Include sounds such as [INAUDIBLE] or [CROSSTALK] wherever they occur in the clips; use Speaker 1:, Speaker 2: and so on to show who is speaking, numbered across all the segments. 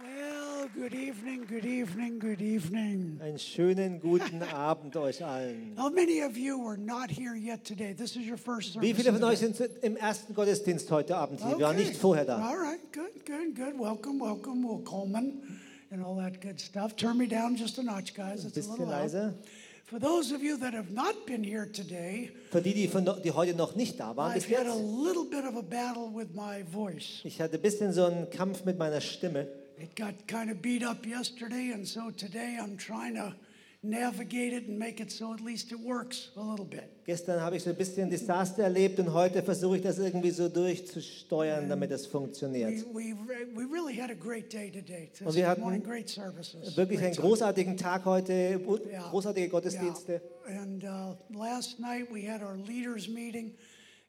Speaker 1: Well, good evening, good evening, good evening.
Speaker 2: Einen schönen guten Abend euch allen.
Speaker 1: How many of you were not here yet today? This is your first service.
Speaker 2: Wie viele
Speaker 1: of
Speaker 2: von
Speaker 1: the
Speaker 2: euch
Speaker 1: day.
Speaker 2: sind im ersten Gottesdienst heute Abend hier? Wir waren
Speaker 1: Okay.
Speaker 2: nicht vorher da.
Speaker 1: All right, good, good, good. Welcome, welcome, Will Coleman, and all that good stuff. Turn me down just a notch, guys. It's a
Speaker 2: Bisschen
Speaker 1: little loud.
Speaker 2: leise.
Speaker 1: For those of you that have not been here today,
Speaker 2: Für die, die, von, die heute noch nicht da waren,
Speaker 1: I've
Speaker 2: bis
Speaker 1: had a
Speaker 2: jetzt.
Speaker 1: little bit of a battle with my voice.
Speaker 2: Ich hatte ein bisschen so einen Kampf mit meiner Stimme.
Speaker 1: It got kind of beat up yesterday, and so today I'm trying to navigate it and make it so at least it works a little bit.
Speaker 2: Gestern habe ich so ein bisschen Desaster erlebt und heute versuche ich das irgendwie so durchzusteuern, damit das
Speaker 1: We,
Speaker 2: funktioniert.
Speaker 1: we, re- we really had a great day today. This
Speaker 2: Und wir hatten
Speaker 1: morning, great services.
Speaker 2: Wirklich
Speaker 1: great
Speaker 2: einen großartigen Tag heute, wo-
Speaker 1: time. Yeah,
Speaker 2: großartige
Speaker 1: yeah.
Speaker 2: Gottesdienste.
Speaker 1: And uh, last night we had our leaders meeting,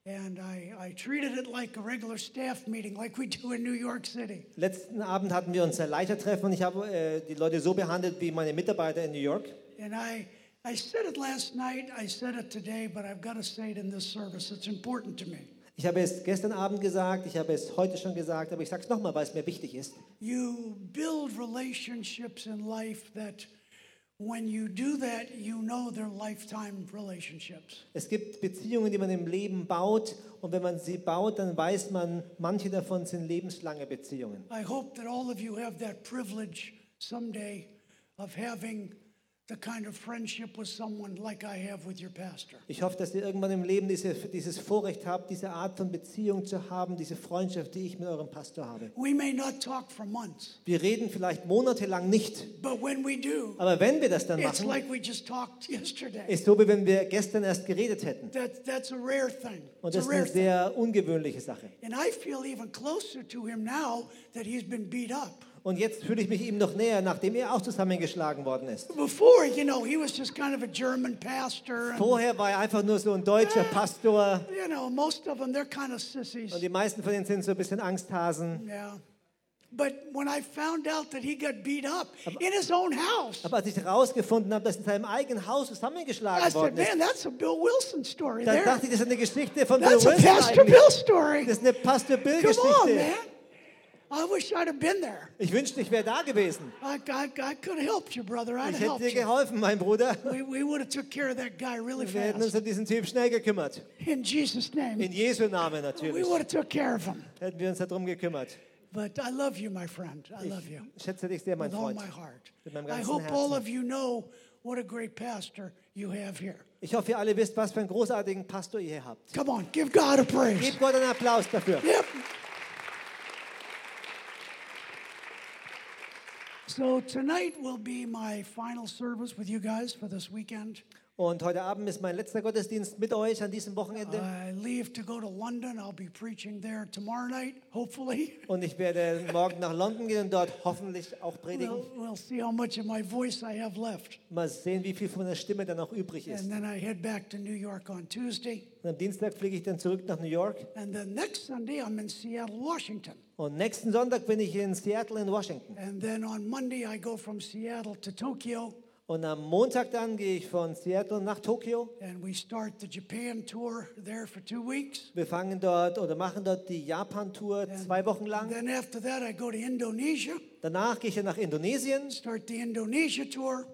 Speaker 1: and I, I treated it like a regular staff meeting, like we do in New York City.
Speaker 2: Letzten Abend hatten wir unser Leitertreffen und ich habe äh, die Leute so behandelt wie meine Mitarbeiter in New York.
Speaker 1: And I, I said it last night, I said it today, but I've got to say it in this service. It's important to me.
Speaker 2: Ich habe es gestern Abend gesagt, ich habe es heute schon gesagt, aber ich sage es nochmal, weil es mir wichtig ist.
Speaker 1: You build relationships in life that, when you do that, you know they're lifetime relationships.
Speaker 2: Es gibt Beziehungen, die man im Leben baut und wenn man sie baut, dann weiß man, manche davon sind lebenslange Beziehungen.
Speaker 1: I hope that all of you have that privilege someday of having the kind of friendship with someone like I have with your pastor.
Speaker 2: Ich hoffe, dass ihr irgendwann im Leben diese, dieses Vorrecht habt, diese Art von Beziehung zu haben, diese Freundschaft, die ich mit eurem Pastor habe.
Speaker 1: We may not talk for months,
Speaker 2: Wir reden vielleicht monatelang nicht,
Speaker 1: but when we do,
Speaker 2: aber wenn wir das dann
Speaker 1: it's
Speaker 2: machen,
Speaker 1: like we just talked [LAUGHS] yesterday.
Speaker 2: ist so, wie wenn wir gestern erst geredet hätten.
Speaker 1: That, that's a rare thing.
Speaker 2: Und
Speaker 1: It's a
Speaker 2: das ist eine
Speaker 1: rare thing.
Speaker 2: sehr ungewöhnliche Sache.
Speaker 1: And I feel even closer to him now that he's been beat up.
Speaker 2: Und jetzt fühle ich mich ihm noch näher, nachdem er auch zusammengeschlagen worden ist.
Speaker 1: Before, you know, he was just kind of a German pastor. And,
Speaker 2: Vorher war er einfach nur so ein deutscher Pastor
Speaker 1: you know, most of them, they're kind of sissies.
Speaker 2: und die meisten von denen sind so ein bisschen Angsthasen.
Speaker 1: Yeah. But when I found out that he got beat up in his own house,
Speaker 2: Aber als ich herausgefunden habe, dass in seinem eigenen Haus
Speaker 1: I
Speaker 2: zusammengeschlagen
Speaker 1: said,
Speaker 2: worden ist,
Speaker 1: man, that's a Bill Wilson story
Speaker 2: dann
Speaker 1: there.
Speaker 2: dachte ich, das ist eine Geschichte von Bill
Speaker 1: That's a
Speaker 2: Wilson
Speaker 1: Pastor
Speaker 2: eigentlich.
Speaker 1: Bill story.
Speaker 2: Das ist eine Pastor
Speaker 1: Come on,
Speaker 2: Bill-Geschichte.
Speaker 1: man. I wish I'd have been there.
Speaker 2: Ich wünschte, ich wäre da gewesen.
Speaker 1: I, I, I could have helped you, brother. I'd have
Speaker 2: Ich hätte
Speaker 1: helped
Speaker 2: dir
Speaker 1: you.
Speaker 2: geholfen, mein Bruder.
Speaker 1: We, we would have took care of that guy really
Speaker 2: Wir hätten uns
Speaker 1: fast.
Speaker 2: um diesen Typ schnell gekümmert.
Speaker 1: In Jesus' name.
Speaker 2: In Jesu Namen
Speaker 1: We
Speaker 2: natürlich.
Speaker 1: would have took care of him.
Speaker 2: Hätten wir uns darum gekümmert.
Speaker 1: But I love you, my friend. I love you.
Speaker 2: Ich schätze dich sehr, mein
Speaker 1: With all
Speaker 2: Freund.
Speaker 1: my heart.
Speaker 2: Mit meinem
Speaker 1: I
Speaker 2: ganzen
Speaker 1: hope all
Speaker 2: Herzen.
Speaker 1: of you know what a great pastor you have here.
Speaker 2: Ich hoffe, ihr alle wisst, was für einen großartigen Pastor ihr hier habt.
Speaker 1: Come on, give God a praise.
Speaker 2: Gebt Gott einen Applaus dafür.
Speaker 1: Yep. So tonight will be my final service with you guys for this weekend.
Speaker 2: Und heute Abend ist mein letzter Gottesdienst mit euch an diesem Wochenende.
Speaker 1: I leave to go to London. I'll be preaching there tomorrow night, hopefully.
Speaker 2: Und ich werde morgen nach London gehen und dort hoffentlich auch
Speaker 1: We'll,
Speaker 2: predigen.
Speaker 1: we'll see how much of my voice I have left.
Speaker 2: Mal sehen, wie viel von der Stimme dann noch übrig ist.
Speaker 1: And then I head back to New York on Tuesday.
Speaker 2: Und am Dienstag fliege ich dann zurück nach New York.
Speaker 1: And then next Sunday, I'm in Seattle, Washington.
Speaker 2: Und nächsten Sonntag bin ich in Seattle in Washington.
Speaker 1: And then on Monday, I go from Seattle to Tokyo,
Speaker 2: Und am Montag dann gehe ich von Seattle nach Tokio.
Speaker 1: and we start the Japan tour there for two weeks.
Speaker 2: Wir fangen dort oder machen dort die Japan-Tour zwei Wochen lang.
Speaker 1: Then after that, I go to Indonesia,
Speaker 2: Danach gehe ich dann nach Indonesien.
Speaker 1: start the Indonesia tour,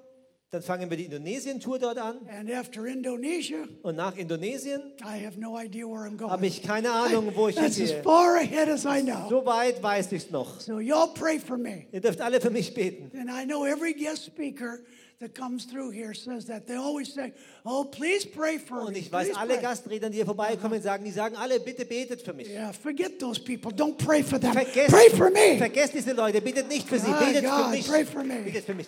Speaker 2: Dann fangen wir die Indonesien-Tour dort an.
Speaker 1: and after Indonesia,
Speaker 2: Und nach Indonesien
Speaker 1: I have no idea where I'm
Speaker 2: habe
Speaker 1: going.
Speaker 2: ich keine Ahnung, wo ich
Speaker 1: That's as
Speaker 2: hingehe.
Speaker 1: far ahead as I know.
Speaker 2: eh. So weit weiß ich es noch.
Speaker 1: So y'all pray for me.
Speaker 2: Ihr dürft alle für mich beten.
Speaker 1: And I know every guest speaker that comes through here says that. They always say, "Oh, please pray for
Speaker 2: Und
Speaker 1: me."
Speaker 2: ich weiß,
Speaker 1: please
Speaker 2: alle
Speaker 1: pray." Uh-huh.
Speaker 2: Gastredner, die hier vorbeikommen, sagen, die sagen alle, bitte betet für mich.
Speaker 1: Yeah, forget those people. Don't pray for them.
Speaker 2: Vergesst,
Speaker 1: Pray for me.
Speaker 2: vergesst diese Leute, betet nicht für sie,
Speaker 1: My
Speaker 2: betet für
Speaker 1: God,
Speaker 2: mich.
Speaker 1: pray for me.
Speaker 2: Betet für mich.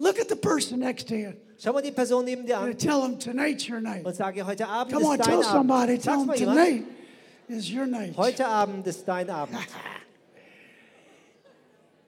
Speaker 1: Look at the person next to you
Speaker 2: Schau mal die Person neben dir an
Speaker 1: and tell them tonight's your night.
Speaker 2: und sage, heute Abend
Speaker 1: Come
Speaker 2: ist
Speaker 1: on,
Speaker 2: dein
Speaker 1: tell
Speaker 2: Abend.
Speaker 1: somebody.
Speaker 2: Sag's
Speaker 1: Tell them
Speaker 2: mal jemand,
Speaker 1: tonight is your night.
Speaker 2: heute Abend ist dein Abend.
Speaker 1: [LAUGHS]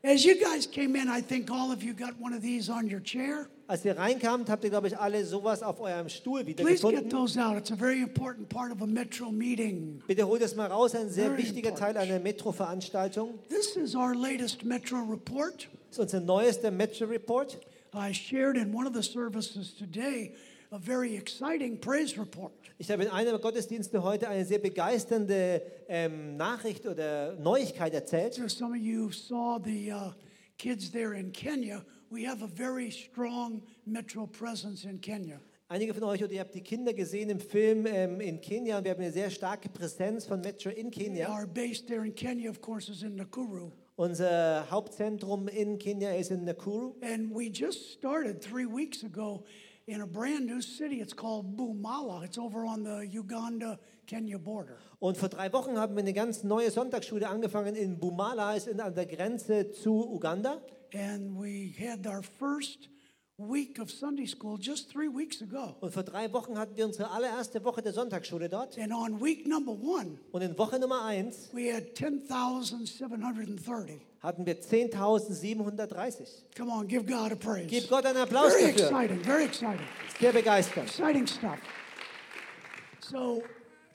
Speaker 1: As you guys came in, I think all of you got one of these on your chair.
Speaker 2: Als ihr reinkamt, habt ihr, glaube ich, alle sowas auf eurem Stuhl
Speaker 1: Please get
Speaker 2: wiedergefunden.
Speaker 1: those out. It's a very important part of a metro meeting.
Speaker 2: Bitte holt es mal raus, ein sehr
Speaker 1: Very
Speaker 2: wichtiger Teil
Speaker 1: important.
Speaker 2: einer Metro-Veranstaltung.
Speaker 1: This is our latest metro report.
Speaker 2: Das ist unser neuester Metro-Report.
Speaker 1: I shared in one of the services today a very exciting praise report.
Speaker 2: Ich habe in einem Gottesdienste heute eine sehr begeisternde ähm, Nachricht oder Neuigkeit erzählt.
Speaker 1: So some of you saw the uh, kids there in Kenya. We have a very strong metro presence in Kenya.
Speaker 2: Einige von euch oder ihr habt die Kinder gesehen im Film ähm, in Kenia und wir haben eine sehr starke Präsenz von Metro in Kenia.
Speaker 1: Our base there in Kenya, of course, is in Nakuru.
Speaker 2: Unser Hauptzentrum in Kenia ist in Nakuru.
Speaker 1: And we just started three weeks ago in a brand new city. It's called Bumala. It's over on the Uganda Kenya border.
Speaker 2: Und vor drei Wochen haben wir eine ganz neue Sonntagsschule angefangen in Bumala, ist in, an der Grenze zu Uganda.
Speaker 1: And we had our first week of Sunday school just three weeks ago.
Speaker 2: Und vor drei Wochen hatten wir unsere allererste Woche der Sonntagsschule dort.
Speaker 1: And on week number one,
Speaker 2: Und in Woche Nummer 1
Speaker 1: we had 10,730.
Speaker 2: hatten wir 10.730.
Speaker 1: Come on, give God a praise.
Speaker 2: Gib Gott einen Applaus
Speaker 1: very
Speaker 2: dafür.
Speaker 1: exciting, very exciting.
Speaker 2: Sehr begeisternd.
Speaker 1: Exciting stuff. So,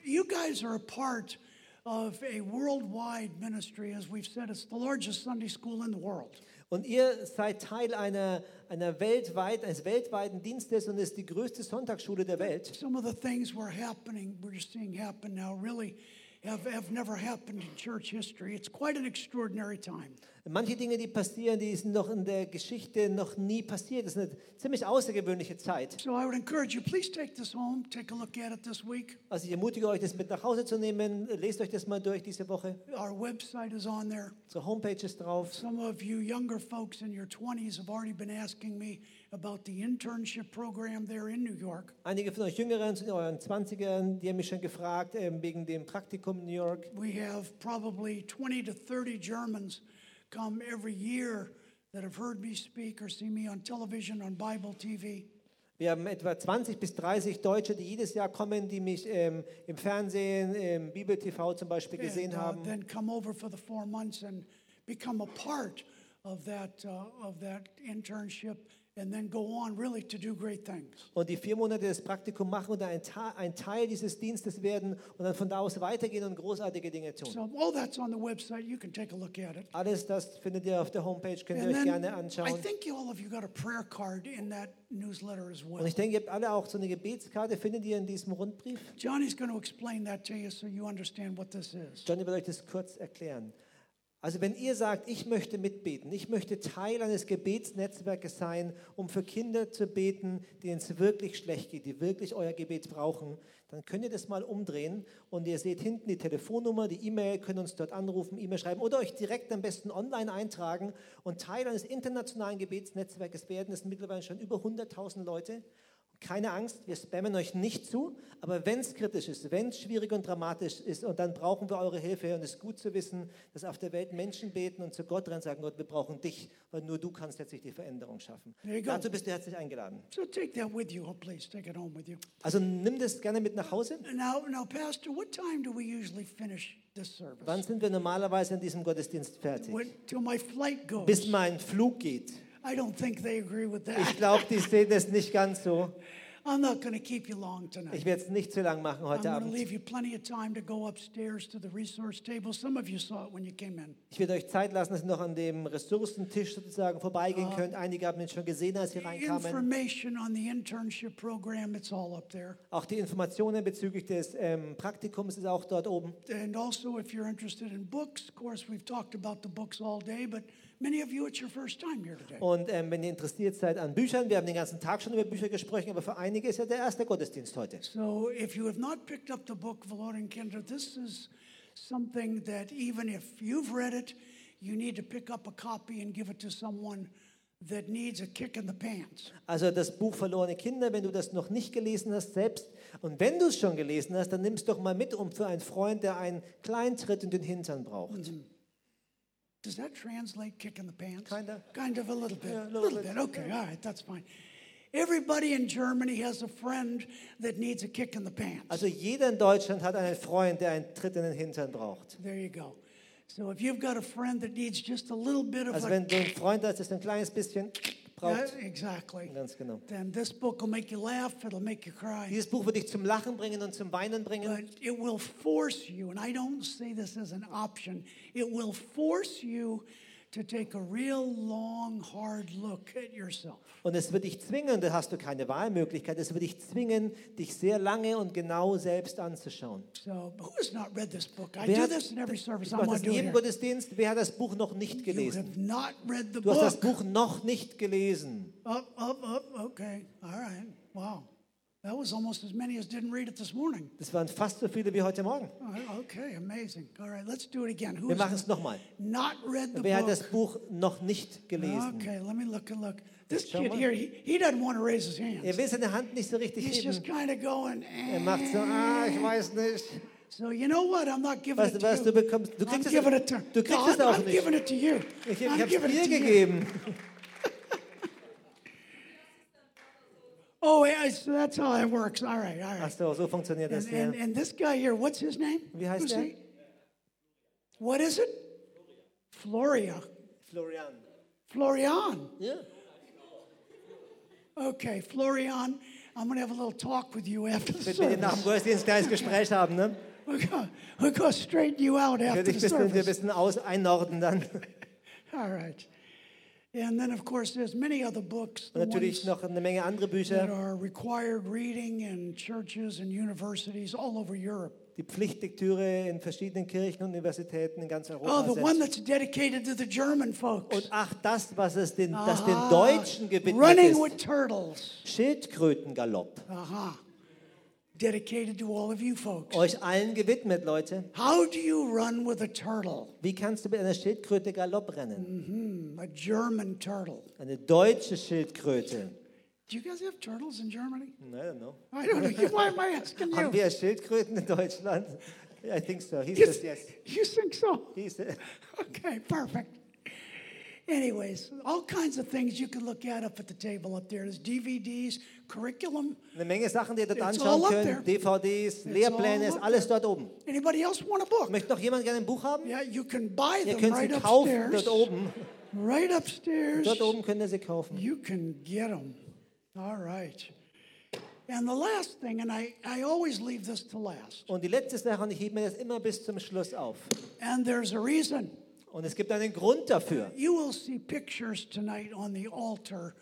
Speaker 1: you guys are a part of a worldwide ministry. As we've said, it's the largest Sunday school in the world.
Speaker 2: Und ihr seid Teil einer, einer weltweit, eines weltweiten Dienstes und ist die größte Sonntagsschule der Welt.
Speaker 1: Some of the things we're happening, we're seeing happen now, really have, have never happened in church history. It's quite an extraordinary time.
Speaker 2: Manche Dinge, die passieren, die sind noch in der Geschichte noch nie passiert. Das ist eine ziemlich außergewöhnliche Zeit.
Speaker 1: So I would encourage you, please take this home, take a look at it this week.
Speaker 2: Also ich ermutige euch, das mit nach Hause zu nehmen. Lest euch das mal durch diese Woche.
Speaker 1: Our website is on there.
Speaker 2: Unsere Homepage ist drauf.
Speaker 1: Some of you younger folks in your 20s have already been asking me about the internship program there in New York.
Speaker 2: Einige von euch Jüngeren, in euren 20ern, die haben mich schon gefragt ähm, wegen dem Praktikum in New York.
Speaker 1: We have probably 20 to 30 Germans come every year that have heard me speak or see me on television, on Bible TV.
Speaker 2: Wir haben etwa 20 bis 30 Deutsche, die jedes Jahr kommen, die mich ähm, im Fernsehen, im Bibel-TV zum Beispiel gesehen
Speaker 1: and, uh,
Speaker 2: haben.
Speaker 1: then come over for the four months and become a part of that, uh, of that internship and then go on really to do great things.
Speaker 2: Und die vier Monate das Praktikum machen und ein, Ta- ein Teil dieses Dienstes werden und dann von da aus weitergehen und großartige Dinge tun.
Speaker 1: So all that's on the website. You can take a look at it.
Speaker 2: Alles das findet ihr auf der Homepage, könnt
Speaker 1: And
Speaker 2: ihr euch
Speaker 1: then
Speaker 2: gerne
Speaker 1: I
Speaker 2: anschauen.
Speaker 1: think you all of you got a prayer card in that newsletter as
Speaker 2: Und
Speaker 1: well.
Speaker 2: ich denke, ihr habt alle auch so eine Gebetskarte, findet ihr in diesem Rundbrief.
Speaker 1: Johnny's going to explain that to you so you understand what this is.
Speaker 2: Johnny wird euch das kurz erklären. Also wenn ihr sagt, ich möchte mitbeten, ich möchte Teil eines Gebetsnetzwerkes sein, um für Kinder zu beten, denen es wirklich schlecht geht, die wirklich euer Gebet brauchen, dann könnt ihr das mal umdrehen und ihr seht hinten die Telefonnummer, die E-Mail, könnt uns dort anrufen, E-Mail schreiben oder euch direkt am besten online eintragen und Teil eines internationalen Gebetsnetzwerkes werden. Es sind mittlerweile schon über 100.000 Leute. Keine Angst, wir spammen euch nicht zu, aber wenn es kritisch ist, wenn es schwierig und dramatisch ist und dann brauchen wir eure Hilfe und es ist gut zu wissen, dass auf der Welt Menschen beten und zu Gott rein sagen, Gott, wir brauchen dich, weil nur du kannst letztlich die Veränderung schaffen.
Speaker 1: There you go.
Speaker 2: Dazu bist du herzlich eingeladen.
Speaker 1: So take that with you, oh, please. Take it home with you.
Speaker 2: Also nimm das gerne mit nach Hause.
Speaker 1: Now, now, Pastor, what time do we usually finish this
Speaker 2: Wann
Speaker 1: service?
Speaker 2: sind wir normalerweise in diesem Gottesdienst fertig?
Speaker 1: When, till my flight
Speaker 2: Bis
Speaker 1: goes.
Speaker 2: mein Flug geht.
Speaker 1: I don't think they agree with
Speaker 2: Ich
Speaker 1: that.
Speaker 2: glaube, die sehen das nicht ganz so.
Speaker 1: I'm not going to keep you long
Speaker 2: Ich
Speaker 1: tonight.
Speaker 2: werde es nicht zu lang machen
Speaker 1: I'm
Speaker 2: heute
Speaker 1: going to
Speaker 2: Abend.
Speaker 1: leave you plenty of time to go upstairs to the resource table. Some of you saw it when you came in.
Speaker 2: Ich werde euch Zeit lassen, dass ihr noch an dem Ressourcentisch sozusagen vorbeigehen könnt. Einige haben ihn schon gesehen, als sie reinkamen.
Speaker 1: Information on the internship program, it's all up there.
Speaker 2: Auch die Informationen bezüglich des ähm, Praktikums ist auch dort oben.
Speaker 1: And also, if you're interested in books, of course, we've talked about the books all day, but many of you, it's your first time here today.
Speaker 2: Und ähm, wenn ihr interessiert seid an Büchern, wir haben den ganzen Tag schon über Bücher gesprochen, aber für einige ist ja der erste Gottesdienst heute.
Speaker 1: So, if you have not picked up the book, Valorian Kinder, this is something that even if you've read it, you need to pick up a copy and give it to someone that needs a kick in the pants.
Speaker 2: Also das Buch Verlorene Kinder, wenn du das noch nicht gelesen hast selbst und wenn du es schon gelesen hast, dann nimm es doch mal mit, um für einen Freund, der einen kleinen Tritt in den Hintern braucht.
Speaker 1: Does that translate kick in the pants?
Speaker 2: Kinda.
Speaker 1: Kind of a little bit.
Speaker 2: Yeah, a
Speaker 1: a
Speaker 2: little
Speaker 1: little,
Speaker 2: bit.
Speaker 1: bit. Okay, all right, that's fine. Everybody in Germany has a friend that needs a kick in the pants.
Speaker 2: Also jeder in Deutschland hat einen Freund, der einen Tritt in den Hintern braucht.
Speaker 1: There you go. So if you've got a friend that needs just a little bit of
Speaker 2: Also
Speaker 1: a
Speaker 2: wenn du einen Freund hast, der es ein kleines bisschen
Speaker 1: Yeah,
Speaker 2: braucht,
Speaker 1: exactly,
Speaker 2: ganz genau.
Speaker 1: then this book will make you laugh, it'll make you cry,
Speaker 2: Dieses Buch wird dich zum Lachen bringen und zum Weinen bringen.
Speaker 1: but it will force you, and I don't say this as an option, it will force you to take a real long, hard look at yourself.
Speaker 2: Und es wird dich zwingen, da hast du keine Wahlmöglichkeit, es wird dich zwingen, dich sehr lange und genau selbst anzuschauen.
Speaker 1: So, who has not read this book? I
Speaker 2: Wer
Speaker 1: do
Speaker 2: hat-
Speaker 1: this in every service.
Speaker 2: Ich
Speaker 1: I'm going
Speaker 2: mache das
Speaker 1: to do
Speaker 2: in
Speaker 1: it
Speaker 2: jedem
Speaker 1: here.
Speaker 2: Gottesdienst. Wer hat das Buch noch nicht
Speaker 1: You
Speaker 2: gelesen?
Speaker 1: have not read the
Speaker 2: Du hast das
Speaker 1: book.
Speaker 2: Buch noch nicht gelesen.
Speaker 1: Up, up, up. Okay. All right. Wow. That was almost as many as didn't read it this morning.
Speaker 2: Das waren fast so viele wie heute Morgen.
Speaker 1: All right, Okay. Amazing. All right. Let's do it again. Who
Speaker 2: Wir machen
Speaker 1: has
Speaker 2: es nochmal.
Speaker 1: not read the
Speaker 2: Wer hat das
Speaker 1: book?
Speaker 2: Buch noch nicht gelesen?
Speaker 1: Okay. Let me look and look. This
Speaker 2: Schau
Speaker 1: kid
Speaker 2: mal.
Speaker 1: here, he, he doesn't want to raise his
Speaker 2: Er
Speaker 1: hand.
Speaker 2: will seine Hand nicht so richtig
Speaker 1: He's just
Speaker 2: heben.
Speaker 1: kind of going. "Eh."
Speaker 2: Er macht so, ah, ich weiß nicht.
Speaker 1: So you know what? I'm not giving
Speaker 2: Weißt
Speaker 1: it
Speaker 2: du
Speaker 1: to
Speaker 2: was,
Speaker 1: you.
Speaker 2: du bekommst, du
Speaker 1: I'm
Speaker 2: kriegst,
Speaker 1: giving it
Speaker 2: es,
Speaker 1: to.
Speaker 2: du kriegst
Speaker 1: no,
Speaker 2: es
Speaker 1: I'm,
Speaker 2: auch
Speaker 1: I'm
Speaker 2: nicht.
Speaker 1: giving it to you.
Speaker 2: Ich, ich
Speaker 1: I'm
Speaker 2: habe
Speaker 1: giving
Speaker 2: dir
Speaker 1: it to you.
Speaker 2: gegeben.
Speaker 1: Oh, yeah, so that's how it works. All right, all
Speaker 2: Ach
Speaker 1: right.
Speaker 2: so, so funktioniert das.
Speaker 1: And, and,
Speaker 2: ja.
Speaker 1: and this guy here, what's his name?
Speaker 2: Wie heißt
Speaker 1: Who's
Speaker 2: er?
Speaker 1: he? What is it? Floria.
Speaker 2: Florian.
Speaker 1: Florian.
Speaker 2: Ja.
Speaker 1: Okay, Florian. I'm going to have a little talk with you after the
Speaker 2: Wenn wir den nach dem
Speaker 1: service.
Speaker 2: Gottesdienst ein kleines Gespräch haben, ne?
Speaker 1: We're going we're to straighten you out
Speaker 2: Wir
Speaker 1: after
Speaker 2: dich
Speaker 1: the
Speaker 2: bisschen, wir ein
Speaker 1: service.
Speaker 2: bisschen aus, einordnen dann. [LAUGHS]
Speaker 1: All right. And then, of course, there's many other books. The
Speaker 2: Und
Speaker 1: ones
Speaker 2: natürlich noch eine Menge andere
Speaker 1: that
Speaker 2: Bücher,
Speaker 1: are required reading in churches and universities all over Europe.
Speaker 2: die Pflichtlektüre in verschiedenen Kirchen und Universitäten in ganz
Speaker 1: Oh,
Speaker 2: Europa.
Speaker 1: the one
Speaker 2: selbst.
Speaker 1: that's dedicated to the German folks.
Speaker 2: Und ach, das, was es den, das den
Speaker 1: Ah,
Speaker 2: Deutschen gewidmet
Speaker 1: Running with
Speaker 2: ist.
Speaker 1: Turtles.
Speaker 2: Schildkrötengalopp.
Speaker 1: Aha. Dedicated to all of you folks.
Speaker 2: Euch allen gewidmet, Leute.
Speaker 1: How do you run with a turtle?
Speaker 2: Wie kannst du mit einer Schildkröte Galopp
Speaker 1: Mm.
Speaker 2: rennen?
Speaker 1: A German turtle.
Speaker 2: Eine deutsche Schildkröte.
Speaker 1: Do you guys have turtles in Germany?
Speaker 2: I don't know.
Speaker 1: I don't know. Why am I asking
Speaker 2: Haben
Speaker 1: you?
Speaker 2: wir Schildkröten in Deutschland? I think so. He
Speaker 1: You,
Speaker 2: says yes.
Speaker 1: you think so?
Speaker 2: He says.
Speaker 1: [LAUGHS] Okay, perfect. Anyways, all kinds of things you can look at up at the table up there. There's DVDs, curriculum.
Speaker 2: Eine Menge Sachen, die ihr dort
Speaker 1: It's
Speaker 2: anschauen
Speaker 1: all up there.
Speaker 2: könnt. DVDs, Lehrpläne,
Speaker 1: all
Speaker 2: ist
Speaker 1: up
Speaker 2: alles dort oben.
Speaker 1: Anybody else want a book?
Speaker 2: Möchte noch jemand gerne ein Buch haben?
Speaker 1: Yeah, you can buy
Speaker 2: Ihr
Speaker 1: them
Speaker 2: könnt sie
Speaker 1: right
Speaker 2: kaufen
Speaker 1: upstairs.
Speaker 2: dort oben.
Speaker 1: Right upstairs.
Speaker 2: Dort oben könnt ihr sie kaufen.
Speaker 1: You can get them. All right. And the last thing, and I, I always leave this to last,
Speaker 2: Und die letzte Sache, und ich hebe mir das immer bis zum Schluss auf.
Speaker 1: and there's a reason.
Speaker 2: Und es gibt einen Grund dafür.
Speaker 1: You will see pictures tonight on the altar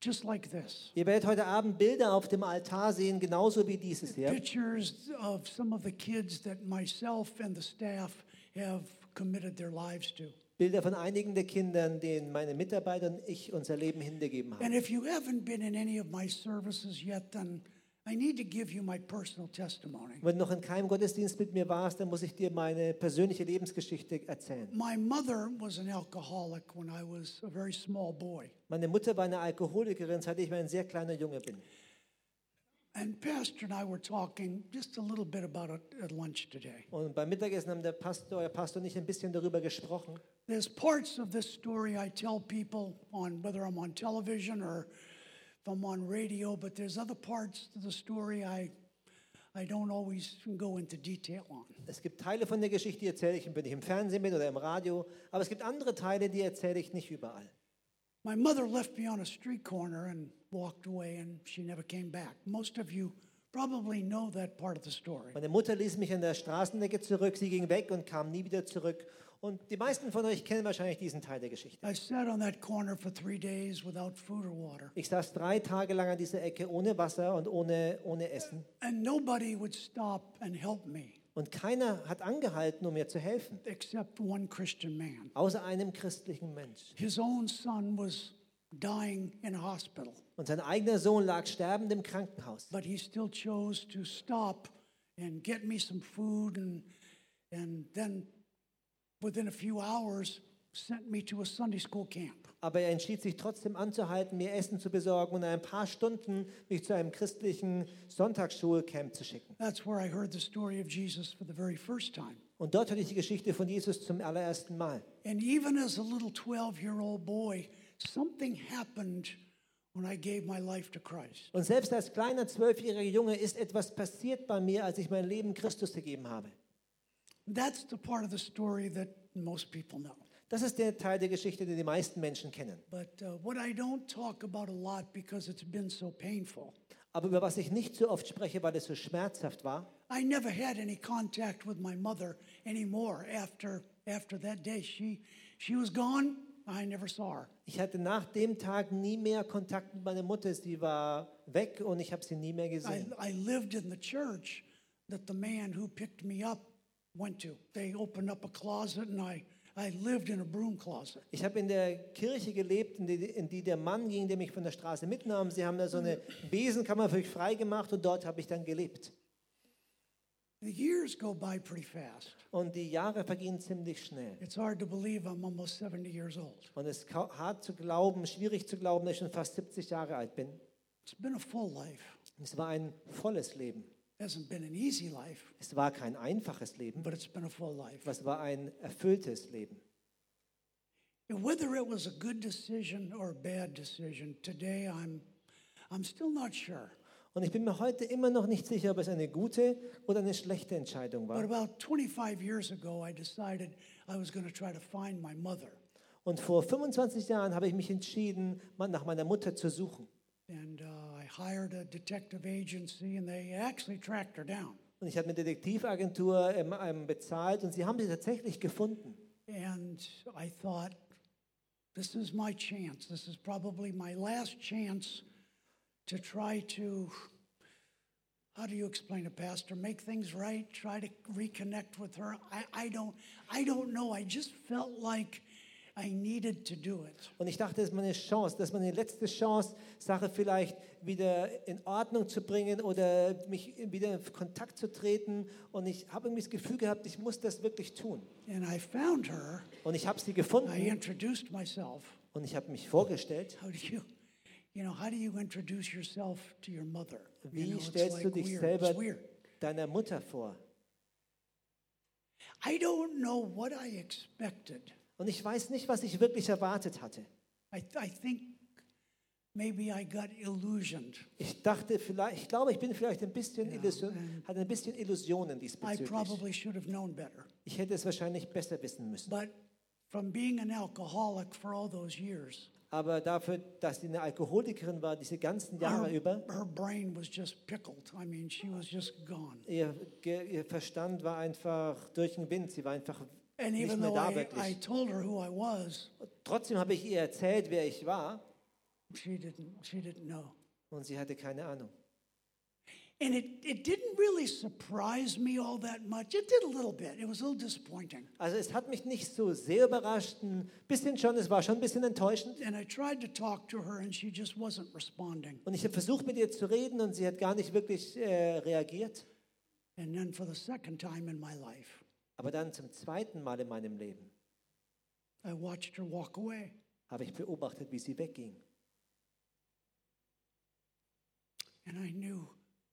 Speaker 1: just like this.
Speaker 2: Ihr werdet heute Abend Bilder auf dem Altar sehen, genauso wie dieses hier.
Speaker 1: Pictures of some of the kids that myself and the staff have committed their lives to.
Speaker 2: Bilder von einigen der Kindern, denen meine Mitarbeiter und ich unser Leben hingegeben haben.
Speaker 1: And if you haven't been in any of my services yet, then I need to give you my personal testimony.
Speaker 2: Wenn du noch in keinem Gottesdienst mit mir warst, dann muss ich dir meine persönliche Lebensgeschichte erzählen.
Speaker 1: My mother was an alcoholic when I was a very small boy.
Speaker 2: Meine Mutter war eine Alkoholikerin, seit ich ein sehr kleiner Junge bin.
Speaker 1: And Pastor and I were talking just a little bit about it at lunch today.
Speaker 2: Und beim Mittagessen haben der Pastor, euer Pastor und ich ein bisschen darüber gesprochen.
Speaker 1: There's parts of this story I tell people on whether I'm on television or if I'm on radio, but there's other parts of the story I I don't always go into detail on.
Speaker 2: Es gibt Teile von der Geschichte, die erzähle ich, wenn ich im Fernsehen bin oder im Radio. Aber es gibt andere Teile, die erzähle ich nicht überall.
Speaker 1: My mother left me on a street corner and walked away and she never came back. Most of you probably know that part of the story.
Speaker 2: Meine Mutter ließ mich an der Straßenecke zurück. Sie ging weg und kam nie wieder zurück. Und die meisten von euch kennen wahrscheinlich diesen Teil der Geschichte.
Speaker 1: I sat on that corner for 3 days without food or water.
Speaker 2: Ich saß drei Tage lang an dieser Ecke ohne Wasser und ohne, ohne Essen.
Speaker 1: And nobody would stop and help me
Speaker 2: Und keiner hat angehalten, um mir zu helfen,
Speaker 1: except one Christian man.
Speaker 2: außer einem christlichen Mensch.
Speaker 1: His own son was dying in a hospital,
Speaker 2: Und sein eigener Sohn lag sterbend im Krankenhaus.
Speaker 1: but he still chose to stop and get me some food and and then within a few hours sent me to a Sunday school camp.
Speaker 2: Aber er entschied sich trotzdem anzuhalten, mir Essen zu besorgen und in ein paar Stunden mich zu einem christlichen Sonntagsschulcamp zu schicken.
Speaker 1: That's where I heard the story of Jesus for the very first time.
Speaker 2: Und dort hörte ich die Geschichte von Jesus zum allerersten Mal.
Speaker 1: And even as a little 12-year-old boy, something happened when I gave my life to Christ.
Speaker 2: Und selbst als kleiner zwölfjähriger Junge ist etwas passiert bei mir, als ich mein Leben Christus gegeben habe.
Speaker 1: That's the part of the story that most people know.
Speaker 2: Das ist der Teil der Geschichte, den die meisten Menschen kennen.
Speaker 1: But uh, what I don't talk about a lot because it's been so painful
Speaker 2: Aber über was ich nicht so oft spreche, weil es so schmerzhaft war,
Speaker 1: I never had any contact with my mother anymore after after that day. She she was gone. I never saw her.
Speaker 2: ich hatte nach dem Tag nie mehr Kontakt mit meiner Mutter. Sie war weg und ich habe sie nie mehr
Speaker 1: I,
Speaker 2: gesehen.
Speaker 1: I lived in the church that the man who picked me up went to. They opened up a closet and I, I lived in a broom closet.
Speaker 2: Ich habe in der Kirche gelebt, in die, in die der Mann ging, der mich von der Straße mitnahm. Sie haben da so eine Besenkammer für mich freigemacht und dort habe ich dann gelebt.
Speaker 1: The years go by pretty fast.
Speaker 2: Und die Jahre vergingen ziemlich schnell.
Speaker 1: It's hard to believe I'm almost 70 years old.
Speaker 2: Und es ist kau- hart zu glauben, schwierig zu glauben, dass ich schon fast 70 Jahre alt bin.
Speaker 1: It's been a full life.
Speaker 2: Es war ein volles Leben.
Speaker 1: hasn't been an easy life,
Speaker 2: Es war kein einfaches Leben,
Speaker 1: but it's been a full life.
Speaker 2: aber es war ein erfülltes Leben.
Speaker 1: And Whether it was a good decision or a bad decision, today I'm, I'm still not sure.
Speaker 2: Und ich bin mir heute immer noch nicht sicher, ob es eine gute oder eine schlechte Entscheidung
Speaker 1: But
Speaker 2: war.
Speaker 1: about 25 years ago, I decided I was going to try to find my mother.
Speaker 2: Und vor 25 Jahren habe ich mich entschieden, mal nach meiner Mutter zu suchen.
Speaker 1: And uh, I hired a detective agency, and they actually tracked her down.
Speaker 2: Und ich habe eine Detektivagentur ähm, ähm, bezahlt und sie haben sie tatsächlich gefunden.
Speaker 1: And I thought, this is my chance. This is probably my last chance to try to, how do you explain it, Pastor? Make things right, try to reconnect with her. I, I don't, I don't know. I just felt like I needed to do it.
Speaker 2: Und ich dachte, das ist meine Chance, das ist meine letzte Chance, Sache vielleicht wieder in Ordnung zu bringen oder mich wieder in Kontakt zu treten. Und ich habe irgendwie das Gefühl gehabt, ich muss das wirklich tun.
Speaker 1: And I found her.
Speaker 2: Und ich habe sie
Speaker 1: I
Speaker 2: gefunden
Speaker 1: introduced myself.
Speaker 2: und ich habe mich vorgestellt.
Speaker 1: How do you, you know, how do you introduce yourself to your mother?
Speaker 2: Wie
Speaker 1: you know,
Speaker 2: stellst du dich
Speaker 1: weird.
Speaker 2: selber
Speaker 1: It's weird.
Speaker 2: deiner Mutter vor?
Speaker 1: I don't know what I expected.
Speaker 2: Und ich weiß nicht, was ich wirklich erwartet hatte.
Speaker 1: I, I think maybe I got illusioned.
Speaker 2: Ich dachte vielleicht, ich glaube, ich bin vielleicht ein bisschen Illusion, hatte ein bisschen Illusionen
Speaker 1: ähm, I
Speaker 2: diesbezüglich.
Speaker 1: probably should have known better.
Speaker 2: Ich hätte es wahrscheinlich besser wissen müssen.
Speaker 1: But from being an alcoholic for all those years,
Speaker 2: Aber dafür, dass sie eine Alkoholikerin war, diese ganzen Jahre über,
Speaker 1: her brain was just pickled. I mean, she was just gone.
Speaker 2: ihr, Ge- ihr Verstand war einfach durch den Wind. Sie war einfach
Speaker 1: And
Speaker 2: nicht
Speaker 1: even
Speaker 2: mehr
Speaker 1: though
Speaker 2: da
Speaker 1: I, I
Speaker 2: wirklich.
Speaker 1: told her who I was,
Speaker 2: Trotzdem habe ich ihr erzählt, wer ich war,
Speaker 1: she didn't, she didn't know.
Speaker 2: und sie hatte keine Ahnung.
Speaker 1: And it, it didn't really surprise me all that much. It did a little bit. It was a little disappointing.
Speaker 2: Also es hat mich nicht so sehr überrascht, ein bisschen schon, es war schon ein bisschen enttäuschend.
Speaker 1: And I tried to talk to her, and she just wasn't responding.
Speaker 2: Und ich habe versucht, mit ihr zu reden, und sie hat gar nicht wirklich äh, reagiert.
Speaker 1: And then for the second time in my life,
Speaker 2: Aber dann zum zweiten Mal in meinem Leben
Speaker 1: I watched her walk away.
Speaker 2: habe ich beobachtet, wie sie wegging.
Speaker 1: And I knew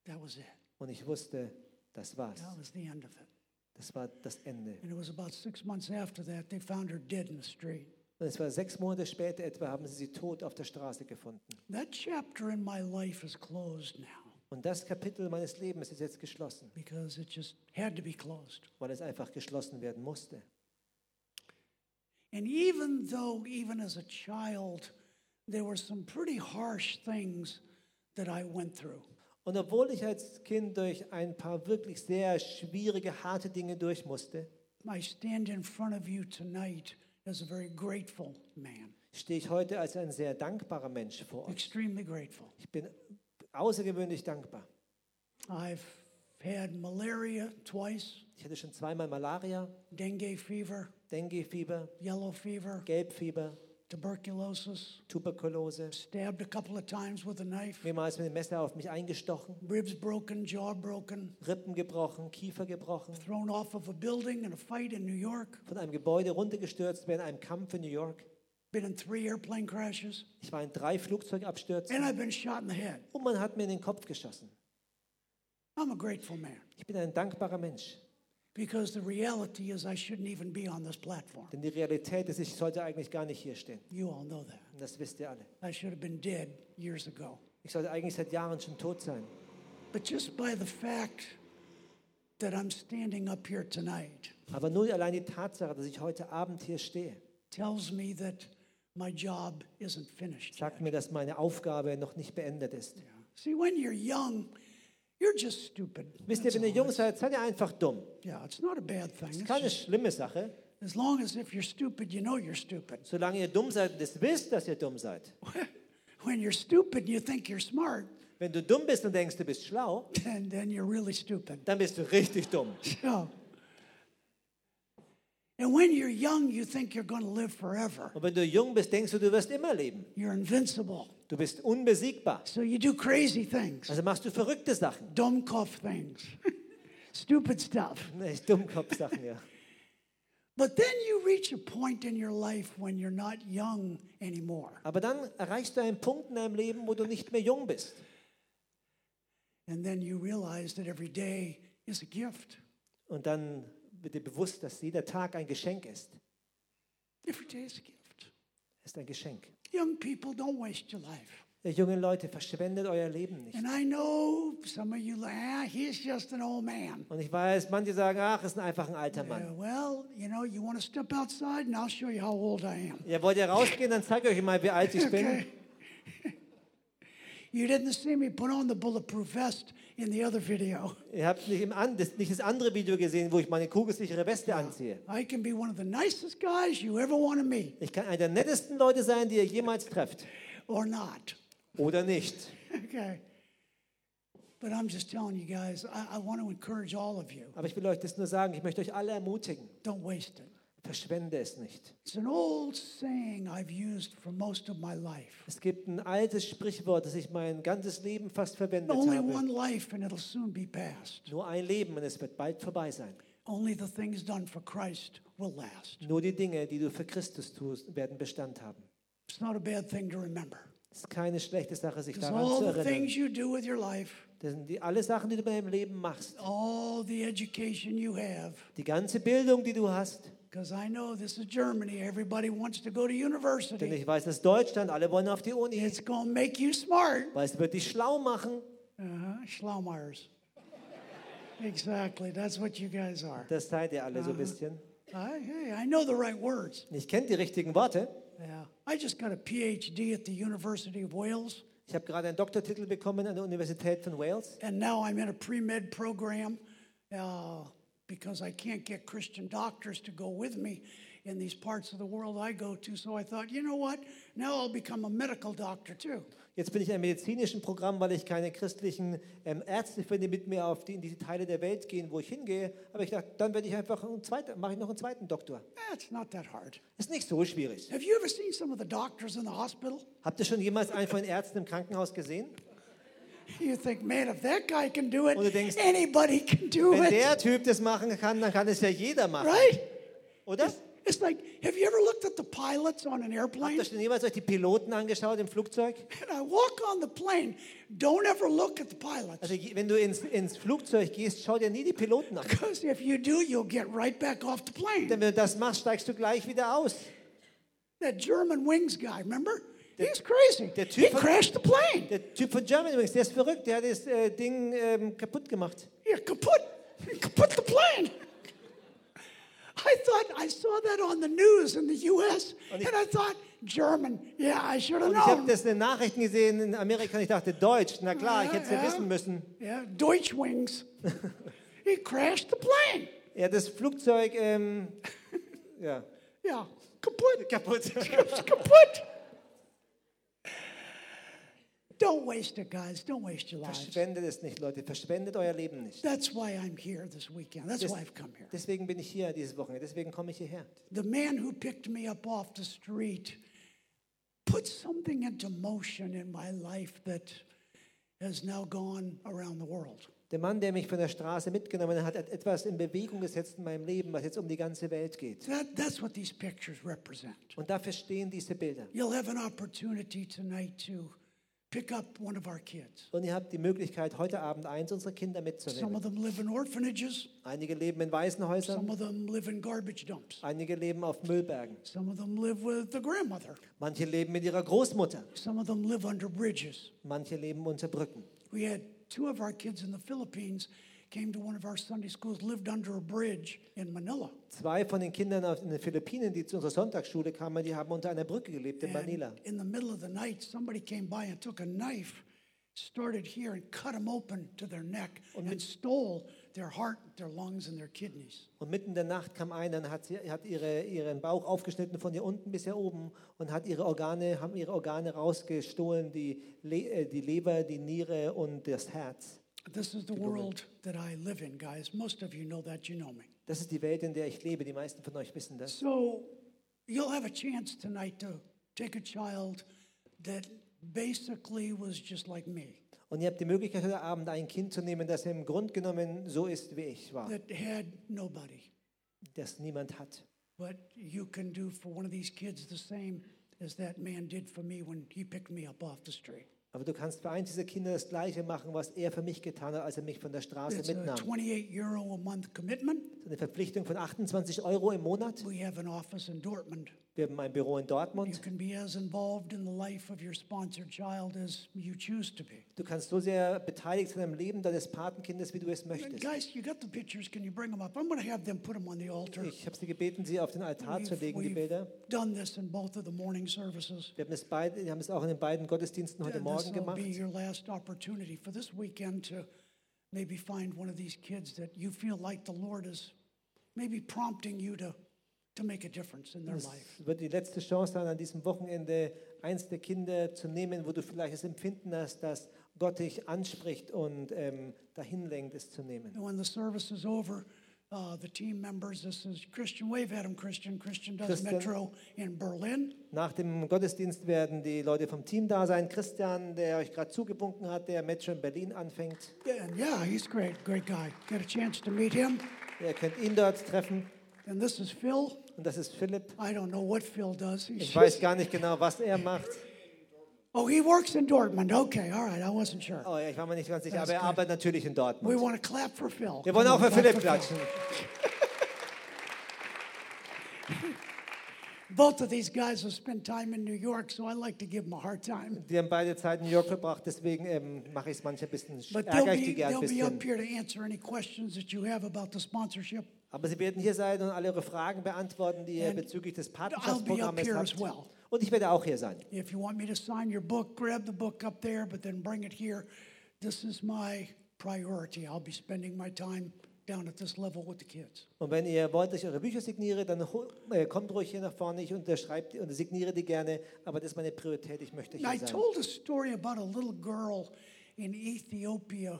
Speaker 1: that was it.
Speaker 2: Und ich wusste, das war's.
Speaker 1: That was the end of it.
Speaker 2: Das war das Ende.
Speaker 1: And it was about six months after that, they found her dead in the street.
Speaker 2: Und es war sechs Monate später etwa, haben sie sie tot auf der Straße gefunden.
Speaker 1: That chapter in my life is closed now
Speaker 2: Und das Kapitel meines Lebens ist jetzt geschlossen,
Speaker 1: because it just had to be closed.
Speaker 2: weil es einfach geschlossen werden musste.
Speaker 1: And even though, even as a child, there were some pretty harsh things that I went through,
Speaker 2: Und obwohl ich als Kind durch ein paar wirklich sehr schwierige, harte Dinge durch musste,
Speaker 1: I stand in front of you tonight as a very grateful man,
Speaker 2: stehe ich heute als ein sehr dankbarer Mensch vor euch.
Speaker 1: extremely grateful.
Speaker 2: Ich bin außergewöhnlich dankbar.
Speaker 1: I've had malaria twice,
Speaker 2: Ich hatte schon zweimal Malaria,
Speaker 1: dengue fever,
Speaker 2: Dengue-Fieber,
Speaker 1: yellow fever,
Speaker 2: Gelbfieber,
Speaker 1: tuberculosis,
Speaker 2: Tuberkulose.
Speaker 1: stabbed a couple of times with a knife,
Speaker 2: Mehrmals mit dem Messer auf mich eingestochen,
Speaker 1: ribs broken, jaw broken,
Speaker 2: Rippen gebrochen, Kiefer gebrochen,
Speaker 1: thrown off of a building in a fight in New York,
Speaker 2: von einem Gebäude runtergestürzt während einem Kampf in New York.
Speaker 1: been in three airplane crashes,
Speaker 2: Ich war in drei Flugzeugabstürzen
Speaker 1: and I've been shot in the head.
Speaker 2: und man hat mir in den Kopf geschossen.
Speaker 1: I'm a grateful man
Speaker 2: Ich bin ein dankbarer Mensch,
Speaker 1: because the reality is I shouldn't even be on this platform.
Speaker 2: denn die Realität ist, ich sollte eigentlich gar nicht hier stehen.
Speaker 1: You all know that.
Speaker 2: Und das wisst ihr alle.
Speaker 1: I should have been dead years ago.
Speaker 2: Ich sollte eigentlich seit Jahren schon tot sein.
Speaker 1: But just by the fact that I'm standing up here tonight
Speaker 2: Aber nur allein die Tatsache, dass ich heute Abend hier stehe,
Speaker 1: tells me that my job isn't finished.
Speaker 2: sagt mir, dass meine Aufgabe noch nicht beendet ist.
Speaker 1: Yeah. See, when you're young, you're just stupid.
Speaker 2: Wisst ihr,
Speaker 1: That's
Speaker 2: wenn ihr
Speaker 1: all.
Speaker 2: jung seid, seid ihr einfach dumm.
Speaker 1: Yeah, it's not a bad thing.
Speaker 2: Das ist
Speaker 1: It's
Speaker 2: keine
Speaker 1: just-
Speaker 2: schlimme Sache,
Speaker 1: as long as if you're stupid, you know you're stupid. [LAUGHS]
Speaker 2: solange ihr dumm seid und das wisst, dass ihr dumm seid.
Speaker 1: when you're stupid and you think you're smart,
Speaker 2: Wenn du dumm bist und denkst, du bist schlau,
Speaker 1: then, then you're really stupid.
Speaker 2: dann bist du richtig dumm.
Speaker 1: So, and when you're young, you think you're going to live forever.
Speaker 2: Und wenn du jung bist, denkst du, du wirst immer leben.
Speaker 1: You're invincible.
Speaker 2: Du bist unbesiegbar.
Speaker 1: So you do crazy things,
Speaker 2: Also machst du verrückte Sachen.
Speaker 1: dumb cuff things, [LAUGHS] stupid stuff.
Speaker 2: Nee, Dummkopfsachen, ja.
Speaker 1: But then you reach a point in your life when you're not young anymore.
Speaker 2: Aber dann erreichst du einen Punkt in deinem Leben, wo du nicht mehr jung bist.
Speaker 1: And then you realize that every day is a gift.
Speaker 2: Und dann wird dir bewusst, dass jeder Tag ein Geschenk ist.
Speaker 1: Every day is a gift.
Speaker 2: Ist ein Geschenk.
Speaker 1: Young people, don't waste your life.
Speaker 2: Ihr jungen Leute, verschwendet euer Leben nicht.
Speaker 1: And I know some of you, like, ah, he's just an old man.
Speaker 2: Und ich weiß, manche sagen, ach, ist ein einfach ein alter
Speaker 1: Uh,
Speaker 2: Mann.
Speaker 1: well, you know, you want to step outside and I'll show you how old I am.
Speaker 2: Ihr wollt ja rausgehen, dann zeige ich euch mal, wie alt ich bin.
Speaker 1: [LAUGHS] You didn't see me put on the bulletproof vest in the other video.
Speaker 2: Ihr habt nicht, im an, das, nicht das andere Video gesehen, wo ich meine kugelsichere Weste anziehe.
Speaker 1: I can be one of the nicest guys you ever want to meet
Speaker 2: Ich kann einer der nettesten Leute sein, die ihr jemals trefft.
Speaker 1: or not. [LAUGHS]
Speaker 2: Oder nicht.
Speaker 1: Okay. But I'm just telling you guys, I, I want to encourage all of you.
Speaker 2: Aber ich will euch das nur sagen, ich möchte euch alle ermutigen.
Speaker 1: Don't waste it.
Speaker 2: Verschwende es nicht.
Speaker 1: It's an old saying I've used for most of my life.
Speaker 2: Es gibt ein altes Sprichwort, das ich mein ganzes Leben fast verwendet
Speaker 1: Only
Speaker 2: habe.
Speaker 1: one life and it'll soon be past.
Speaker 2: Nur ein Leben und es wird bald vorbei sein.
Speaker 1: Only the things done for Christ will last.
Speaker 2: Nur die Dinge, die du für Christus tust, werden Bestand haben.
Speaker 1: It's not a bad thing to remember.
Speaker 2: Es ist keine schlechte Sache, sich
Speaker 1: Because
Speaker 2: daran
Speaker 1: all
Speaker 2: zu
Speaker 1: the
Speaker 2: erinnern.
Speaker 1: things you do with your life,
Speaker 2: Das sind die, alle Sachen, die du in deinem Leben machst.
Speaker 1: all the education you have,
Speaker 2: Die ganze Bildung, die du hast.
Speaker 1: because I know this is Germany, everybody wants to go to
Speaker 2: Denn
Speaker 1: university.
Speaker 2: ich weiß, dass Deutschland, alle wollen auf die Uni.
Speaker 1: It's going to make you smart.
Speaker 2: Weil es wird dich schlau machen.
Speaker 1: Uh-huh. Schlaumeyers. exactly. That's what you guys are.
Speaker 2: Das seid ihr alle so ein bisschen.
Speaker 1: I, hey, I know the right words.
Speaker 2: Ich kenne die richtigen Worte.
Speaker 1: Yeah. I just got a PhD at the University of Wales,
Speaker 2: Ich habe gerade einen Doktortitel bekommen an der Universität von Wales.
Speaker 1: and now I'm in a pre med program uh, because I can't get Christian doctors to go with me in these parts of the world I go to. So I thought, you know what? Now I'll become a medical doctor too.
Speaker 2: Jetzt bin ich in einem medizinischen Programm, weil ich keine christlichen ähm, Ärzte finde, die mit mir auf die, in diese Teile der Welt gehen, wo ich hingehe. Aber ich dachte, dann werde ich einfach einen zweiten, mache ich noch einen zweiten Doktor.
Speaker 1: Eh, it's not that hard.
Speaker 2: Ist nicht so schwierig.
Speaker 1: Have you ever seen some of the doctors in the hospital?
Speaker 2: Habt ihr schon jemals einen von den Ärzten im Krankenhaus gesehen?
Speaker 1: You think, man, if that guy can do it,
Speaker 2: Oder denkst-
Speaker 1: anybody can do
Speaker 2: Wenn
Speaker 1: it.
Speaker 2: der Typ das machen kann, dann kann es ja jeder machen,
Speaker 1: Right?
Speaker 2: oder?
Speaker 1: It's like, have you ever looked at the pilots on an
Speaker 2: Habt
Speaker 1: airplane?
Speaker 2: ihr schon jemals euch die Piloten angeschaut im Flugzeug?
Speaker 1: And I walk on the plane, don't ever look at the pilots.
Speaker 2: Also je- wenn du ins, ins Flugzeug gehst, schau dir nie die Piloten an.
Speaker 1: Because if you do, you'll get right back off the
Speaker 2: Denn
Speaker 1: plane.
Speaker 2: wenn du das machst, steigst du gleich wieder aus.
Speaker 1: That German wings guy, remember? He's crazy.
Speaker 2: der
Speaker 1: He
Speaker 2: Typ von-
Speaker 1: crashed the plane.
Speaker 2: Der Typ von German übrigens, der ist verrückt, der hat das äh, Ding ähm, kaputt gemacht.
Speaker 1: Yeah, kaput. Kaput the plane. I thought, I saw that on the news in the U.S., and I thought, German. Yeah, I should have
Speaker 2: Und ich habe
Speaker 1: known.
Speaker 2: das in den Nachrichten gesehen in Amerika und ich dachte, Deutsch, na klar, ich hätte es ja
Speaker 1: Ja, ja.
Speaker 2: wissen müssen.
Speaker 1: Yeah, Deutsch [LAUGHS] wings. he crashed the plane.
Speaker 2: Ja, das Flugzeug, ähm, ja,
Speaker 1: Yeah, kaput.
Speaker 2: kaputt.
Speaker 1: It's kaput. Don't waste it, guys. Don't waste your lives.
Speaker 2: Verschwendet es nicht, Leute, verschwendet euer Leben nicht.
Speaker 1: That's why I'm here this weekend. That's why I've come here.
Speaker 2: Deswegen bin ich hier dieses Wochenende, deswegen komme ich hierher.
Speaker 1: The man who picked me up off the street put something into motion in my life that has now gone around the world.
Speaker 2: Der Mann, der mich von der Straße mitgenommen hat, hat etwas in Bewegung gesetzt in meinem Leben, was jetzt um die ganze Welt geht.
Speaker 1: That, that's what these pictures represent.
Speaker 2: Und dafür stehen diese Bilder.
Speaker 1: You'll have an opportunity tonight to pick up one of our kids.
Speaker 2: Und ihr habt die Möglichkeit, heute Abend eins unserer Kinder
Speaker 1: Some
Speaker 2: mitzunehmen.
Speaker 1: of them live in orphanages,
Speaker 2: Einige leben in Waisenhäusern,
Speaker 1: some of them live in garbage dumps,
Speaker 2: einige leben auf Müllbergen.
Speaker 1: some of them live with the grandmother,
Speaker 2: Manche leben mit ihrer Großmutter,
Speaker 1: some of them live under bridges.
Speaker 2: manche leben unter Brücken.
Speaker 1: We had two of our kids in the Philippines came to one of our Sunday schools, lived under a bridge in Manila.
Speaker 2: Zwei von den Kindern auf- in den Philippinen, die zu unserer Sonntagsschule kamen, die haben unter einer Brücke gelebt in
Speaker 1: And
Speaker 2: Manila.
Speaker 1: in the middle of the night, somebody came by and took a knife started here and cut them open to their neck and stole their heart, their lungs, and their kidneys.
Speaker 2: Und mitten in der Nacht kam einer und hat, sie, hat ihre, ihren Bauch aufgeschnitten von hier unten bis hier oben und hat ihre Organe, haben ihre Organe rausgestohlen, die, Le äh, die Leber, die Niere und das Herz.
Speaker 1: This is the world that I live in, guys. Most of you know that, you know me.
Speaker 2: Das ist die Welt, in der ich lebe. Die meisten von euch wissen das.
Speaker 1: So you'll have a chance tonight to take a child that basically was just like me,
Speaker 2: Und ihr habt die Möglichkeit, heute Abend ein Kind zu nehmen, das im Grund genommen so ist, wie ich war,
Speaker 1: that had nobody.
Speaker 2: das niemand hat.
Speaker 1: But you can do for one of these kids the same as that man did for me when he picked me up off the street.
Speaker 2: Aber du kannst für eins dieser Kinder das Gleiche machen, was er für mich getan hat, als er mich von der Straße
Speaker 1: It's a
Speaker 2: mitnahm.
Speaker 1: 28 euro a month commitment.
Speaker 2: So eine Verpflichtung von 28 Euro im Monat.
Speaker 1: We have an office in Dortmund.
Speaker 2: Wir haben ein Büro in
Speaker 1: You
Speaker 2: Dortmund.
Speaker 1: can be as involved in the life of your sponsored child as you choose to be.
Speaker 2: Du kannst so sehr beteiligt sein am Leben deines Patenkindes, wie du es
Speaker 1: And
Speaker 2: möchtest.
Speaker 1: guys, you got the pictures. Can you bring them up? I'm going to have them put them on the altar.
Speaker 2: Ich habe sie gebeten, sie auf den Altar zu legen, die
Speaker 1: we've
Speaker 2: Bilder.
Speaker 1: done this in both of the morning services.
Speaker 2: Wir haben es, beide, wir haben es auch in den beiden Gottesdiensten heute Morgen
Speaker 1: this will
Speaker 2: gemacht.
Speaker 1: be your last opportunity for this weekend to maybe find one of these kids that you feel like the Lord is maybe prompting you to, to make a difference in their life.
Speaker 2: Es wird die letzte Chance sein, an diesem Wochenende eins der Kinder zu nehmen, wo du vielleicht das Empfinden hast, dass Gott dich anspricht und ähm, dahin lenkt, es zu nehmen.
Speaker 1: And when the service is over, uh, the team members, this is Christian, wave at him, Christian. Christian does
Speaker 2: Christian.
Speaker 1: Metro in Berlin.
Speaker 2: Nach dem Gottesdienst werden die Leute vom Team da sein. Christian, der euch gerade zugewunken hat, der Metro in Berlin anfängt,
Speaker 1: And yeah, he's great, great guy. Get a chance to meet him.
Speaker 2: ihr könnt ihn dort treffen.
Speaker 1: And this is Phil.
Speaker 2: Und das ist Philipp.
Speaker 1: I don't know what Phil does. He's
Speaker 2: Ich weiß gar nicht genau, was er macht.
Speaker 1: Oh, he works in Dortmund. Okay, all right. I wasn't sure.
Speaker 2: Oh, ja, ich war mir nicht ganz sicher,
Speaker 1: Das
Speaker 2: aber er
Speaker 1: kann-
Speaker 2: arbeitet natürlich in
Speaker 1: We
Speaker 2: Dortmund.
Speaker 1: want to clap for Phil.
Speaker 2: Wir wollen auch
Speaker 1: Come on,
Speaker 2: für Philipp
Speaker 1: clap for
Speaker 2: klatschen.
Speaker 1: Phil. Both of these guys have spent time in New York, so I like to give them a hard time.
Speaker 2: Die haben beide Zeit in New York verbracht, deswegen ähm, mache ich es manchmal ein bisschen,
Speaker 1: But
Speaker 2: ärgere
Speaker 1: they'll
Speaker 2: ich
Speaker 1: be,
Speaker 2: die gern
Speaker 1: they'll
Speaker 2: ein
Speaker 1: be
Speaker 2: bisschen.
Speaker 1: up here to answer any questions that you have about the sponsorship.
Speaker 2: Aber sie werden hier sein und alle eure Fragen beantworten, die ihr
Speaker 1: And
Speaker 2: bezüglich des
Speaker 1: I'll
Speaker 2: Patenschaftsprogrammes
Speaker 1: be up here
Speaker 2: habt.
Speaker 1: as well.
Speaker 2: Und ich werde auch hier sein.
Speaker 1: If you want me to sign your book, grab the book up there, but then bring it here. This is my priority. I'll be spending my time down at this level with the kids.
Speaker 2: Und wenn ihr wollt, dass ich eure Bücher signiere, dann hol- äh, kommt ruhig hier nach vorne. Ich unterschreibe die und signiere die gerne. Aber das ist meine Priorität. Ich möchte
Speaker 1: I
Speaker 2: hier sein.
Speaker 1: told a story about a little girl in Ethiopia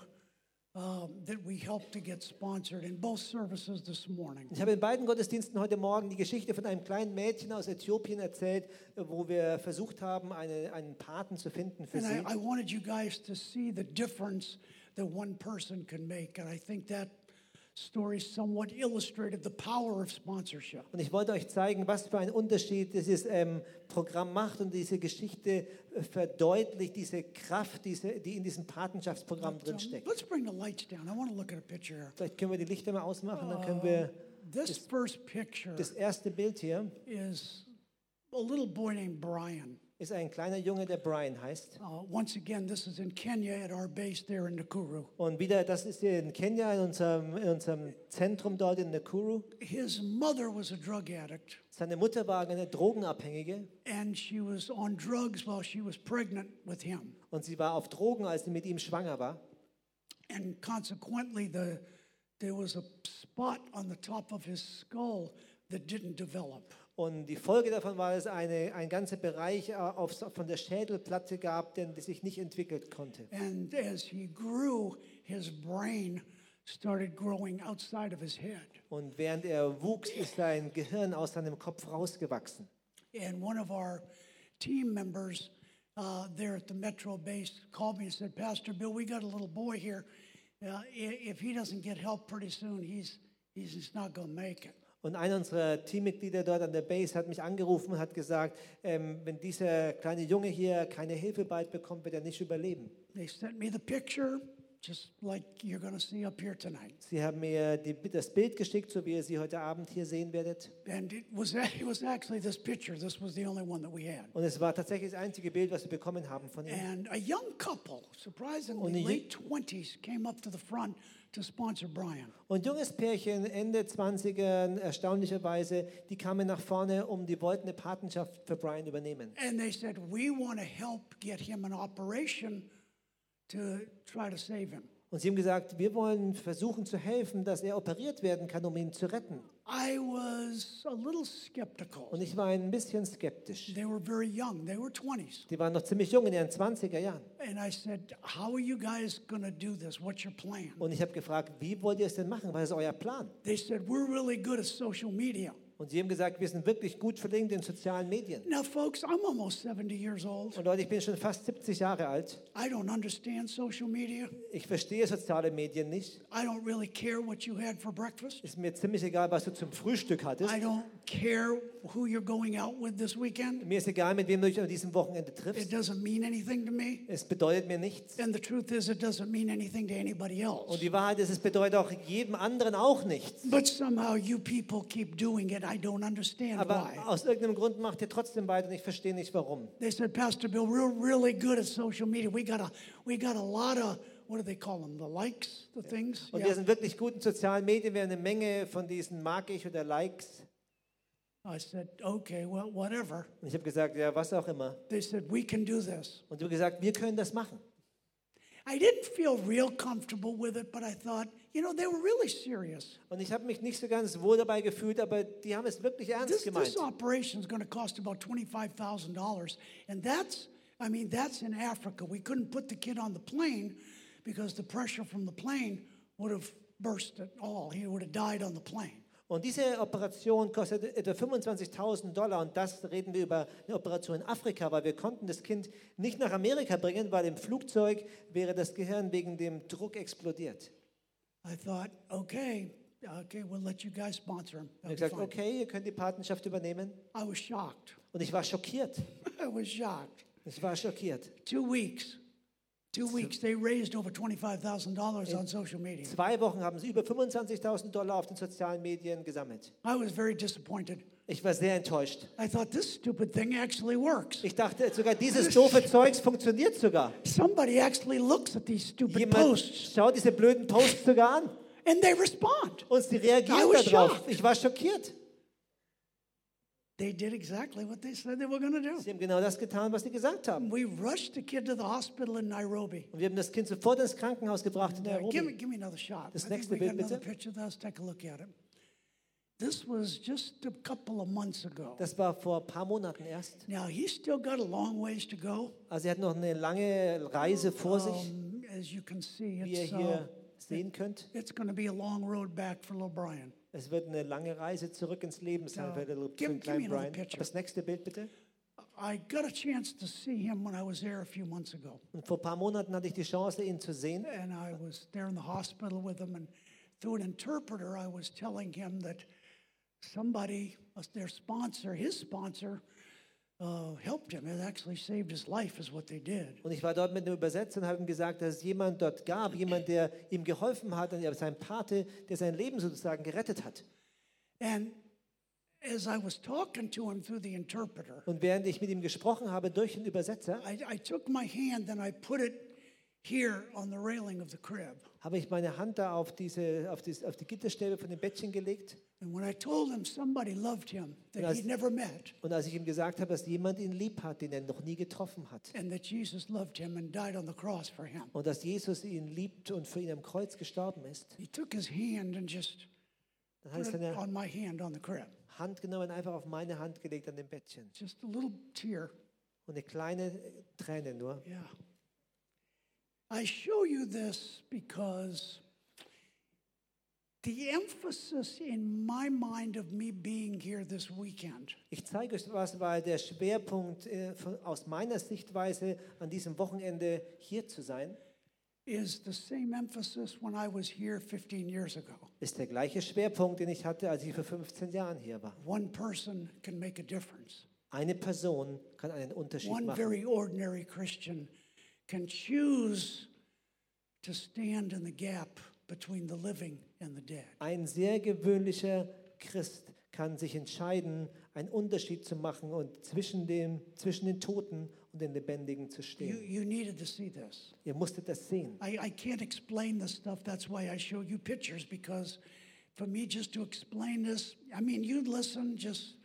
Speaker 1: um, that we helped to get sponsored in both services this morning.
Speaker 2: Ich habe in beiden Gottesdiensten heute Morgen die Geschichte von einem kleinen Mädchen aus Äthiopien erzählt, äh, wo wir versucht haben, eine, einen Paten zu finden für
Speaker 1: And
Speaker 2: sie.
Speaker 1: I, I wanted you guys to see the difference that one person can make. And I think that story somewhat illustrated the power of sponsorship.
Speaker 2: Und ich wollte euch zeigen, was für einen Unterschied dieses ähm, Programm macht und diese Geschichte äh, verdeutlicht, diese Kraft, diese, die in diesem Patenschaftsprogramm drinsteckt.
Speaker 1: Let's bring the lights down. I want to look at a picture here.
Speaker 2: Vielleicht können wir die Lichter mal ausmachen, dann können wir
Speaker 1: This first picture
Speaker 2: das erste Bild hier
Speaker 1: is a little boy named Brian.
Speaker 2: ist ein kleiner Junge, der Brian heißt.
Speaker 1: Uh, once again, this is in Kenya at our base there in Nakuru.
Speaker 2: Und wieder, das ist hier in Kenia, in unserem, in unserem Zentrum dort in Nakuru.
Speaker 1: His mother was a drug addict,
Speaker 2: Seine Mutter war eine Drogenabhängige
Speaker 1: and she was on drugs while she was pregnant with him.
Speaker 2: und sie war auf Drogen, als sie mit ihm schwanger war.
Speaker 1: And consequently, the, there was a spot on the top of his skull that didn't develop.
Speaker 2: Und die Folge davon war, dass es eine, einen ganzen Bereich äh, auf, von der Schädelplatte gab, der sich nicht entwickelt konnte.
Speaker 1: And as he grew, his brain started growing outside of his head.
Speaker 2: Und während er wuchs, ist sein Gehirn aus seinem Kopf rausgewachsen.
Speaker 1: And one of our team members uh, there at the Metro base called me and said, Pastor Bill, we got a little boy here. Uh, i- if he doesn't get help pretty soon, he's, he's just not going to make it.
Speaker 2: Und einer unserer Teammitglieder dort an der Base hat mich angerufen und hat gesagt, ähm, wenn dieser kleine Junge hier keine Hilfe bald bekommt, wird er nicht überleben.
Speaker 1: They sent me the picture, just like you're going to see up here tonight.
Speaker 2: Sie haben mir die, das Bild geschickt, so wie ihr sie heute Abend hier sehen werdet.
Speaker 1: And it was, it was actually this picture. This was the only one that we had.
Speaker 2: Und es war tatsächlich das einzige Bild, was wir bekommen haben von ihm.
Speaker 1: And a young couple,
Speaker 2: Und
Speaker 1: surprisingly
Speaker 2: die-
Speaker 1: late 20s, came up to the front to sponsor Brian.
Speaker 2: Und junges Pärchen, Ende 20er, erstaunlicherweise, die kamen nach vorne, um die wollten eine Patenschaft für Brian übernehmen.
Speaker 1: And they said, We want to help get him an operation to try to save him.
Speaker 2: Und sie haben gesagt, wir wollen versuchen zu helfen, dass er operiert werden kann, um ihn zu retten.
Speaker 1: I was a little skeptical.
Speaker 2: Und ich war ein bisschen skeptisch.
Speaker 1: They were very young, they were 20s.
Speaker 2: Die waren noch ziemlich jung in ihren 20er Jahren.
Speaker 1: And I said, How are you guys going to do this? What's your plan?
Speaker 2: Und ich habe gefragt, wie wollt ihr es denn machen? Was ist euer Plan?
Speaker 1: They said, We're really good at social media.
Speaker 2: Und sie haben gesagt, wir sind wirklich gut verlinkt in sozialen Medien.
Speaker 1: Now, folks, I'm almost 70 years old.
Speaker 2: Und Leute, ich bin schon fast 70 Jahre alt.
Speaker 1: I don't understand social media.
Speaker 2: Ich verstehe soziale Medien nicht.
Speaker 1: I don't really care what you had for breakfast.
Speaker 2: Ist mir ziemlich egal, was du zum Frühstück hattest.
Speaker 1: I don't care who you're going out with this weekend.
Speaker 2: Mir ist egal, mit wem du dich an diesem Wochenende
Speaker 1: It
Speaker 2: triffst.
Speaker 1: doesn't mean anything to me.
Speaker 2: Es bedeutet mir nichts.
Speaker 1: And the truth is, it doesn't mean anything to anybody else.
Speaker 2: Und die Wahrheit ist, es bedeutet auch jedem anderen auch nichts.
Speaker 1: But somehow you people keep doing it. I don't understand
Speaker 2: Aber
Speaker 1: why.
Speaker 2: aus irgendeinem Grund macht ihr trotzdem weiter und ich verstehe nicht warum.
Speaker 1: They said, Pastor Bill, we're really good at social media. We got a, we got a lot of, what do they call them? The likes, the things?
Speaker 2: Und
Speaker 1: Yeah.
Speaker 2: wir sind wirklich gut in sozialen Medien. Wir haben eine Menge von diesen mag ich oder Likes.
Speaker 1: I said, okay, well, whatever.
Speaker 2: Und ich habe gesagt, ja, was auch immer.
Speaker 1: They said, we can do this.
Speaker 2: Und du hast gesagt, wir können das machen.
Speaker 1: I didn't feel real comfortable with it, but I thought, you know, they were really serious.
Speaker 2: Und ich habe mich nicht so ganz wohl dabei gefühlt, aber die haben es wirklich
Speaker 1: This,
Speaker 2: ernst gemeint.
Speaker 1: this operation is going to cost about $25,000. And that's, I mean, that's in Africa. We couldn't put the kid on the plane because the pressure from the plane would have burst it all. He would have died on the plane.
Speaker 2: Und diese Operation kostet etwa 25.000 Dollar und das reden wir über eine Operation in Afrika, weil wir konnten das Kind nicht nach Amerika bringen, weil im Flugzeug wäre das Gehirn wegen dem Druck explodiert.
Speaker 1: I thought, okay, okay, we'll let you guys sponsor him.
Speaker 2: Und
Speaker 1: That'll
Speaker 2: ich
Speaker 1: be
Speaker 2: gesagt,
Speaker 1: fine.
Speaker 2: okay, ihr könnt die Patenschaft übernehmen.
Speaker 1: I was shocked. [LAUGHS]
Speaker 2: Und ich war schockiert.
Speaker 1: I was shocked.
Speaker 2: Ich war schockiert.
Speaker 1: Two weeks. Two weeks. They raised over $25,000 on social media.
Speaker 2: Zwei Wochen haben sie über 25.000 Dollar auf den sozialen Medien gesammelt.
Speaker 1: I was very disappointed.
Speaker 2: Ich war sehr enttäuscht.
Speaker 1: I thought this stupid thing actually works.
Speaker 2: Ich dachte, sogar dieses doofe Zeugs funktioniert sogar.
Speaker 1: Somebody actually looks at these stupid
Speaker 2: Jemand
Speaker 1: posts
Speaker 2: schaut diese blöden Posts sogar an
Speaker 1: and they respond.
Speaker 2: und sie
Speaker 1: I
Speaker 2: reagieren
Speaker 1: was
Speaker 2: darauf.
Speaker 1: shocked.
Speaker 2: Ich war schockiert.
Speaker 1: They did exactly what they said they were going to do.
Speaker 2: Sie haben genau das getan, was sie gesagt haben.
Speaker 1: We rushed the kid to the hospital in Nairobi.
Speaker 2: Und wir haben das Kind sofort ins Krankenhaus gebracht in
Speaker 1: Now, give, me,
Speaker 2: Nairobi.
Speaker 1: give me another shot.
Speaker 2: Das
Speaker 1: I think
Speaker 2: nächste
Speaker 1: we got
Speaker 2: Bild, bitte.
Speaker 1: another picture of that. Let's take a look at it. This was just a couple of months ago.
Speaker 2: Das war vor ein paar Monaten erst.
Speaker 1: Now, he's still got a long ways to go.
Speaker 2: Also er hat noch eine lange Reise vor sich,
Speaker 1: Um, as you can see,
Speaker 2: wie ihr
Speaker 1: it's, uh,
Speaker 2: hier sehen könnt.
Speaker 1: it's going to be a long road back for little Brian.
Speaker 2: Es wird eine lange Reise zurück ins Leben sein für, den- für
Speaker 1: give-
Speaker 2: den
Speaker 1: give me
Speaker 2: kleinen
Speaker 1: another
Speaker 2: Brian. Aber
Speaker 1: picture.
Speaker 2: das nächste Bild bitte.
Speaker 1: I got a chance to see him when I was there a few months ago.
Speaker 2: Und vor ein paar Monaten hatte ich die Chance, ihn zu sehen.
Speaker 1: And I was there in the hospital with him. And through an interpreter, I was telling him that somebody, their sponsor, his sponsor, uh, helped him. It actually saved his life, is what they did.
Speaker 2: Und ich war dort mit einem Übersetzer und habe ihm gesagt, dass es jemand dort gab, jemand, der ihm geholfen hat, und er- sein Pate, der sein Leben sozusagen gerettet hat.
Speaker 1: And as I was talking to him through the interpreter,
Speaker 2: Und während ich mit ihm gesprochen habe durch den Übersetzer,
Speaker 1: I, I took my hand and I put it here on the railing of the crib.
Speaker 2: habe ich meine Hand da auf, diese, auf, dies, auf die Gitterstäbe von dem Bettchen gelegt.
Speaker 1: And when I told him somebody loved him that
Speaker 2: Yes.
Speaker 1: he'd never met,
Speaker 2: Und als ich ihm gesagt habe, dass jemand ihn lieb hat, den er noch nie getroffen hat.
Speaker 1: and that Jesus loved him and died on the cross for him,
Speaker 2: Und dass Jesus ihn liebt und für ihn am Kreuz gestorben ist,
Speaker 1: he took his hand and just
Speaker 2: dann hat
Speaker 1: put
Speaker 2: er
Speaker 1: it
Speaker 2: seine
Speaker 1: on my hand on the crib.
Speaker 2: Hand genommen und einfach auf meine Hand gelegt an dem Bettchen.
Speaker 1: Just a little tear.
Speaker 2: Und eine kleine äh, Träne nur.
Speaker 1: Yeah. I show you this because the emphasis in my mind of me being here this weekend
Speaker 2: Ich zeige euch was, weil der Schwerpunkt äh, von, aus meiner Sichtweise an diesem Wochenende hier zu sein,
Speaker 1: is the same emphasis when I was here 15 years ago.
Speaker 2: ist der gleiche Schwerpunkt, den ich hatte, als ich vor 15 Jahren hier war.
Speaker 1: One person can make a difference.
Speaker 2: Eine Person kann einen Unterschied
Speaker 1: One
Speaker 2: machen.
Speaker 1: very ordinary Christian can choose to stand in the gap between the living and the dead.
Speaker 2: Ein sehr gewöhnlicher Christ kann sich entscheiden, einen Unterschied zu machen und zwischen, dem, zwischen den Toten und den Lebendigen zu
Speaker 1: You,
Speaker 2: stehen.
Speaker 1: you needed to see this.
Speaker 2: Ihr musstet das sehen.
Speaker 1: I, I can't explain this stuff. That's why I show you pictures because for me just to explain this, I mean, you'd listen just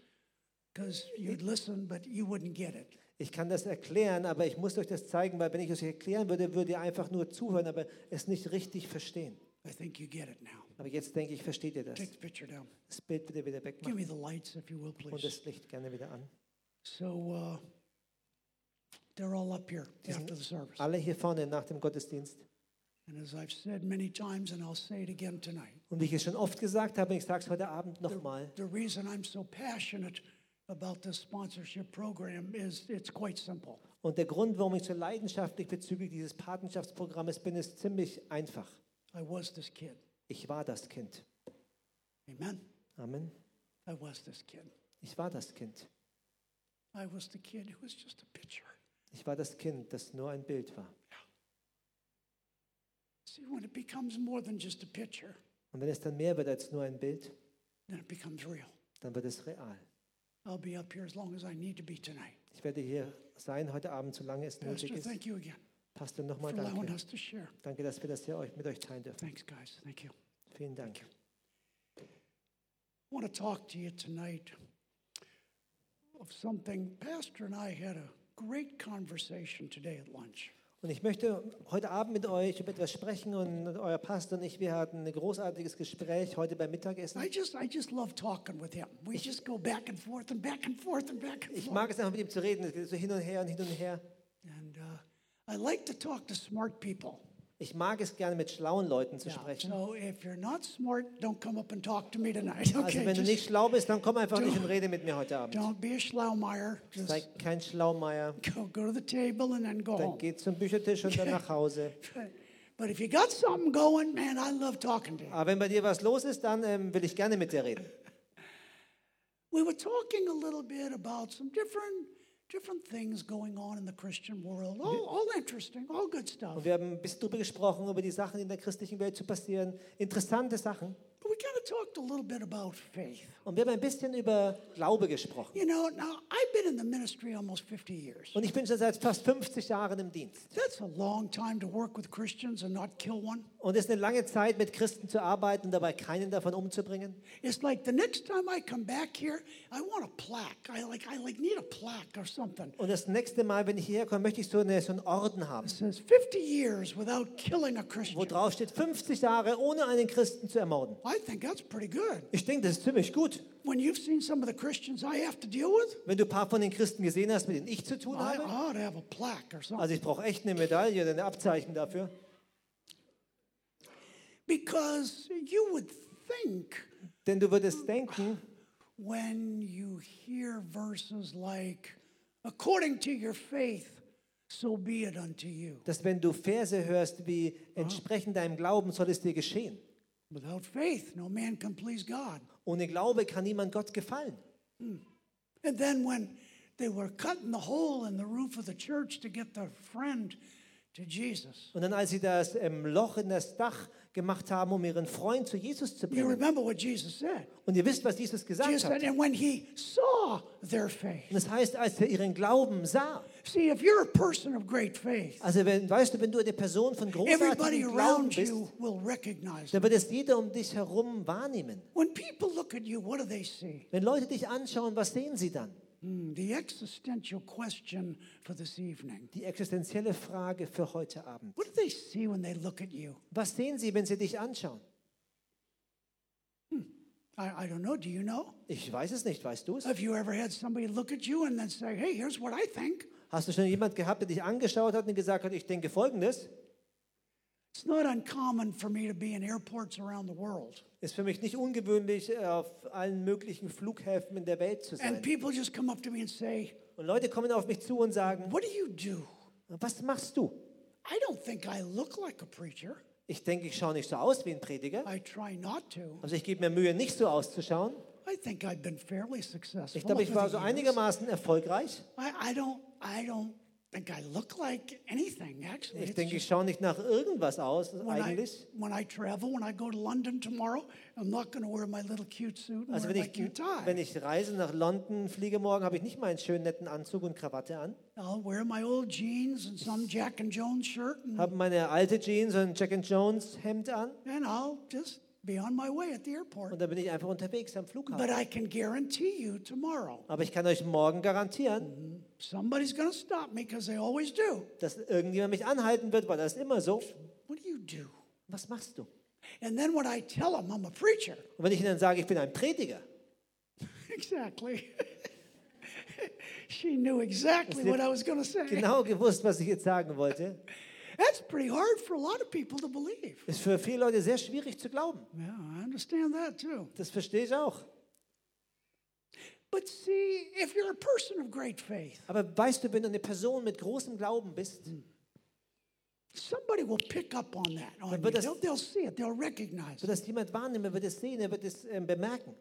Speaker 1: because you'd listen, but you wouldn't get it.
Speaker 2: Ich kann das erklären, aber ich muss euch das zeigen, weil wenn ich es euch erklären würde, würdet ihr einfach nur zuhören, aber es nicht richtig verstehen.
Speaker 1: I think you get it now.
Speaker 2: Aber jetzt denke ich, versteht ihr das.
Speaker 1: Take the picture down.
Speaker 2: Das Bild bitte wieder
Speaker 1: Give
Speaker 2: wegmachen
Speaker 1: me the lights, if you will,
Speaker 2: und
Speaker 1: please.
Speaker 2: das Licht gerne wieder an.
Speaker 1: So uh, they're all up here after the service.
Speaker 2: Alle hier vorne nach dem Gottesdienst.
Speaker 1: And as I've said many times, and I'll say it again tonight,
Speaker 2: Und wie ich es schon oft gesagt habe, ich sage es heute Abend nochmal.
Speaker 1: the reason I'm so passionate about this sponsorship program is it's quite simple.
Speaker 2: Und der Grund, warum ich so leidenschaftlich bezüglich dieses Patenschaftsprogrammes bin, ist ziemlich einfach.
Speaker 1: I was this kid.
Speaker 2: Ich war das Kind.
Speaker 1: Amen.
Speaker 2: Amen.
Speaker 1: I was this kid.
Speaker 2: Ich war das Kind.
Speaker 1: I was the kid who was just a picture.
Speaker 2: Ich war das Kind, das nur ein Bild war.
Speaker 1: See, when it becomes more than just a picture,
Speaker 2: Und wenn es dann mehr wird als nur ein Bild,
Speaker 1: then it becomes real.
Speaker 2: dann wird es real.
Speaker 1: I'll be up here as long as I need to be tonight.
Speaker 2: Ich werde hier sein heute Abend, solange es nötig
Speaker 1: Pastor,
Speaker 2: ist.
Speaker 1: thank you again
Speaker 2: Pastor,
Speaker 1: for
Speaker 2: nochmal
Speaker 1: allowing
Speaker 2: danke.
Speaker 1: us to share.
Speaker 2: Danke, dass wir das hier euch, mit euch teilen dürfen.
Speaker 1: Thanks, guys. Thank you.
Speaker 2: Vielen Dank.
Speaker 1: I want to talk to you tonight of something. Pastor and I had a great conversation today at lunch.
Speaker 2: Und ich möchte heute Abend mit euch über etwas sprechen und euer Pastor und ich, wir hatten ein großartiges Gespräch heute beim Mittagessen.
Speaker 1: I just, I just love talking with him. We just go back and forth and back and forth and back and
Speaker 2: Ich
Speaker 1: forth.
Speaker 2: mag es einfach mit ihm zu reden, es geht so hin und her und hin und her.
Speaker 1: And uh, I like to talk to smart people.
Speaker 2: Ich mag es gerne mit schlauen Leuten zu
Speaker 1: Yeah,
Speaker 2: sprechen.
Speaker 1: So if you're not smart, don't come up and talk to me tonight.
Speaker 2: Also
Speaker 1: Okay,
Speaker 2: wenn du
Speaker 1: just
Speaker 2: nicht schlau bist, dann komm einfach nicht und rede mit mir heute Abend.
Speaker 1: don't be a Schlaumeier. Just
Speaker 2: Sei kein Schlaumeier.
Speaker 1: go, go to the table and then go
Speaker 2: Dann
Speaker 1: home.
Speaker 2: geh zum Büchertisch und dann nach Hause.
Speaker 1: But if you got something going, man, I love talking to you.
Speaker 2: Aber wenn bei dir was los ist, dann ähm, will ich gerne mit dir reden.
Speaker 1: We were talking a little bit about some different different things going on in the Christian world. All, all interesting, all good stuff.
Speaker 2: Und wir haben ein bisschen darüber gesprochen, über die Sachen die in der christlichen Welt zu passieren. Interessante Sachen.
Speaker 1: But we kind of talked a little bit about faith.
Speaker 2: Und wir haben ein bisschen über Glaube gesprochen.
Speaker 1: You know, now I've been in the ministry almost 50 years.
Speaker 2: Und ich bin schon seit fast 50 Jahren im Dienst.
Speaker 1: That's a long time to work with Christians and not kill one.
Speaker 2: Und es ist eine lange Zeit, mit Christen zu arbeiten, dabei keinen davon umzubringen.
Speaker 1: It's like the next time I come back here, I want a plaque. I like I like need a plaque or something.
Speaker 2: Und das nächste Mal, wenn ich hierher komme, möchte ich so, eine, so einen Orden haben,
Speaker 1: It says 50 years without killing a Christian.
Speaker 2: wo drauf steht 50 Jahre ohne einen Christen zu ermorden.
Speaker 1: I think that's pretty good.
Speaker 2: Ich denke, das ist ziemlich gut.
Speaker 1: When you've seen some of the Christians I have to deal with,
Speaker 2: Wenn du ein paar von den Christen gesehen hast, mit denen ich zu tun
Speaker 1: I
Speaker 2: habe,
Speaker 1: ought to have a plaque or something.
Speaker 2: also ich brauche echt eine Medaille oder ein Abzeichen dafür.
Speaker 1: Because you would think
Speaker 2: Denn du würdest denken,
Speaker 1: when you hear verses like, according to your faith, so be it unto you.
Speaker 2: dass wenn du Verse hörst, wie entsprechend deinem Glauben soll es dir geschehen.
Speaker 1: Without faith, no man can please God.
Speaker 2: Ohne Glaube kann niemand Gott gefallen.
Speaker 1: And then when they were cutting the hole in the roof of the church to get the friend to Jesus,
Speaker 2: Und dann, als sie das ähm, Loch in das Dach gemacht haben, um ihren Freund zu Jesus zu
Speaker 1: you
Speaker 2: bringen,
Speaker 1: remember what Jesus said.
Speaker 2: und ihr wisst, was Jesus gesagt
Speaker 1: Jesus
Speaker 2: hat.
Speaker 1: said, and when he saw their faith.
Speaker 2: Und das heißt, als er ihren Glauben sah,
Speaker 1: See, if you're a person of great faith,
Speaker 2: also wenn, weißt du, wenn du eine Person von
Speaker 1: everybody
Speaker 2: großartigem Glauben
Speaker 1: around
Speaker 2: bist,
Speaker 1: you will recognize it.
Speaker 2: dann wird es jeder um dich herum wahrnehmen.
Speaker 1: When people look at you, what do they see?
Speaker 2: Wenn Leute dich anschauen, was sehen sie dann?
Speaker 1: Hmm, the existential question for this evening.
Speaker 2: Die existenzielle Frage für heute Abend.
Speaker 1: What do they see when they look at you?
Speaker 2: Was sehen sie, wenn sie dich anschauen?
Speaker 1: I, I don't know. Do you know?
Speaker 2: Ich weiß es nicht, weißt du es?
Speaker 1: Have you ever had somebody look at you and then say, hey, here's what I think?
Speaker 2: Hast du schon jemand gehabt, der dich angeschaut hat und gesagt hat, ich denke folgendes?
Speaker 1: It's not uncommon for me to be in airports around the world.
Speaker 2: Ist für mich nicht ungewöhnlich, auf allen möglichen Flughäfen in der Welt zu
Speaker 1: And
Speaker 2: sein.
Speaker 1: people just come up to me and say,
Speaker 2: Und Leute kommen auf mich zu und sagen,
Speaker 1: what do you do?
Speaker 2: was machst du?
Speaker 1: I don't think I look like a preacher.
Speaker 2: Ich denke, ich schaue nicht so aus wie ein Prediger.
Speaker 1: I try not to.
Speaker 2: Also ich gebe mir Mühe, nicht so auszuschauen.
Speaker 1: I think I've been fairly successful.
Speaker 2: Ich glaube, ich war
Speaker 1: over
Speaker 2: so
Speaker 1: the years.
Speaker 2: einigermaßen erfolgreich.
Speaker 1: I, I don't I don't think I look like anything actually.
Speaker 2: Ich
Speaker 1: It's
Speaker 2: denke, ich
Speaker 1: just
Speaker 2: schaue nicht nach irgendwas aus
Speaker 1: when I,
Speaker 2: eigentlich.
Speaker 1: when I travel, when I go to London tomorrow, I'm not going to wear my little cute suit and
Speaker 2: Also
Speaker 1: wear
Speaker 2: wenn
Speaker 1: my
Speaker 2: ich,
Speaker 1: cute tie.
Speaker 2: wenn ich reise nach London, fliege morgen, habe ich nicht meinen schönen netten Anzug und Krawatte an.
Speaker 1: I'll wear my old jeans and some Jack and Jones shirt, and,
Speaker 2: Habe meine alte Jeans und ein Jack and Jones Hemd an.
Speaker 1: and I'll just be on my way at the airport.
Speaker 2: Und dann bin ich einfach unterwegs am
Speaker 1: But
Speaker 2: Flughafen.
Speaker 1: I can guarantee you tomorrow,
Speaker 2: Aber ich kann euch morgen
Speaker 1: Mhm.
Speaker 2: garantieren,
Speaker 1: somebody's going to stop me because they always do.
Speaker 2: dass irgendjemand mich anhalten wird, weil das ist immer so.
Speaker 1: What do you do?
Speaker 2: Was machst du? Und
Speaker 1: And then when I tell them I'm a preacher, [LAUGHS]
Speaker 2: wenn ich ihnen dann sage, ich bin ein Prediger,
Speaker 1: exactly. [LAUGHS] she knew exactly what I was going to say.
Speaker 2: genau gewusst, was ich jetzt sagen wollte,
Speaker 1: That's pretty hard for a lot of people to believe.
Speaker 2: ist für viele Leute sehr schwierig zu glauben.
Speaker 1: Yeah, I understand that too.
Speaker 2: Das verstehe ich auch.
Speaker 1: But see, if you're a person of great faith,
Speaker 2: Aber weißt du, wenn du eine Person mit großem Glauben bist,
Speaker 1: somebody will pick up on that. On
Speaker 2: but
Speaker 1: you.
Speaker 2: that's-
Speaker 1: They'll, they'll see it, they'll recognize
Speaker 2: wird
Speaker 1: it.
Speaker 2: das jemand wahrnehmen, er wird es sehen, er wird es ähm, bemerken.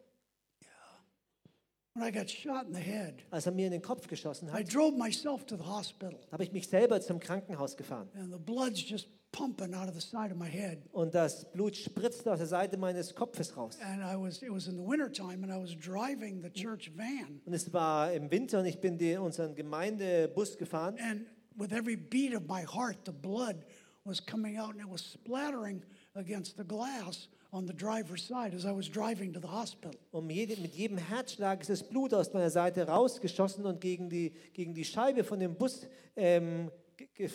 Speaker 1: When I got shot in the head,
Speaker 2: Als er mir in den Kopf geschossen
Speaker 1: I
Speaker 2: hat,
Speaker 1: drove myself to the hospital,
Speaker 2: habe ich mich selber zum Krankenhaus gefahren.
Speaker 1: and the blood's just pumping out of the side of my head.
Speaker 2: Und das Blut spritzte aus der Seite meines Kopfes raus.
Speaker 1: And I was, it was in the wintertime, and I was driving the church van.
Speaker 2: Und es war im Winter und ich bin die, unseren Gemeindebus gefahren.
Speaker 1: And with every beat of my heart, the blood was coming out and it was splattering against the glass on the driver's side as I was driving to the hospital.
Speaker 2: Und um jede, mit jedem Herzschlag ist das Blut aus meiner Seite rausgeschossen und gegen die, gegen die Scheibe von dem Bus ähm, ge, ge,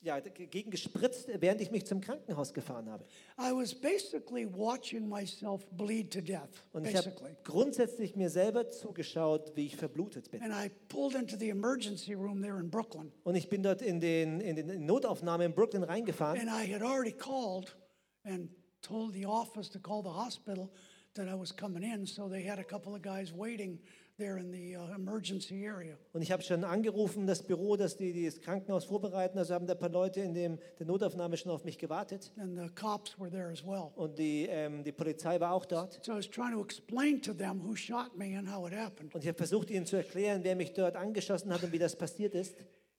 Speaker 2: ja, ge- gegen gespritzt, während ich mich zum Krankenhaus gefahren habe.
Speaker 1: I was basically watching myself bleed to death,
Speaker 2: Und ich habe
Speaker 1: basically.
Speaker 2: grundsätzlich mir selber zugeschaut, wie ich verblutet bin.
Speaker 1: And I pulled into the emergency room there in Brooklyn.
Speaker 2: Und ich bin dort in den, in den Notaufnahme in Brooklyn reingefahren.
Speaker 1: And I had already called and told the office to call the hospital that I was coming in. So they had a couple of guys waiting there in the uh, emergency area.
Speaker 2: Und ich habe schon angerufen, das Büro, dass die, die das Krankenhaus vorbereiten. Also haben da ein paar Leute in dem, der Notaufnahme schon auf mich gewartet.
Speaker 1: And the cops were there as well.
Speaker 2: Und die, ähm, die Polizei war auch dort.
Speaker 1: So I was trying to explain to them who shot me and how it happened.
Speaker 2: Und ich habe versucht, ihnen zu erklären, wer mich dort angeschossen hat und wie das passiert ist.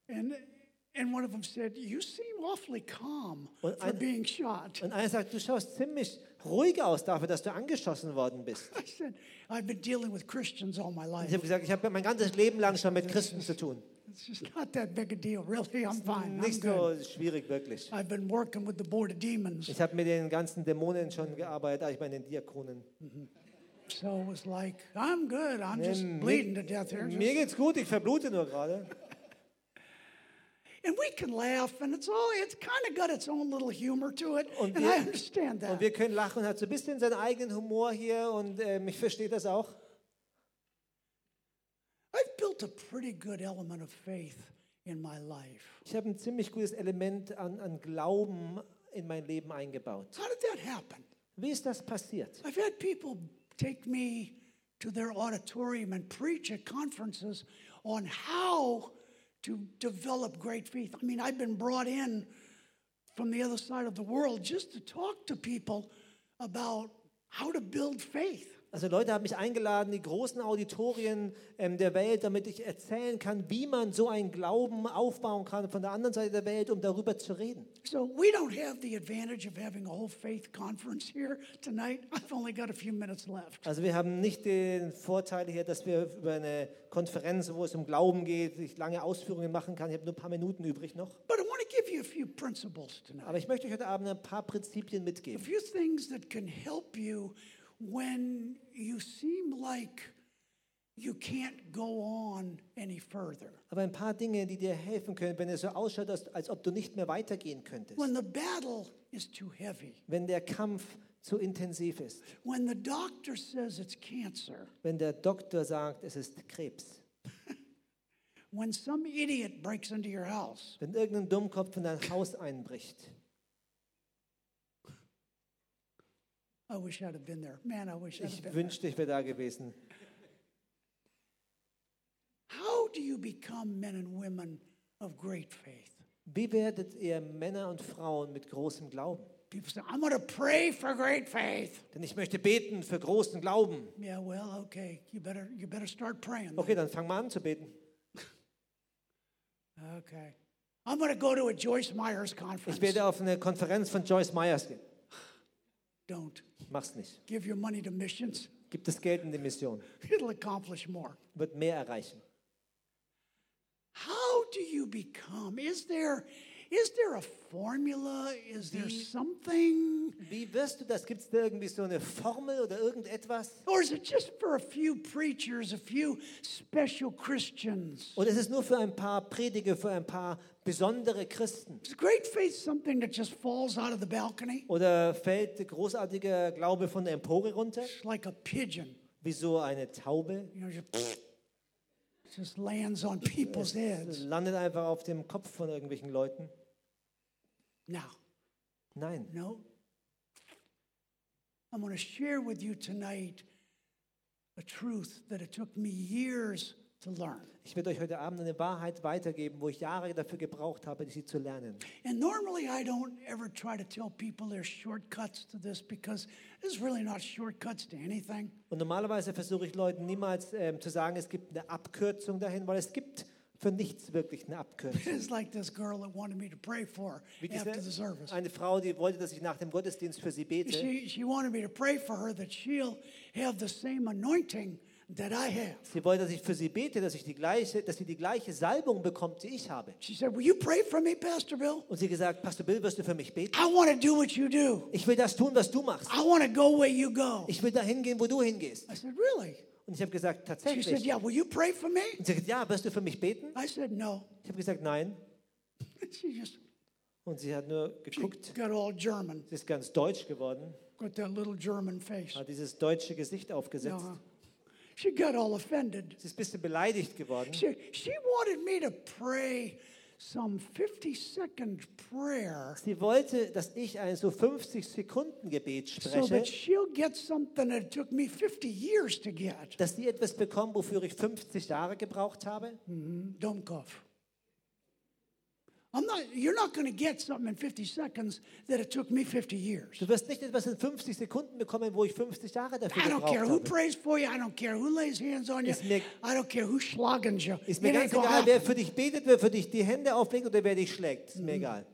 Speaker 1: And, and one of them said, You seem awfully calm
Speaker 2: Well,
Speaker 1: for
Speaker 2: I-
Speaker 1: being shot.
Speaker 2: Und einer sagt, du schaust ziemlich ruhig aus dafür, dass du angeschossen worden bist.
Speaker 1: I said, I've been dealing with Christians all my
Speaker 2: Ich
Speaker 1: life.
Speaker 2: habe gesagt, ich habe mein ganzes Leben lang schon mit Christen zu tun.
Speaker 1: It's just not that big a deal, really. I'm fine. I'm
Speaker 2: Nicht
Speaker 1: good.
Speaker 2: so schwierig wirklich.
Speaker 1: I've been working with the board of demons.
Speaker 2: Ich habe mit den ganzen Dämonen schon gearbeitet, ah, ich meine den Diakonen.
Speaker 1: So it was like, I'm good. I'm just
Speaker 2: Mm, mir-
Speaker 1: bleeding to death here.
Speaker 2: Mir geht's gut, ich verblute nur gerade.
Speaker 1: And we can laugh, and it's all, it's kind of got its own little humor to it.
Speaker 2: Und
Speaker 1: and
Speaker 2: wir-
Speaker 1: I understand
Speaker 2: Und
Speaker 1: that.
Speaker 2: wir können lachen, hat so ein bisschen seinen eigenen Humor hier und ähm, ich verstehe das auch.
Speaker 1: I've built a pretty good element of faith in my life.
Speaker 2: Ich habe ein ziemlich gutes Element an, an Glauben in mein Leben eingebaut.
Speaker 1: How did that happen?
Speaker 2: Wie ist das passiert?
Speaker 1: I've had people take me to their auditorium and preach at conferences on how to develop great faith. I mean, I've been brought in from the other side of the world just to talk to people about how to build faith.
Speaker 2: Also Leute haben mich eingeladen, die großen Auditorien ähm, der Welt, damit ich erzählen kann, wie man so einen Glauben aufbauen kann von der anderen Seite der Welt, um darüber zu reden.
Speaker 1: So we don't have the advantage of having a whole faith conference here tonight. I've only got a few minutes left.
Speaker 2: Also wir haben nicht den Vorteil hier, dass wir über eine Konferenz, wo es um Glauben geht, ich lange Ausführungen machen kann. Ich habe nur ein paar Minuten übrig noch.
Speaker 1: But I want to give you a few principles tonight.
Speaker 2: Aber ich möchte euch heute Abend ein paar Prinzipien
Speaker 1: a
Speaker 2: mitgeben.
Speaker 1: few things that can help you when you seem like you can't go on any further.
Speaker 2: Aber ein paar Dinge, die dir helfen können, wenn es so ausschaut, als, als ob du nicht mehr weitergehen könntest.
Speaker 1: When the battle is too heavy,
Speaker 2: Wenn der Kampf zu intensiv ist.
Speaker 1: when the doctor says it's cancer,
Speaker 2: Wenn der Doktor sagt, es ist Krebs.
Speaker 1: when some idiot breaks into your house,
Speaker 2: Wenn irgendein Dummkopf in dein Haus einbricht.
Speaker 1: I wish I'd have been there. Man, I wish I'd have
Speaker 2: Ich
Speaker 1: been.
Speaker 2: wünschte, ich wäre da gewesen.
Speaker 1: How do you become men and women of great faith?
Speaker 2: Wie werdet ihr Männer und Frauen mit großem Glauben?
Speaker 1: People say, I'm going to pray for great faith.
Speaker 2: Denn ich möchte beten für großen Glauben.
Speaker 1: Yeah, well, okay. You better you better start praying. then.
Speaker 2: Okay, dann fang mal an zu beten.
Speaker 1: Okay. I'm going to go to a Joyce Myers conference.
Speaker 2: Ich werde auf eine Konferenz von Joyce Myers gehen.
Speaker 1: Don't
Speaker 2: Mach's nicht.
Speaker 1: give your money to missions. [LAUGHS]
Speaker 2: Gib das Geld in die Mission.
Speaker 1: It'll accomplish more.
Speaker 2: Wird mehr erreichen.
Speaker 1: How do you become? Is there is there a formula? Is there something
Speaker 2: Wie wirst du das? Gibt es da irgendwie so eine Formel oder irgendetwas?
Speaker 1: Or is it just for a few preachers, a few special Christians?
Speaker 2: Oder ist es nur für ein paar Prediger, für ein paar besondere Christen?
Speaker 1: Is great faith something that just falls out of the balcony?
Speaker 2: Oder fällt großartiger Glaube von der Empore runter?
Speaker 1: It's like a pigeon,
Speaker 2: Wie so eine Taube?
Speaker 1: you know, just, [LAUGHS] just lands on people's
Speaker 2: Das
Speaker 1: heads.
Speaker 2: landet einfach auf dem Kopf von irgendwelchen Leuten?
Speaker 1: Now,
Speaker 2: Nein.
Speaker 1: no. I'm going to share with you tonight a truth that it took me years to learn.
Speaker 2: Ich werde euch heute Abend eine Wahrheit weitergeben, wo ich Jahre dafür gebraucht habe, sie zu lernen.
Speaker 1: And normally I don't ever try to tell people there's shortcuts to this because there's really not shortcuts to anything. [LAUGHS]
Speaker 2: Und normalerweise versuche ich Leuten niemals ähm, zu sagen, es gibt eine Abkürzung dahin, weil es gibt für nichts wirklich eine Abkürzung.
Speaker 1: It's like this girl that wanted me to pray for
Speaker 2: Wie
Speaker 1: after
Speaker 2: diese-
Speaker 1: the service.
Speaker 2: eine Frau, die wollte, dass ich nach dem Gottesdienst für sie bete.
Speaker 1: She, she wanted me to pray for her that she'll have the same anointing that I have.
Speaker 2: Sie wollte, dass ich für sie bete, dass, ich die gleiche, dass sie die gleiche Salbung bekommt, die ich habe.
Speaker 1: She said, Will you pray for me, Pastor Bill?
Speaker 2: Und sie gesagt, Pastor Bill, wirst du für mich beten?
Speaker 1: I want to do what you do.
Speaker 2: Ich will das tun, was du machst.
Speaker 1: I want to go where you go.
Speaker 2: Ich will dahin gehen, wo du hingehst.
Speaker 1: I said, Really?
Speaker 2: Und ich habe gesagt,
Speaker 1: She said,
Speaker 2: tatsächlich.
Speaker 1: Yeah, will you pray for me?
Speaker 2: Und sie hat gesagt, ja, wirst du für mich beten?
Speaker 1: I said, No. [LAUGHS]
Speaker 2: Ich habe gesagt, nein.
Speaker 1: She just
Speaker 2: Und sie hat nur geguckt.
Speaker 1: got all German,
Speaker 2: Sie ist ganz deutsch geworden,
Speaker 1: got that little German face.
Speaker 2: hat dieses deutsche Gesicht aufgesetzt.
Speaker 1: Uh-huh. She got all offended.
Speaker 2: Sie ist ein bisschen beleidigt geworden.
Speaker 1: She, she wanted me to pray some 50 second prayer
Speaker 2: Sie wollte, dass ich ein so 50-Sekunden-Gebet
Speaker 1: so
Speaker 2: spreche,
Speaker 1: that she'll get something that it took me 50 years to get.
Speaker 2: dass sie etwas bekommen, wofür ich 50 Jahre gebraucht habe.
Speaker 1: Hm. Don't cough. I'm not, you're not going to get something in 50 seconds that it took me 50 years.
Speaker 2: Du wirst nicht etwas in 50 Sekunden bekommen, wo ich 50 Jahre dafür
Speaker 1: I don't
Speaker 2: gebraucht
Speaker 1: care who
Speaker 2: habe.
Speaker 1: prays for you. I don't care who lays hands on you.
Speaker 2: Ist mir-
Speaker 1: I don't care who schlagens you.
Speaker 2: Ist mir
Speaker 1: It ain't
Speaker 2: ganz
Speaker 1: gonna
Speaker 2: egal,
Speaker 1: happen. Hm.
Speaker 2: wer für dich betet, wer für dich die Hände auflegt oder wer dich schlägt. Ist mir egal.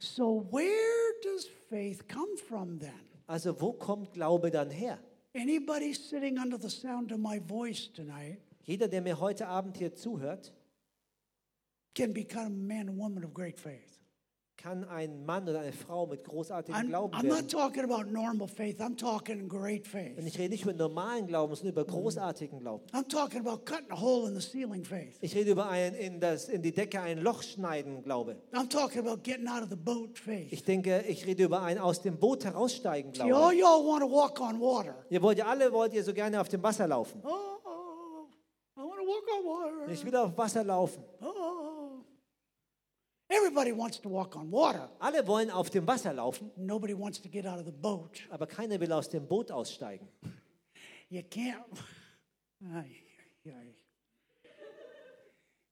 Speaker 1: So, where does faith come from then?
Speaker 2: Also wo kommt Glaube dann her?
Speaker 1: Anybody sitting under the sound of my voice tonight
Speaker 2: Jeder, der mir heute Abend hier zuhört,
Speaker 1: can become a man and woman of great faith.
Speaker 2: kann ein Mann oder eine Frau mit großartigem
Speaker 1: I'm,
Speaker 2: Glauben
Speaker 1: I'm not
Speaker 2: werden.
Speaker 1: talking about normal faith, I'm talking great
Speaker 2: Und
Speaker 1: faith.
Speaker 2: ich rede nicht über normalen Glauben, sondern
Speaker 1: Hm.
Speaker 2: über großartigen Glauben.
Speaker 1: I'm talking about cutting a hole in the ceiling faith.
Speaker 2: Ich rede über ein in, das, in die Decke ein Loch schneiden Glaube.
Speaker 1: I'm talking about getting out of the boat faith.
Speaker 2: Ich denke, ich rede über ein aus dem Boot heraussteigen
Speaker 1: See, all
Speaker 2: Glaube.
Speaker 1: y'all want to walk on water.
Speaker 2: Ihr wollt ja alle wollt ihr so gerne auf dem Wasser laufen.
Speaker 1: Oh, oh, oh, I want to walk on water.
Speaker 2: Ich will auf Wasser laufen.
Speaker 1: Oh. Everybody wants to walk on water.
Speaker 2: Alle wollen auf dem Wasser laufen,
Speaker 1: Nobody wants to get out of the boat.
Speaker 2: aber keiner will aus dem Boot aussteigen.
Speaker 1: You can't. [LAUGHS] Ay, ay.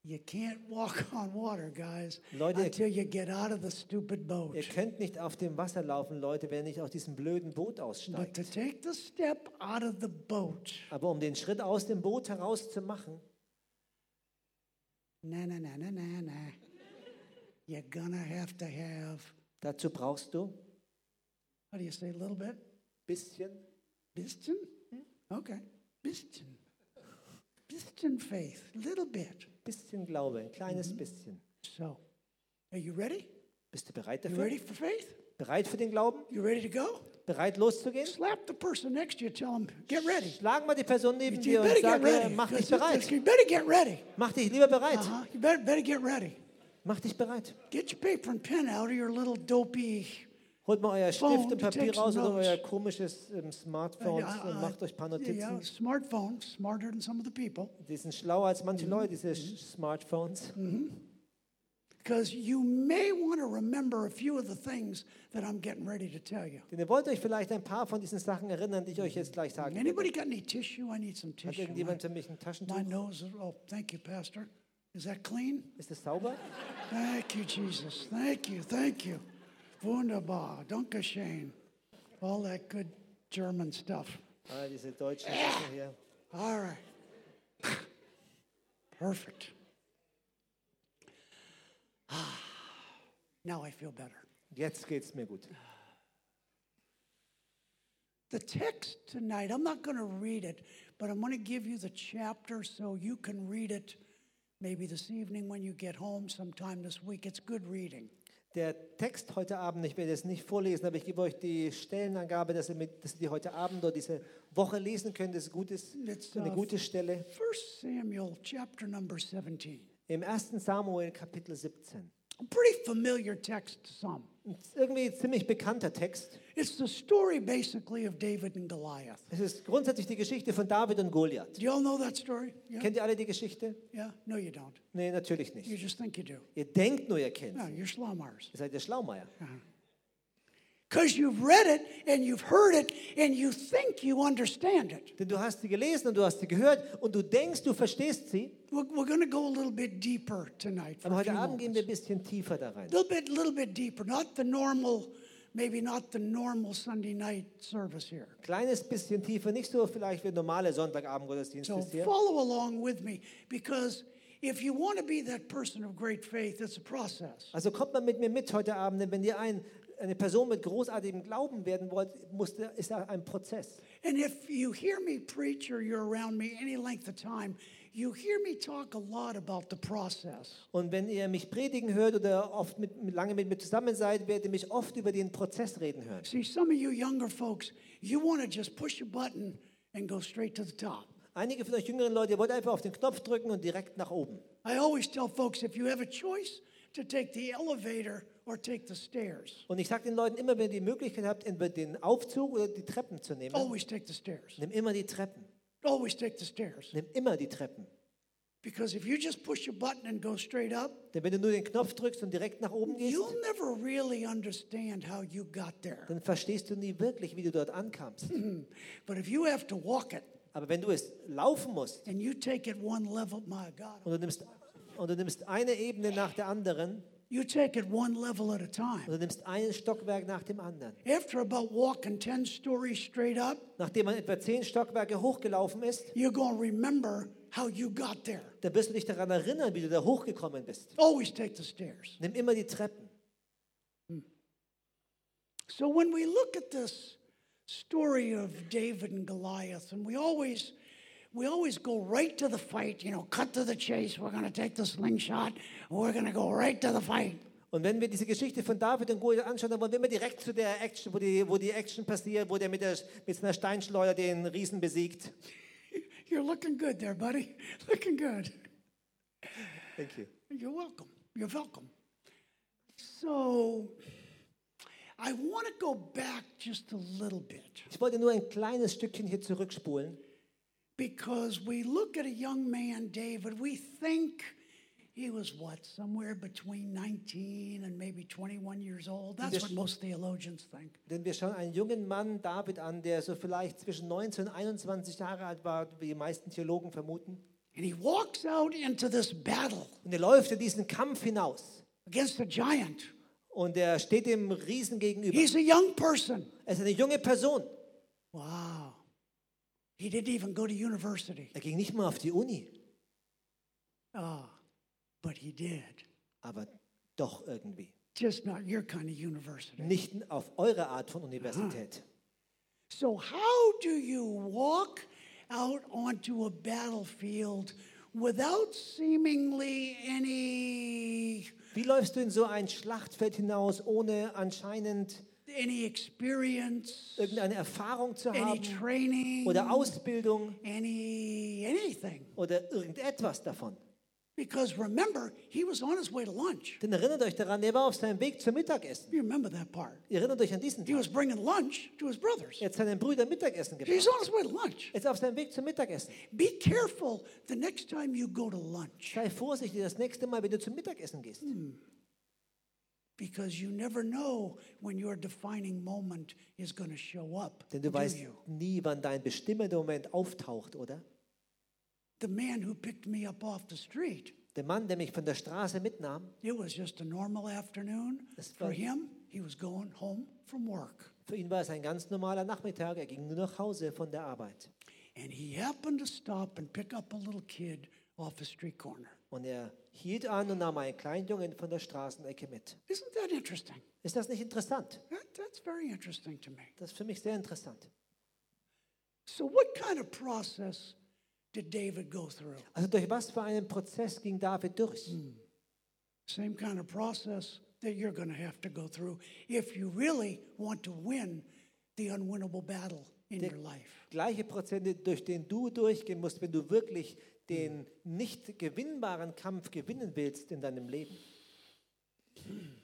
Speaker 1: You can't walk [LAUGHS] on water, guys,
Speaker 2: Leute-
Speaker 1: until you get out of the stupid boat.
Speaker 2: Ihr könnt nicht auf dem Wasser laufen, Leute, wenn ihr nicht aus diesem blöden Boot
Speaker 1: But
Speaker 2: aussteigt.
Speaker 1: to take the step out of the boat,
Speaker 2: Aber um den Schritt aus dem Boot heraus zu machen,
Speaker 1: na na na na na na, you're gonna have to have.
Speaker 2: dazu brauchst du ein
Speaker 1: How do you say a little bit?
Speaker 2: bisschen
Speaker 1: Biston? Okay, Biston. Biston faith, a little bit.
Speaker 2: bisschen Glaube, ein kleines bisschen.
Speaker 1: So, are you ready?
Speaker 2: Bist du bereit
Speaker 1: You
Speaker 2: dafür?
Speaker 1: ready for faith?
Speaker 2: Bereit für den Glauben?
Speaker 1: You ready to go?
Speaker 2: Bereit loszugehen?
Speaker 1: Slap the person next to you. Tell them, get ready.
Speaker 2: Schlagen wir die Person neben
Speaker 1: You
Speaker 2: dir und
Speaker 1: better get
Speaker 2: sag ihr,
Speaker 1: ready.
Speaker 2: mach dich
Speaker 1: 'cause it's-
Speaker 2: bereit.
Speaker 1: You better get ready.
Speaker 2: Mach dich lieber bereit.
Speaker 1: Uh-huh. You better, better get ready.
Speaker 2: Mach dich bereit.
Speaker 1: Get your paper and pen out of your little dopey.
Speaker 2: Holt mal euer
Speaker 1: Phone,
Speaker 2: Stift und
Speaker 1: du
Speaker 2: Papier
Speaker 1: takes
Speaker 2: raus oder
Speaker 1: notes.
Speaker 2: euer komisches ähm, Smartphone
Speaker 1: uh,
Speaker 2: und macht euch ein paar Notizen.
Speaker 1: yeah, smartphone, smarter than some of the people,
Speaker 2: Die sind schlauer als manche
Speaker 1: Mhm.
Speaker 2: Leute, diese Sch- Smartphones.
Speaker 1: because you may want to remember a few of the things that I'm getting ready to tell you.
Speaker 2: Denn ihr wollt euch vielleicht ein paar von diesen Sachen erinnern, die ich euch jetzt gleich sagen werde.
Speaker 1: Anybody got any tissue? I need some
Speaker 2: Hat
Speaker 1: tissue. My,
Speaker 2: irgendjemand für mich ein
Speaker 1: my
Speaker 2: Taschentuch?
Speaker 1: nose is, oh, thank you, Pastor. Is that clean?
Speaker 2: Ist es sauber?
Speaker 1: Thank you, Jesus. Thank you. Thank you. Wunderbar. Dankeschön. All that good German stuff.
Speaker 2: Ah, diese deutschen Sachen hier.
Speaker 1: All right. [LAUGHS] Perfect. Ah, Now I feel better.
Speaker 2: Jetzt geht's mir gut.
Speaker 1: The text tonight, I'm not going to read it, but I'm going to give you the chapter so you can read it maybe this evening when you get home sometime this week. It's good reading.
Speaker 2: Der Text heute Abend, ich werde es nicht vorlesen, aber ich gebe euch die Stellenangabe, dass ihr, mit, dass ihr die heute Abend oder diese Woche lesen könnt. Das ist, gut, ist
Speaker 1: Jetzt,
Speaker 2: eine
Speaker 1: äh,
Speaker 2: gute Stelle.
Speaker 1: 1 Samuel chapter number 17.
Speaker 2: Im 1. Samuel, Kapitel 17.
Speaker 1: A pretty familiar text to some.
Speaker 2: Ein irgendwie ziemlich bekannter Text.
Speaker 1: It's the story basically of David and Goliath.
Speaker 2: Es ist grundsätzlich die Geschichte von David und Goliath.
Speaker 1: Do y'all know that story? Yeah?
Speaker 2: Kennt ihr alle die Geschichte?
Speaker 1: yeah? No, you don't.
Speaker 2: Nee, natürlich
Speaker 1: You
Speaker 2: nicht.
Speaker 1: just think you do.
Speaker 2: Ihr denkt nur, ihr kennt.
Speaker 1: No, you're slummers.
Speaker 2: Ihr seid der Schlaumeier.
Speaker 1: Because you've read it and you've heard it and you think you understand it.
Speaker 2: Denn du hast sie gelesen und du hast sie gehört und du denkst, du verstehst sie.
Speaker 1: We're, we're going to go a little bit deeper tonight. For
Speaker 2: Aber
Speaker 1: a few
Speaker 2: heute Abend gehen
Speaker 1: moments.
Speaker 2: wir ein bisschen tiefer da rein.
Speaker 1: little bit, little bit deeper. Not the normal, maybe not the normal Sunday night service here.
Speaker 2: Kleines bisschen tiefer, nicht so vielleicht wie normale Sonntagabend-Gottesdienst
Speaker 1: So
Speaker 2: ist hier.
Speaker 1: follow along with me because if you want to be that person of great faith, it's a process.
Speaker 2: Also kommt mal mit mir mit heute Abend, denn wenn ihr ein, eine Person mit großartigem Glauben werden wollt, muss, ist da ein Prozess.
Speaker 1: And if you hear me preach or you're around me any length of time, you hear me talk a lot about the process.
Speaker 2: Und wenn ihr mich predigen hört oder oft mit, lange mit mir zusammen seid, werdet ihr mich oft über den Prozess reden hören.
Speaker 1: See, some of you younger folks, you want to just push a button and go straight to the top.
Speaker 2: Einige von euch jüngeren Leute, ihr wollt einfach auf den Knopf drücken und direkt nach oben.
Speaker 1: I always tell folks if you have a choice to take the elevator or take the stairs,
Speaker 2: Und ich sage den Leuten immer, wenn ihr die Möglichkeit habt, entweder den Aufzug oder die Treppen zu nehmen,
Speaker 1: always take the stairs.
Speaker 2: nimm immer die Treppen.
Speaker 1: Always take the stairs.
Speaker 2: Nimm immer die Treppen.
Speaker 1: Because if you just push a button and go straight up,
Speaker 2: Denn wenn du nur den Knopf drückst und direkt nach oben gehst,
Speaker 1: you'll never really understand how you got there.
Speaker 2: dann verstehst du nie wirklich, wie du dort ankamst.
Speaker 1: But if you have to walk it
Speaker 2: Aber wenn du es laufen musst
Speaker 1: and you take it one level, my God,
Speaker 2: und du nimmst, und du nimmst eine Ebene nach der anderen
Speaker 1: you take it one level at a
Speaker 2: und
Speaker 1: time.
Speaker 2: du nimmst ein Stockwerk nach dem anderen.
Speaker 1: After about walking 10 stories straight up,
Speaker 2: Nachdem man etwa zehn Stockwerke hochgelaufen ist,
Speaker 1: you're going to remember how you got there.
Speaker 2: dann wirst du dich daran erinnern, wie du da hochgekommen bist.
Speaker 1: Always take the stairs.
Speaker 2: Nimm immer die Treppen.
Speaker 1: So when we look at this story of David and Goliath, and we always we always go right to the fight, you know, cut to the chase, we're gonna take the slingshot, we're gonna go right to the fight.
Speaker 2: Und wenn wir diese Geschichte von David und Goliath anschauen, dann wollen wir immer direkt zu der Action, wo die, wo die Action passiert, wo der mit, der mit seiner Steinschleuder den Riesen besiegt.
Speaker 1: You're looking good there, buddy. [LAUGHS] Looking good.
Speaker 2: Thank you.
Speaker 1: You're welcome. You're welcome. So I want to go back just a little bit
Speaker 2: Ich wollte nur ein kleines Stückchen hier zurückspulen.
Speaker 1: because we look at a young man, David, we think he was what, somewhere between 19 and maybe 21 years old. That's
Speaker 2: Yes.
Speaker 1: what most theologians think.
Speaker 2: Denn wir schauen einen jungen Mann, David, an, der so vielleicht zwischen 19 und 21 Jahre alt war, wie die meisten Theologen vermuten.
Speaker 1: And he walks out into this battle
Speaker 2: Und er läuft in diesen Kampf hinaus.
Speaker 1: against a giant.
Speaker 2: Und er steht dem Riesen gegenüber.
Speaker 1: He's a young person.
Speaker 2: Er ist eine junge Person.
Speaker 1: Wow. He didn't even go to university.
Speaker 2: Er ging nicht mal auf die Uni,
Speaker 1: Ah, but he did.
Speaker 2: aber doch irgendwie.
Speaker 1: Just not your kind of university.
Speaker 2: Nicht auf eure Art von Universität.
Speaker 1: Ah. So, how do you walk out onto a battlefield without seemingly any
Speaker 2: Wie läufst du in so ein Schlachtfeld hinaus, ohne anscheinend
Speaker 1: any experience,
Speaker 2: irgendeine Erfahrung zu
Speaker 1: any
Speaker 2: haben
Speaker 1: training,
Speaker 2: oder Ausbildung
Speaker 1: any anything?
Speaker 2: oder irgendetwas davon?
Speaker 1: Because remember, he was on his way to lunch.
Speaker 2: Denn erinnert euch daran, er war auf seinem Weg zum Mittagessen.
Speaker 1: You remember that part.
Speaker 2: Ihr Erinnert euch an diesen
Speaker 1: He
Speaker 2: Tag.
Speaker 1: was bringing lunch to his brothers.
Speaker 2: Er hat seinen Brüdern Mittagessen gebracht.
Speaker 1: He's on his way to lunch.
Speaker 2: Er ist auf seinem Weg zum Mittagessen.
Speaker 1: Be careful the next time you go to lunch
Speaker 2: Sei vorsichtig das nächste Mal, wenn du zum Mittagessen gehst.
Speaker 1: Hm, because you never know when your defining moment is going to show up.
Speaker 2: Denn du
Speaker 1: do
Speaker 2: weißt
Speaker 1: you?
Speaker 2: nie, wann dein bestimmender Moment auftaucht, oder?
Speaker 1: The man who picked me up off the street,
Speaker 2: Der Mann, der mich von der Straße mitnahm,
Speaker 1: it was just a normal afternoon.
Speaker 2: That's
Speaker 1: For
Speaker 2: right.
Speaker 1: him, he was going home from work.
Speaker 2: für ihn war es ein ganz normaler Nachmittag. Er ging nur nach Hause von der Arbeit.
Speaker 1: And he happened to stop and pick up a little kid off a street corner.
Speaker 2: Und er hielt an und nahm einen kleinen Jungen von der Straßenecke mit.
Speaker 1: Isn't that interesting?
Speaker 2: Ist das nicht interessant?
Speaker 1: That, that's very interesting to me.
Speaker 2: Das ist für mich sehr interessant.
Speaker 1: So, what kind of process did David go through? Hm.
Speaker 2: Also durch was für einen Prozess ging David durch?
Speaker 1: Same kind of process that you're going to have to go through if you really want to win the unwinnable battle in your life.
Speaker 2: Gleiche Prozente, durch den du durchgehen musst, wenn du wirklich den nicht gewinnbaren Kampf gewinnen willst in deinem Leben.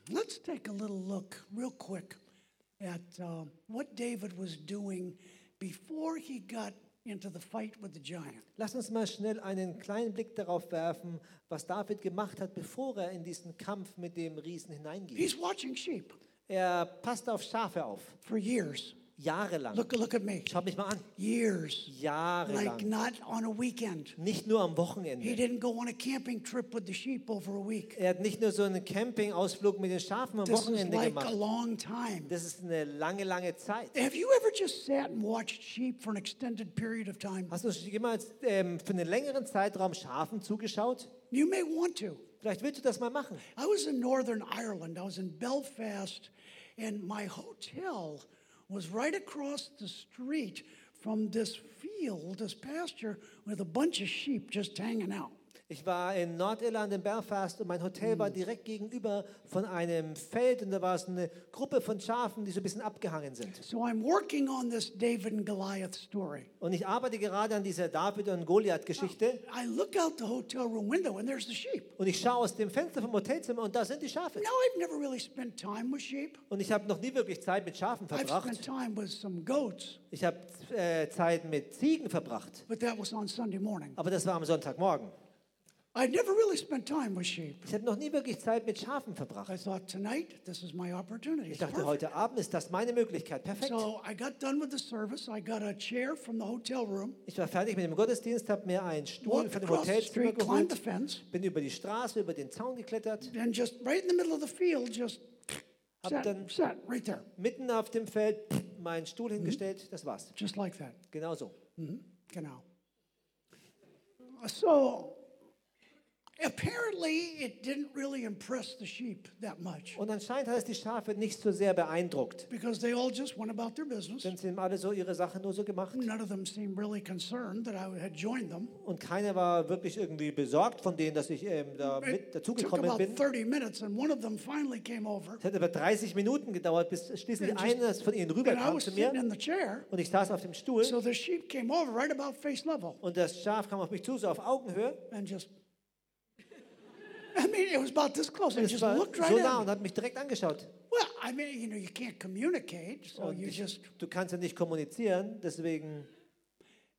Speaker 1: Let's take a little look, real quick, at uh, what David was doing before he got into the fight with the giant.
Speaker 2: Lass uns mal schnell einen kleinen Blick darauf werfen, was David gemacht hat, bevor er in diesen Kampf mit dem Riesen hineinging.
Speaker 1: He's watching sheep
Speaker 2: Er passte auf Schafe auf,
Speaker 1: for years.
Speaker 2: jahrelang.
Speaker 1: Look, look at me.
Speaker 2: Schaut mich mal an,
Speaker 1: Years. Like
Speaker 2: jahrelang.
Speaker 1: not on a weekend.
Speaker 2: Nicht nur am
Speaker 1: He
Speaker 2: Wochenende.
Speaker 1: didn't go on a camping trip with the sheep over a week.
Speaker 2: Er hat nicht nur so einen Campingausflug mit den Schafen am
Speaker 1: This is
Speaker 2: Wochenende
Speaker 1: like a
Speaker 2: gemacht.
Speaker 1: long time.
Speaker 2: Das ist eine lange, lange Zeit.
Speaker 1: Have you ever just sat and watched sheep for an extended period of time?
Speaker 2: Hast du jemals ähm, für einen längeren Zeitraum Schafen zugeschaut?
Speaker 1: You may want to.
Speaker 2: Vielleicht willst du das mal machen.
Speaker 1: I was in Northern Ireland. I was in Belfast, and my hotel was right across the street from this field, this pasture, with a bunch of sheep just hanging out.
Speaker 2: Ich war in Nordirland, in Belfast, und mein Hotel war direkt gegenüber von einem Feld. Und da war es eine Gruppe von Schafen, die so ein bisschen abgehangen sind.
Speaker 1: So I'm working on this David and Goliath story.
Speaker 2: Und ich arbeite gerade an dieser David- und Goliath-Geschichte.
Speaker 1: I look out the hotel room window, and there's the sheep.
Speaker 2: Und ich schaue aus dem Fenster vom Hotelzimmer und da sind die Schafe.
Speaker 1: Now, I've never really spent time with sheep.
Speaker 2: Und ich habe noch nie wirklich Zeit mit Schafen
Speaker 1: I've
Speaker 2: verbracht.
Speaker 1: spent time with some goats,
Speaker 2: Ich habe äh, Zeit mit Ziegen verbracht.
Speaker 1: but that was on Sunday morning.
Speaker 2: Aber das war am Sonntagmorgen.
Speaker 1: I've never really spent time with sheep.
Speaker 2: Ich habe noch nie wirklich Zeit mit Schafen verbracht.
Speaker 1: I thought tonight, this is my opportunity.
Speaker 2: Ich
Speaker 1: It's
Speaker 2: dachte,
Speaker 1: perfect.
Speaker 2: heute Abend ist das meine Möglichkeit. Perfekt.
Speaker 1: So I got done with the service. I got a chair from the hotel room,
Speaker 2: Ich war fertig mit dem Gottesdienst, habe mir einen Stuhl
Speaker 1: walked
Speaker 2: von dem
Speaker 1: across the
Speaker 2: Hotelzimmer
Speaker 1: street, climbed the
Speaker 2: geholt,
Speaker 1: fence,
Speaker 2: bin über die Straße, über den Zaun geklettert,
Speaker 1: and just right in the middle of the field, just
Speaker 2: Hab
Speaker 1: sat,
Speaker 2: dann-
Speaker 1: sat right there,
Speaker 2: mitten auf dem Feld meinen
Speaker 1: Mhm.
Speaker 2: Stuhl hingestellt. Das war's.
Speaker 1: just like that.
Speaker 2: Genau so.
Speaker 1: Genau. Uh, So apparently, it didn't really impress the sheep that much
Speaker 2: Und anscheinend hat es die Schafe nicht so sehr beeindruckt.
Speaker 1: because they all just went about their business.
Speaker 2: Denn sie haben alle so ihre Sache nur so gemacht.
Speaker 1: None of them seemed really concerned that I had joined them.
Speaker 2: Und keiner war wirklich irgendwie besorgt von denen, dass ich ähm, da mit
Speaker 1: Äh, Took
Speaker 2: dazugekommen
Speaker 1: about
Speaker 2: bin.
Speaker 1: 30 minutes, and one of them finally came over.
Speaker 2: Es hat etwa 30 Minuten gedauert, bis schließlich
Speaker 1: And
Speaker 2: einer von ihnen
Speaker 1: And I
Speaker 2: rüberkam
Speaker 1: was
Speaker 2: zu
Speaker 1: sitting
Speaker 2: mir.
Speaker 1: Äh, in the chair.
Speaker 2: Und ich saß auf dem Stuhl
Speaker 1: So the sheep came over right about face level
Speaker 2: und das Schaf kam auf mich zu, so auf Augenhöhe.
Speaker 1: and just. I mean, it was about this close. I
Speaker 2: Es
Speaker 1: just
Speaker 2: war
Speaker 1: looked right
Speaker 2: so nah
Speaker 1: at
Speaker 2: und
Speaker 1: me.
Speaker 2: hat mich direkt angeschaut.
Speaker 1: Well, I mean, you know, you can't communicate, so
Speaker 2: Und
Speaker 1: you
Speaker 2: ich,
Speaker 1: just.
Speaker 2: du kannst ja nicht kommunizieren, deswegen.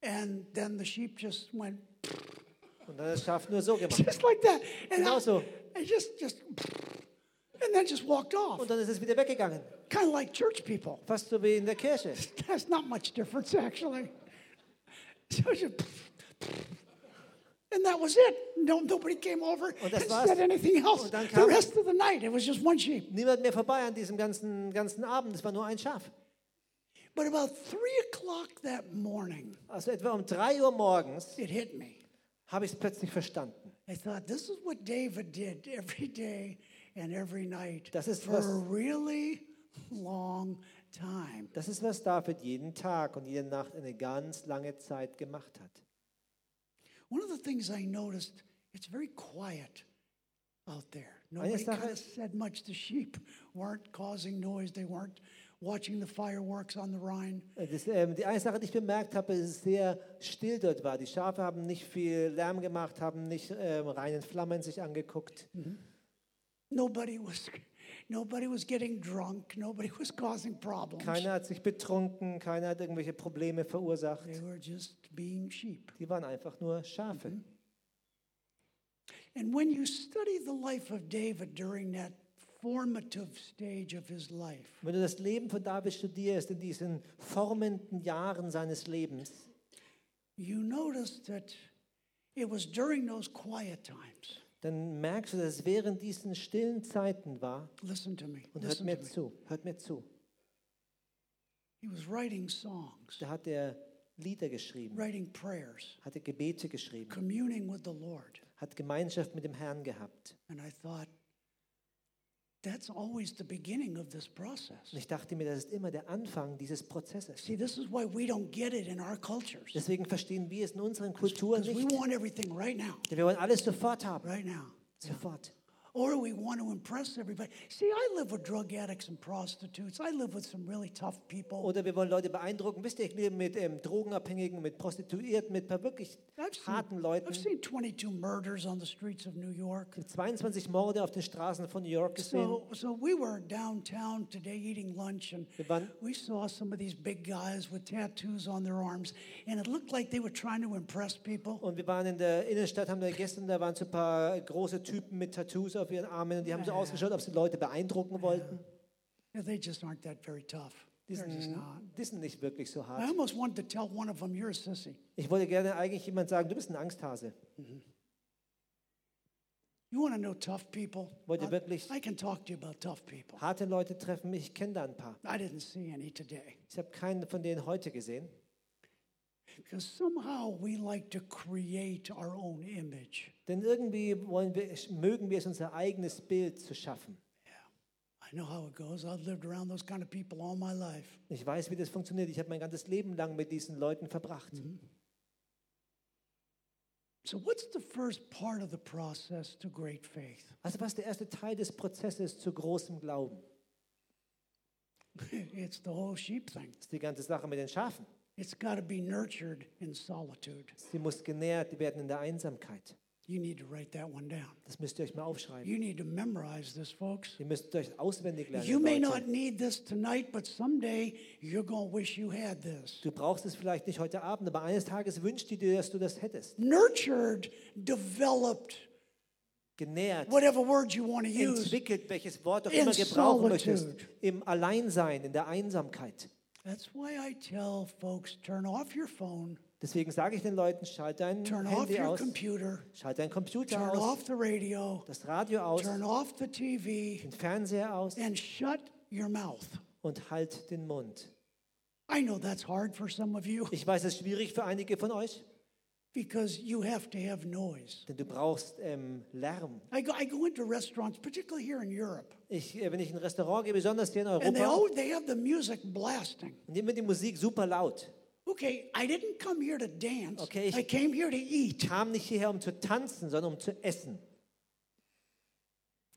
Speaker 1: And then the sheep just went [LAUGHS]
Speaker 2: Und dann hat das Schaf nur so gemacht.
Speaker 1: just like that, and
Speaker 2: Genau so.
Speaker 1: I, I just just, and then just walked off,
Speaker 2: Und dann ist es wieder weggegangen.
Speaker 1: kind of like church people.
Speaker 2: Fast so wie in der Kirche.
Speaker 1: That's not much difference actually. [LAUGHS] So I just, and that was it. No, nobody came over and
Speaker 2: das war's.
Speaker 1: said anything else
Speaker 2: Und dann
Speaker 1: the
Speaker 2: kam-
Speaker 1: rest of the night. It was just one sheep.
Speaker 2: Niemand mehr vorbei an diesem ganzen, ganzen Abend. Es war nur ein Schaf.
Speaker 1: But about three o'clock that morning,
Speaker 2: Also etwa um 3 Uhr morgens
Speaker 1: it hit me.
Speaker 2: habe ich es plötzlich verstanden.
Speaker 1: I thought, this is what David did [LAUGHS] every day and every night
Speaker 2: Das ist
Speaker 1: for
Speaker 2: was-
Speaker 1: a really long time.
Speaker 2: Das ist, was David jeden Tag und jede Nacht eine ganz lange Zeit gemacht hat.
Speaker 1: One of the things I noticed, it's very quiet out there.
Speaker 2: Eine
Speaker 1: Nobody
Speaker 2: Sache-
Speaker 1: kind of said much. The sheep weren't causing noise. They weren't watching the fireworks on the Rhine.
Speaker 2: Das, ähm, die eine Sache, die ich bemerkt habe, ist, dass es sehr still dort war. Die Schafe haben nicht viel Lärm gemacht, haben nicht ähm, reinen Flammen sich angeguckt.
Speaker 1: Mhm. Nobody was, nobody was getting drunk. Nobody was causing problems.
Speaker 2: Keiner hat sich betrunken, keiner hat irgendwelche Probleme verursacht.
Speaker 1: They were just being sheep.
Speaker 2: Die waren einfach nur Schafe.
Speaker 1: Mhm. And when you study the life of David during that formative stage of his life,
Speaker 2: Wenn du das Leben von David studierst in diesen formenden Jahren seines Lebens,
Speaker 1: you notice that it was during those quiet times.
Speaker 2: dann merkst du, dass es während diesen stillen Zeiten war.
Speaker 1: Listen to me.
Speaker 2: Und hört
Speaker 1: Listen to
Speaker 2: mir
Speaker 1: me.
Speaker 2: zu, hört mir zu.
Speaker 1: He was writing songs,
Speaker 2: Da hat er Lieder geschrieben,
Speaker 1: writing prayers,
Speaker 2: hat er Gebete geschrieben,
Speaker 1: communing with the Lord.
Speaker 2: hat Gemeinschaft mit dem Herrn gehabt.
Speaker 1: And I thought, that's always the beginning of this process.
Speaker 2: Und ich dachte mir, das ist immer der Anfang dieses Prozesses.
Speaker 1: See, this is why we don't get it in our cultures.
Speaker 2: Deswegen verstehen wir es in unseren Kulturen
Speaker 1: Because we
Speaker 2: nicht.
Speaker 1: want everything right now.
Speaker 2: Denn wir wollen alles sofort haben.
Speaker 1: Right now.
Speaker 2: Sofort.
Speaker 1: or we want to impress everybody. See, I live with drug addicts and prostitutes. I live with some really tough people.
Speaker 2: Oder wir wollen Leute beeindrucken. Wisst ihr, ich lebe mit ähm, Drogenabhängigen, mit Prostituierten, mit ein paar wirklich
Speaker 1: I've seen,
Speaker 2: harten Leuten.
Speaker 1: I've seen 22 murders on the streets of New York.
Speaker 2: Ich habe 22 Morde auf den Straßen von New York gesehen.
Speaker 1: So, so we were downtown today eating lunch, and
Speaker 2: Wir waren-
Speaker 1: we saw some of these big guys with tattoos on their arms, and it looked like they were trying to impress people.
Speaker 2: Und wir waren in der Innenstadt, haben da gestern, da waren so ein paar große Typen mit Tattoos auf ihren Armen und die haben so ausgeschaut, ob sie Leute beeindrucken wollten.
Speaker 1: Yeah, They just aren't that very tough.
Speaker 2: Die
Speaker 1: They're just
Speaker 2: sind,
Speaker 1: not.
Speaker 2: die sind nicht wirklich so
Speaker 1: I
Speaker 2: hart.
Speaker 1: almost wanted to tell one of them, "You're a sissy.
Speaker 2: Ich wollte gerne eigentlich jemand sagen, du bist ein Angsthase.
Speaker 1: You want to know tough people?
Speaker 2: Wollt ihr
Speaker 1: I-
Speaker 2: wirklich-
Speaker 1: I can talk to you about tough people.
Speaker 2: Harte Leute treffen mich, ich kenne da ein paar.
Speaker 1: I didn't see any today
Speaker 2: Ich habe keinen von denen heute gesehen,
Speaker 1: because somehow we like to create our own image.
Speaker 2: denn irgendwie wollen wir, mögen wir es, unser eigenes Bild zu schaffen.
Speaker 1: I know how it goes. I've lived around those kind of people all my life.
Speaker 2: Ich weiß, wie das funktioniert. Ich habe mein ganzes Leben lang mit diesen Leuten verbracht.
Speaker 1: Mhm. So, what's the first part of the process to great faith? [LAUGHS]
Speaker 2: Also was der erste Teil des Prozesses zu großem Glauben
Speaker 1: it's the whole sheep thing.
Speaker 2: ist die ganze Sache mit den Schafen.
Speaker 1: It's got to be nurtured in solitude.
Speaker 2: Sie muss genährt werden in der Einsamkeit.
Speaker 1: You need to write that one down.
Speaker 2: Das müsst ihr euch mal aufschreiben.
Speaker 1: You need to memorize this, folks.
Speaker 2: Ihr müsst euch auswendig lernen.
Speaker 1: You may
Speaker 2: Leute.
Speaker 1: not need this tonight, but someday you're going to wish you had this.
Speaker 2: Du brauchst es vielleicht nicht heute Abend, aber eines Tages wünschst du dir, dass du das hättest.
Speaker 1: Nurtured, developed,
Speaker 2: Genährt,
Speaker 1: whatever word you want to use.
Speaker 2: entwickelt, welches Wort auch
Speaker 1: In
Speaker 2: immer gebrauchen
Speaker 1: solitude.
Speaker 2: möchtest. Im Alleinsein, in der Einsamkeit.
Speaker 1: That's why I tell folks turn off your phone,
Speaker 2: Deswegen sage ich den Leuten, schalt dein
Speaker 1: turn off
Speaker 2: Handy
Speaker 1: your
Speaker 2: aus,
Speaker 1: computer,
Speaker 2: schalt dein Computer
Speaker 1: turn
Speaker 2: aus,
Speaker 1: off the radio,
Speaker 2: das Radio aus,
Speaker 1: turn off the TV.
Speaker 2: den Fernseher aus
Speaker 1: and shut your mouth.
Speaker 2: und halt den Mund.
Speaker 1: I know that's hard for some of you [LAUGHS]
Speaker 2: Ich weiß, es ist schwierig für einige von euch,
Speaker 1: because you have to have noise.
Speaker 2: denn du brauchst ähm, Lärm.
Speaker 1: I go, I go into restaurants, particularly here in Europe,
Speaker 2: Ich, äh, wenn ich in ein Restaurant gehe, besonders hier in
Speaker 1: and they,
Speaker 2: Europa,
Speaker 1: all, they have the music blasting.
Speaker 2: Nehmen wir die Musik super laut.
Speaker 1: Okay, I didn't come here to dance.
Speaker 2: Okay, ich-
Speaker 1: I came here to eat.
Speaker 2: Kam nicht hierher, um zu tanzen, sondern um zu essen.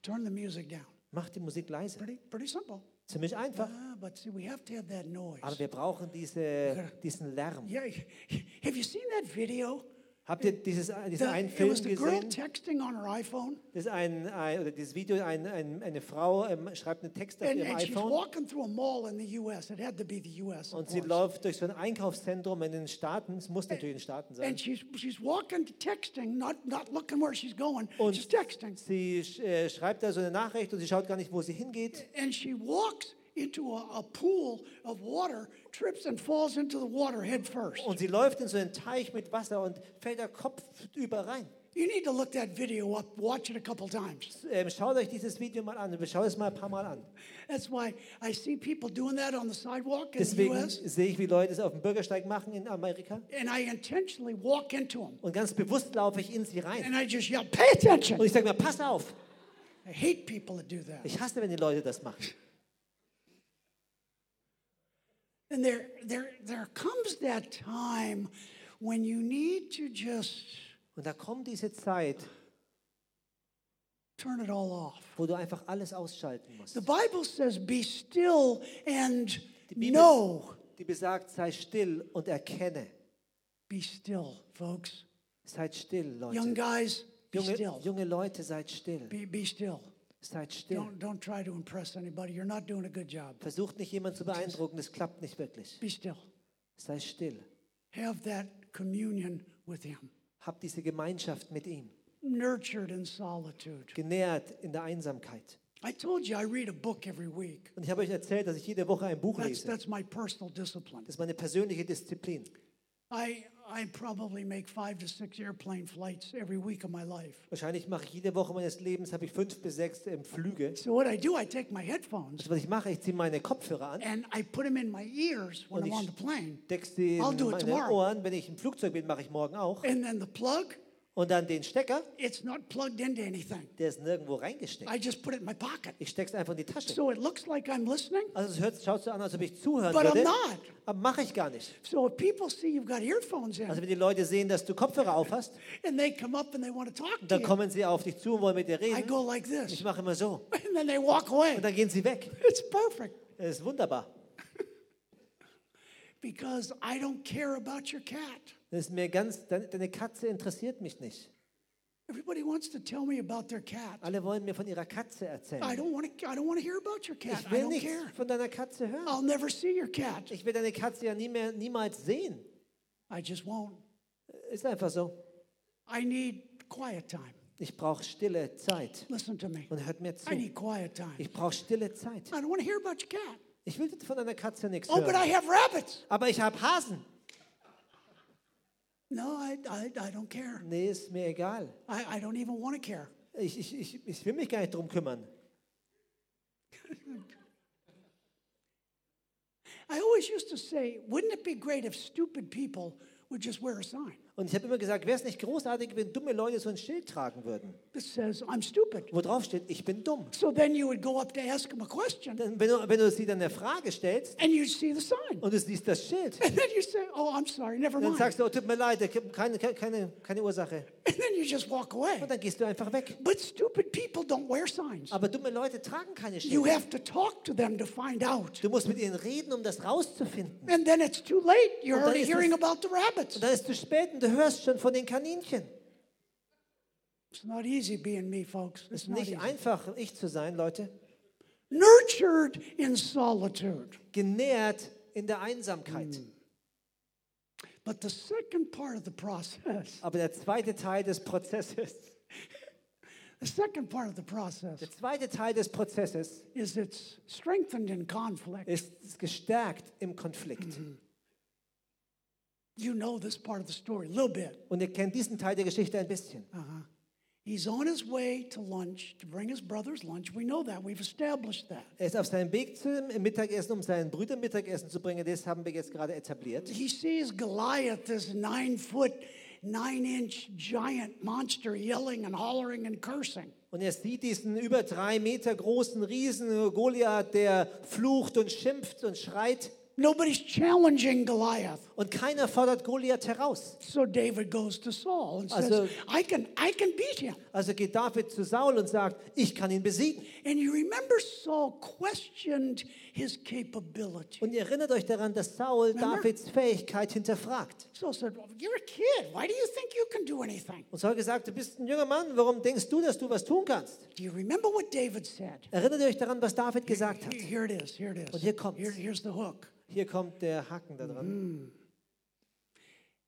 Speaker 1: Turn the music down.
Speaker 2: Mach die Musik leise.
Speaker 1: Pretty, pretty simple.
Speaker 2: Ziemlich einfach.
Speaker 1: Ah, but see, we have to have that noise.
Speaker 2: Aber wir brauchen diese, diesen Lärm.
Speaker 1: Yeah, [LAUGHS] have you seen that video?
Speaker 2: Habt ihr dieses, äh, diesen
Speaker 1: The-
Speaker 2: einen
Speaker 1: it
Speaker 2: Film
Speaker 1: was the girl
Speaker 2: gesehen?
Speaker 1: texting on her iPhone,
Speaker 2: Das ist ein, ein, oder dieses Video, ein, ein, eine Frau ähm, schreibt einen Text auf
Speaker 1: and,
Speaker 2: ihrem
Speaker 1: and she's
Speaker 2: iPhone
Speaker 1: walking through a mall in the U.S. It had to be the U.S. of
Speaker 2: und sie
Speaker 1: course.
Speaker 2: läuft durch so ein Einkaufszentrum in den Staaten. Es muss natürlich in den Staaten sein.
Speaker 1: And she's she's walking, texting, not not looking where she's going,
Speaker 2: Und
Speaker 1: just texting.
Speaker 2: sie sch- äh, schreibt da so eine Nachricht und sie schaut gar nicht, wo sie hingeht.
Speaker 1: And she walks into a, a pool of water, trips and falls into the water head first.
Speaker 2: Und sie läuft in so einen Teich mit Wasser und fällt da kopfüber rein.
Speaker 1: You need to look that video up, watch it a couple times.
Speaker 2: ähm, schaut euch dieses Video mal an. Schaut es mal ein paar Mal an.
Speaker 1: That's why I see people doing that on the sidewalk in the
Speaker 2: Deswegen
Speaker 1: U.S.
Speaker 2: sehe ich, wie Leute es auf dem Bürgersteig machen in Amerika.
Speaker 1: and I intentionally walk into them
Speaker 2: Und ganz bewusst laufe ich in sie rein.
Speaker 1: and I just yell, "Pay attention!"
Speaker 2: Und ich sage mir, pass auf.
Speaker 1: I hate people that do that.
Speaker 2: Ich hasse, wenn die Leute das machen.
Speaker 1: And there, there, there comes that time when you need to just
Speaker 2: Und da kommt diese Zeit,
Speaker 1: turn it all off.
Speaker 2: wo du einfach alles ausschalten musst.
Speaker 1: The Bible says, be still and
Speaker 2: Bibel-
Speaker 1: know.
Speaker 2: Die besagt, sei still und erkenne.
Speaker 1: Be still, folks.
Speaker 2: Seid still,
Speaker 1: Young
Speaker 2: Leute.
Speaker 1: guys, be
Speaker 2: Junge,
Speaker 1: still.
Speaker 2: junge Leute, seid still.
Speaker 1: Be, be still.
Speaker 2: Seid still.
Speaker 1: Don't, don't try to impress anybody. You're not doing a good job.
Speaker 2: Versucht nicht jemanden zu beeindrucken, das klappt nicht wirklich.
Speaker 1: Be still.
Speaker 2: Sei still.
Speaker 1: Have that communion with Him,
Speaker 2: Hab diese Gemeinschaft mit ihm.
Speaker 1: nurtured in solitude.
Speaker 2: Genährt in der Einsamkeit.
Speaker 1: I told you I read a book every week.
Speaker 2: Und ich habe euch erzählt, dass ich jede Woche ein Buch
Speaker 1: That's,
Speaker 2: lese.
Speaker 1: that's my personal discipline.
Speaker 2: Das ist meine persönliche Disziplin.
Speaker 1: I, I probably make five to six airplane flights every week of my life.
Speaker 2: Wahrscheinlich mache ich jede Woche meines Lebens, habe ich fünf bis sechs ähm, Flüge.
Speaker 1: So, what I do, I take my headphones
Speaker 2: Also was ich mache, ich ziehe meine Kopfhörer an,
Speaker 1: and I put them in my ears when
Speaker 2: Und
Speaker 1: I'm
Speaker 2: ich-
Speaker 1: on the plane.
Speaker 2: deckst die
Speaker 1: I'll
Speaker 2: in
Speaker 1: do it
Speaker 2: meine
Speaker 1: tomorrow.
Speaker 2: Ohren. Wenn ich im Flugzeug bin, mache ich morgen auch.
Speaker 1: And then the plug
Speaker 2: Und dann den Stecker,
Speaker 1: It's not plugged into anything.
Speaker 2: der ist nirgendwo reingesteckt.
Speaker 1: I just put it in my pocket.
Speaker 2: Ich steck's einfach in die Tasche.
Speaker 1: So it looks like I'm listening.
Speaker 2: Also es hört, schaut so an, als ob ich zuhören
Speaker 1: But I'm
Speaker 2: würde,
Speaker 1: not.
Speaker 2: aber mache ich gar nicht.
Speaker 1: So if people see you've got earphones
Speaker 2: Also
Speaker 1: in
Speaker 2: wenn die Leute sehen, dass du Kopfhörer auf hast,
Speaker 1: and they come up and they want to talk to
Speaker 2: dann
Speaker 1: you,
Speaker 2: kommen sie auf dich zu und wollen mit dir
Speaker 1: I
Speaker 2: reden.
Speaker 1: go like this.
Speaker 2: Ich mache immer so.
Speaker 1: And then they walk away.
Speaker 2: Und dann gehen sie weg.
Speaker 1: It's perfect
Speaker 2: Das ist wunderbar.
Speaker 1: because I don't care about your cat.
Speaker 2: Das ist mir ganz, deine deine Katze interessiert mich nicht.
Speaker 1: Everybody wants to tell me about their cat.
Speaker 2: Alle wollen mir von ihrer Katze
Speaker 1: I
Speaker 2: erzählen.
Speaker 1: don't want to I don't want to hear about your cat.
Speaker 2: Ich
Speaker 1: I
Speaker 2: will
Speaker 1: don't
Speaker 2: nichts
Speaker 1: care. Oh.
Speaker 2: von deiner Katze hören.
Speaker 1: I'll never see your cat.
Speaker 2: Ich will deine Katze ja nie mehr, niemals sehen.
Speaker 1: I just won't.
Speaker 2: Ist einfach so.
Speaker 1: I need quiet time.
Speaker 2: Ich brauche stille Zeit.
Speaker 1: Listen to me.
Speaker 2: Und hört mir
Speaker 1: I
Speaker 2: zu.
Speaker 1: need quiet time.
Speaker 2: Ich brauche stille Zeit.
Speaker 1: I don't want to hear about your cat.
Speaker 2: Ich will von deiner Katze nichts
Speaker 1: Oh, but I
Speaker 2: hören.
Speaker 1: have rabbits.
Speaker 2: Aber ich habe Hasen.
Speaker 1: No, I, I, I don't care.
Speaker 2: Nee, ist mir egal.
Speaker 1: I, I don't even want to care.
Speaker 2: Ich, ich, ich, ich will mich gar nicht drum kümmern.
Speaker 1: I always used to say, wouldn't it be great if stupid people would just wear a sign
Speaker 2: Und ich habe immer gesagt, wäre es nicht großartig, wenn dumme Leute so ein Schild tragen würden,
Speaker 1: that says, I'm stupid?
Speaker 2: wo drauf steht, ich bin dumm.
Speaker 1: So then you would go up to ask them a question
Speaker 2: Dann, wenn, du, wenn du sie dann eine Frage stellst
Speaker 1: and you'd see the sign.
Speaker 2: und du siehst das Schild,
Speaker 1: [LAUGHS] And then you say, Oh, I'm sorry, never
Speaker 2: dann
Speaker 1: mind.
Speaker 2: sagst du, oh, tut mir leid, ich hab keine, keine- keine, keine Ursache.
Speaker 1: And then you just walk away.
Speaker 2: Und dann gehst du einfach weg.
Speaker 1: But stupid people don't wear signs.
Speaker 2: Aber dumme Leute tragen keine
Speaker 1: You
Speaker 2: Schilder.
Speaker 1: have to talk to them to find out.
Speaker 2: Du musst mit ihnen reden, um das rauszufinden.
Speaker 1: And then it's too late. You're
Speaker 2: Und dann
Speaker 1: already
Speaker 2: ist es-
Speaker 1: hearing about the rabbits.
Speaker 2: Und dann ist es zu spät und du hörst schon von den Kaninchen.
Speaker 1: It's not easy being me, folks. It's
Speaker 2: Es ist
Speaker 1: not easy.
Speaker 2: nicht einfach, ich zu sein, Leute.
Speaker 1: Nurtured in solitude.
Speaker 2: Genährt in der Einsamkeit.
Speaker 1: Hm. But the second part of the process,
Speaker 2: Aber der zweite Teil des Prozesses,
Speaker 1: the second part of the process
Speaker 2: der zweite Teil des Prozesses
Speaker 1: is it's strengthened in conflict.
Speaker 2: ist gestärkt im Konflikt.
Speaker 1: Hm. You know this part of the story a little bit.
Speaker 2: Und ihr kennt diesen Teil der Geschichte ein bisschen.
Speaker 1: He's on his way to lunch to bring his brother's lunch. We know that. We've established that.
Speaker 2: Er ist auf seinem Weg zum Mittagessen, um seinen Brüdern Mittagessen zu bringen. Das haben wir jetzt gerade etabliert.
Speaker 1: He sees Goliath, this nine foot, nine inch giant monster, yelling and hollering and cursing.
Speaker 2: Und er sieht diesen über drei Meter großen Riesen Goliath, der flucht und schimpft und schreit.
Speaker 1: Nobody's challenging Goliath.
Speaker 2: Und keiner fordert Goliath heraus.
Speaker 1: So David goes to Saul and
Speaker 2: Also-
Speaker 1: says, I can, I can beat him.
Speaker 2: Also geht David zu Saul und sagt, ich kann ihn besiegen.
Speaker 1: And you remember Saul questioned his capability.
Speaker 2: Und ihr erinnert euch daran, dass Saul
Speaker 1: Remember?
Speaker 2: Davids Fähigkeit hinterfragt.
Speaker 1: Saul said, well, You're a kid. Why do you think you can do anything?
Speaker 2: Und Saul gesagt, du bist ein junger Mann, warum denkst du, dass du was tun kannst?
Speaker 1: Do you remember what David said?
Speaker 2: Erinnert ihr euch daran, was David gesagt hat?
Speaker 1: Here, here it is. Here it is.
Speaker 2: Und hier kommt's.
Speaker 1: Here- here's the hook.
Speaker 2: Hier kommt der Haken da dran.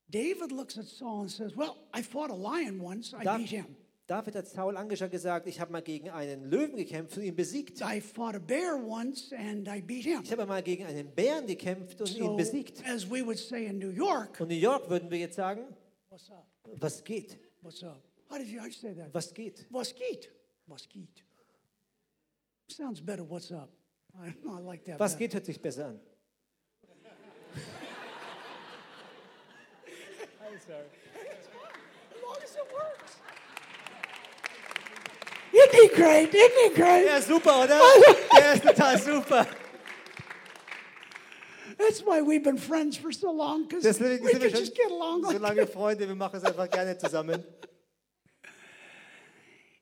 Speaker 1: David looks at Saul and says, Well, I fought a lion once. I
Speaker 2: Da-
Speaker 1: beat him.
Speaker 2: David hat Saul angeschaut und gesagt, ich habe mal gegen einen Löwen gekämpft und ihn besiegt.
Speaker 1: I fought a bear once and I beat him.
Speaker 2: Ich habe mal gegen einen Bären gekämpft und ihn
Speaker 1: So,
Speaker 2: besiegt.
Speaker 1: as we would say in New York,
Speaker 2: Und New York würden wir jetzt sagen,
Speaker 1: what's up?
Speaker 2: was geht?
Speaker 1: What's up? How did you, how did you say that?
Speaker 2: Was geht?
Speaker 1: Waskeet. Waskeet. Sounds better, what's up? [LAUGHS] I, don't know, I like that.
Speaker 2: Was
Speaker 1: better.
Speaker 2: geht hört sich besser an.
Speaker 1: As long as it works. Isn't he great? Isn't he great?
Speaker 2: Ja, super, [LAUGHS] oder? Der ist total super.
Speaker 1: That's why we've been friends for so long, because we
Speaker 2: Deswegen sind wir
Speaker 1: could
Speaker 2: schon
Speaker 1: just get along.
Speaker 2: so
Speaker 1: Like,
Speaker 2: lange Freunde, wir machen es einfach gerne zusammen.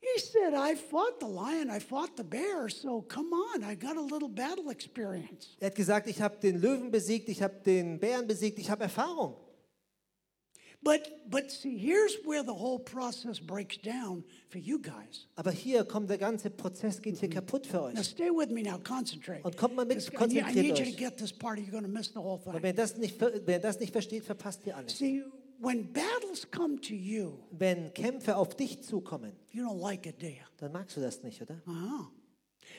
Speaker 1: he said, I fought the lion, I fought the bear, so come on, I got a little battle experience.
Speaker 2: Er hat gesagt, ich habe den Löwen besiegt, ich habe den Bären besiegt, ich habe Erfahrung.
Speaker 1: But but see, here's where the whole process breaks down for you guys.
Speaker 2: Aber hier kommt der ganze Prozess, geht hier kaputt für
Speaker 1: Now
Speaker 2: euch.
Speaker 1: stay with me now, concentrate.
Speaker 2: Und kommt mal mit,
Speaker 1: I need, I need
Speaker 2: konzentriert
Speaker 1: you to
Speaker 2: euch.
Speaker 1: get this part or you're gonna miss the whole
Speaker 2: Und
Speaker 1: thing.
Speaker 2: wenn das nicht, ver- wer das nicht versteht, verpasst ihr alles.
Speaker 1: See, when battles come to you,
Speaker 2: Wenn Kämpfe auf dich zukommen,
Speaker 1: you don't like it, do you?
Speaker 2: dann magst du das nicht, oder?
Speaker 1: Uh-huh.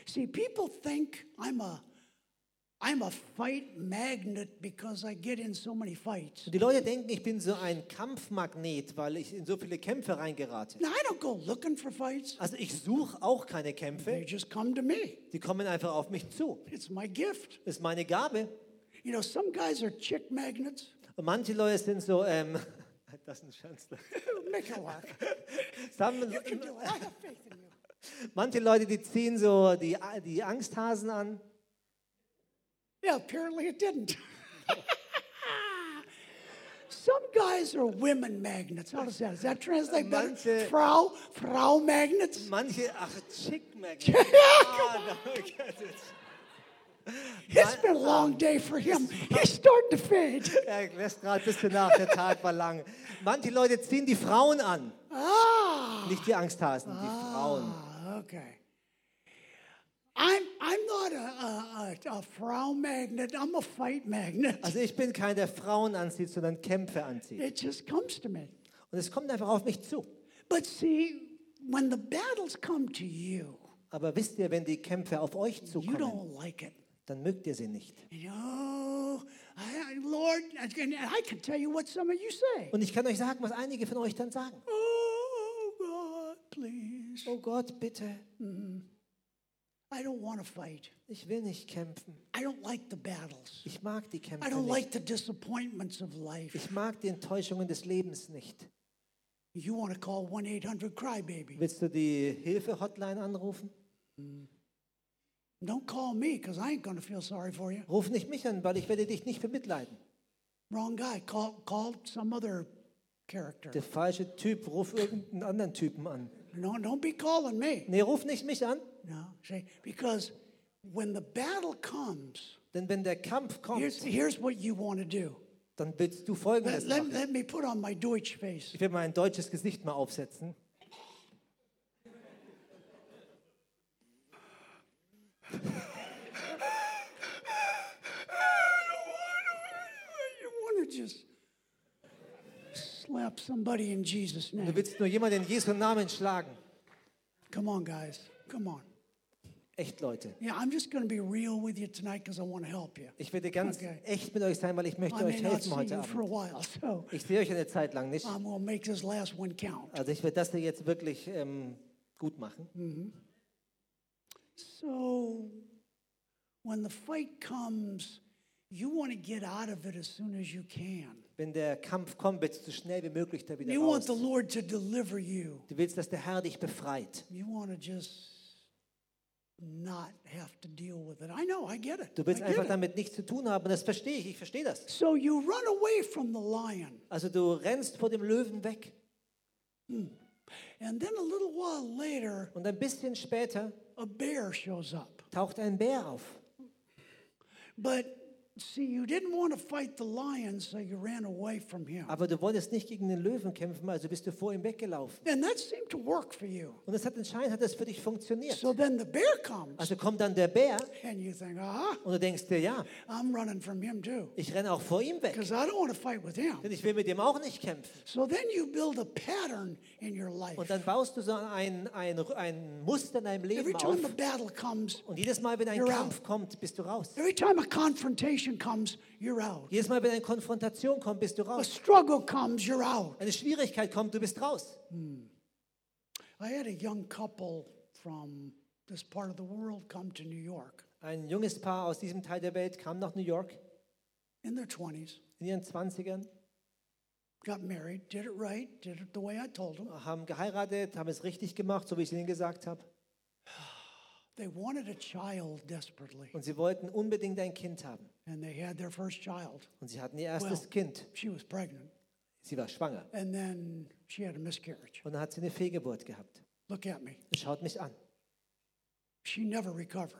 Speaker 1: See, people think I'm a I'm a fight magnet because I get in so many fights.
Speaker 2: Und die Leute denken, ich bin so ein Kampfmagnet, weil ich in so viele Kämpfe reingerate.
Speaker 1: Now I don't go looking for fights.
Speaker 2: Also ich suche auch keine
Speaker 1: They
Speaker 2: Kämpfe,
Speaker 1: just come to me.
Speaker 2: die kommen einfach auf mich zu.
Speaker 1: It's my gift.
Speaker 2: Das ist meine Gabe.
Speaker 1: You know, some guys are chick magnets.
Speaker 2: [LAUGHS] Und manche Leute sind so, ähm, das ist ein Schanzler.
Speaker 1: Make it
Speaker 2: [LAUGHS]
Speaker 1: work.
Speaker 2: Dann,
Speaker 1: You can do it. I have faith in you.
Speaker 2: manche Leute, die ziehen so die, die Angsthasen an.
Speaker 1: Yeah, apparently it didn't. [LAUGHS] Some guys are women magnets. How does that? Does that translate better?
Speaker 2: Manche-
Speaker 1: Frau, Frau magnets.
Speaker 2: Manche, ach, chick Mac. Ah, [LAUGHS]
Speaker 1: It's been a long day for him. He's starting to fade.
Speaker 2: er lässt gerade ein bisschen nach, der Tag war lang. Manche Leute ziehen die Frauen an.
Speaker 1: Ah,
Speaker 2: Nicht die Angsthasen, die Frauen.
Speaker 1: okay. I'm I'm not a a, a, a Frau magnet. I'm a fight magnet.
Speaker 2: Also ich bin kein, der Frauen anzieht, sondern Kämpfe anzieht.
Speaker 1: It just comes to me.
Speaker 2: Und es kommt einfach auf mich zu.
Speaker 1: But see, when the battles come to you,
Speaker 2: Aber wisst ihr, wenn die Kämpfe auf euch
Speaker 1: you
Speaker 2: zukommen,
Speaker 1: don't like it.
Speaker 2: dann mögt ihr sie nicht.
Speaker 1: You know, I, I- Lord, and I can tell you what some of you say.
Speaker 2: Und ich kann euch sagen, was einige von euch dann sagen.
Speaker 1: Oh God, please,
Speaker 2: Oh Gott, bitte,
Speaker 1: I don't want to fight.
Speaker 2: ich will nicht kämpfen.
Speaker 1: I don't like the battles.
Speaker 2: Ich mag die Kämpfe
Speaker 1: I don't
Speaker 2: nicht.
Speaker 1: like the disappointments of life.
Speaker 2: Ich mag die Enttäuschungen des Lebens nicht.
Speaker 1: You want to call 1 800 Crybaby.
Speaker 2: Willst du die Hilfe-Hotline anrufen?
Speaker 1: Don't call me because I ain't going to feel sorry for you.
Speaker 2: Ruf nicht mich an, weil ich werde dich nicht bemitleiden.
Speaker 1: Wrong guy. Call, call some other character.
Speaker 2: Der falsche Typ, ruf irgendeinen anderen Typen an.
Speaker 1: No, don't be calling me.
Speaker 2: Nee, ruf nicht mich an,
Speaker 1: No, see, because when the battle comes,
Speaker 2: denn wenn der Kampf kommt,
Speaker 1: here's, here's what you want to do.
Speaker 2: dann willst du
Speaker 1: Let,
Speaker 2: Folgendes
Speaker 1: let-
Speaker 2: machen.
Speaker 1: let me put on my Deutsch face.
Speaker 2: [LAUGHS] Ich will mein deutsches Gesicht mal aufsetzen.
Speaker 1: You want to just slap somebody in Jesus'
Speaker 2: Du
Speaker 1: name.
Speaker 2: willst nur jemanden in Jesu Namen schlagen.
Speaker 1: Come on, guys. Come on.
Speaker 2: Echt, Leute.
Speaker 1: Yeah, I'm just going to be real with you tonight because I want to help you.
Speaker 2: Ich werde ganz
Speaker 1: Okay.
Speaker 2: echt mit euch sein, weil ich möchte
Speaker 1: I may
Speaker 2: euch
Speaker 1: not
Speaker 2: helfen
Speaker 1: see
Speaker 2: heute
Speaker 1: you Ah. for a
Speaker 2: Abend.
Speaker 1: while, so
Speaker 2: Ich sehe euch eine Zeit lang nicht.
Speaker 1: I'm going to make this last one count.
Speaker 2: Also ich werde das hier jetzt wirklich ähm, gut machen.
Speaker 1: Hm. So, when the fight comes, you want to get out of it as soon as you can.
Speaker 2: Wenn der Kampf kommt, willst du so schnell wie möglich da wieder
Speaker 1: You want
Speaker 2: raus.
Speaker 1: the Lord to deliver you.
Speaker 2: Du willst, dass der Herr dich befreit.
Speaker 1: You want to just not have to deal with it. I know, I get it.
Speaker 2: Du willst
Speaker 1: I get
Speaker 2: einfach
Speaker 1: it.
Speaker 2: damit nichts zu tun haben. Und das verstehe ich. Ich verstehe das.
Speaker 1: So you run away from the lion,
Speaker 2: Also du rennst vor dem Löwen weg.
Speaker 1: and then a little while later,
Speaker 2: Und ein bisschen später
Speaker 1: a bear shows up.
Speaker 2: taucht ein Bär auf.
Speaker 1: But see, you didn't want to fight the lion, so you ran away from him.
Speaker 2: Aber du wolltest nicht gegen den Löwen kämpfen, also bist du vor ihm weggelaufen.
Speaker 1: And that seemed to work for you.
Speaker 2: Und es hat anscheinend hat das für dich funktioniert.
Speaker 1: So then the bear comes,
Speaker 2: Also kommt dann der Bär
Speaker 1: and you think, ah,
Speaker 2: und du denkst dir, ja,
Speaker 1: I'm running from him too,
Speaker 2: ich renne auch vor ihm weg.
Speaker 1: because I don't want to fight with him.
Speaker 2: Denn ich will mit dem auch nicht kämpfen.
Speaker 1: So then you build a pattern in your life.
Speaker 2: Und dann baust du so ein, ein, ein Muster in deinem
Speaker 1: Every
Speaker 2: Leben
Speaker 1: time
Speaker 2: auf.
Speaker 1: the battle comes,
Speaker 2: Und jedes Mal, wenn ein
Speaker 1: You're
Speaker 2: Kampf kommt, bist du raus.
Speaker 1: every time a confrontation comes, you're out.
Speaker 2: Jedes Mal, wenn eine Konfrontation kommt, bist du
Speaker 1: A
Speaker 2: raus.
Speaker 1: struggle comes, you're out.
Speaker 2: Eine Schwierigkeit kommt, du bist raus.
Speaker 1: I had a young couple from this part of the world come to New York
Speaker 2: Ein junges Paar aus diesem Teil der Welt kam nach New York
Speaker 1: in their 20s,
Speaker 2: in ihren 20ern,
Speaker 1: got married, did it right, did it the way I told them.
Speaker 2: haben geheiratet, haben es richtig gemacht, so wie ich ihnen gesagt habe.
Speaker 1: They wanted a child desperately,
Speaker 2: Und sie wollten unbedingt ein Kind haben.
Speaker 1: and they had their first child.
Speaker 2: Und sie hatten ihr erstes
Speaker 1: Wow.
Speaker 2: Kind.
Speaker 1: She was pregnant,
Speaker 2: Sie war schwanger.
Speaker 1: and then she had a miscarriage.
Speaker 2: Und dann hat sie eine Fehlgeburt gehabt.
Speaker 1: Look at me.
Speaker 2: Und schaut mich an.
Speaker 1: She never recovered.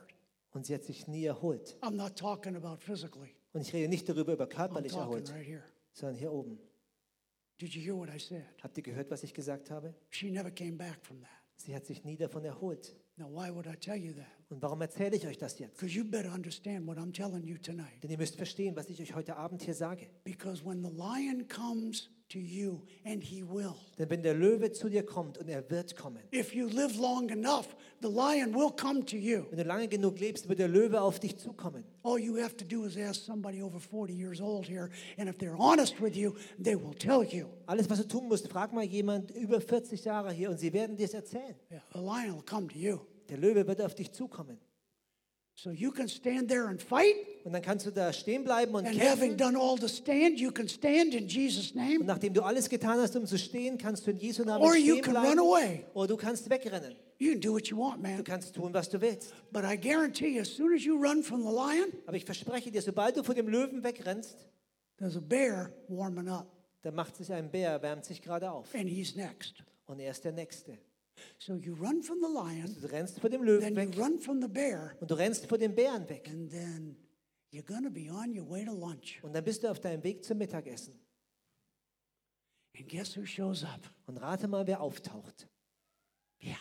Speaker 2: Und sie hat sich nie erholt.
Speaker 1: I'm not talking about physically,
Speaker 2: Und ich rede nicht darüber, über
Speaker 1: I'm
Speaker 2: körperlich
Speaker 1: talking
Speaker 2: erholt,
Speaker 1: Oh, right here.
Speaker 2: sondern hier oben.
Speaker 1: Did you hear what I said?
Speaker 2: Habt ihr gehört, was ich gesagt habe?
Speaker 1: She never came back from that.
Speaker 2: Sie hat sich nie davon erholt.
Speaker 1: Now, why would I tell you that?
Speaker 2: Und warum erzähle ich euch das jetzt?
Speaker 1: Because you better understand what I'm telling you tonight.
Speaker 2: Denn ihr müsst verstehen, was ich euch heute Abend hier sage.
Speaker 1: Because when the lion comes to you, and he will,
Speaker 2: Denn wenn der Löwe zu dir kommt und er wird kommen,
Speaker 1: if you live long enough, the lion will come to you.
Speaker 2: wenn du lange genug lebst, wird der Löwe auf dich zukommen.
Speaker 1: All you have to do is ask somebody over 40 years old here, and if they're honest with you, they will tell you.
Speaker 2: Alles, was du tun musst, frag mal jemand über 40 Jahre hier und sie werden dir es erzählen.
Speaker 1: Yeah, the lion will come to you.
Speaker 2: Der Löwe wird auf dich zukommen.
Speaker 1: So you can stand there and fight,
Speaker 2: Und dann kannst du da stehen bleiben und
Speaker 1: and having
Speaker 2: kämpfen.
Speaker 1: done all to stand, you can stand in Jesus'
Speaker 2: Und
Speaker 1: name,
Speaker 2: nachdem du alles getan hast, um zu stehen, kannst du in Jesu Namen
Speaker 1: or you
Speaker 2: stehen
Speaker 1: can run
Speaker 2: bleiben.
Speaker 1: away.
Speaker 2: Oder du kannst wegrennen.
Speaker 1: You can do what you want,
Speaker 2: Du
Speaker 1: man.
Speaker 2: kannst tun, was du willst.
Speaker 1: But I guarantee you, as soon as you run from the lion,
Speaker 2: Aber ich verspreche dir, sobald du vor dem Löwen wegrennst,
Speaker 1: there's a bear warming up,
Speaker 2: dann macht sich ein Bär, wärmt sich gerade auf.
Speaker 1: and he's next.
Speaker 2: Und er ist der Nächste.
Speaker 1: So you run from the lion,
Speaker 2: Du rennst vor dem
Speaker 1: then
Speaker 2: Löwen
Speaker 1: you
Speaker 2: weg
Speaker 1: run from the bear,
Speaker 2: und du rennst vor den Bären weg.
Speaker 1: and then you're going to be on your way to lunch.
Speaker 2: Und dann bist du auf deinem Weg zum Mittagessen.
Speaker 1: And guess who shows up?
Speaker 2: Und rate mal, wer auftaucht.
Speaker 1: Yeah,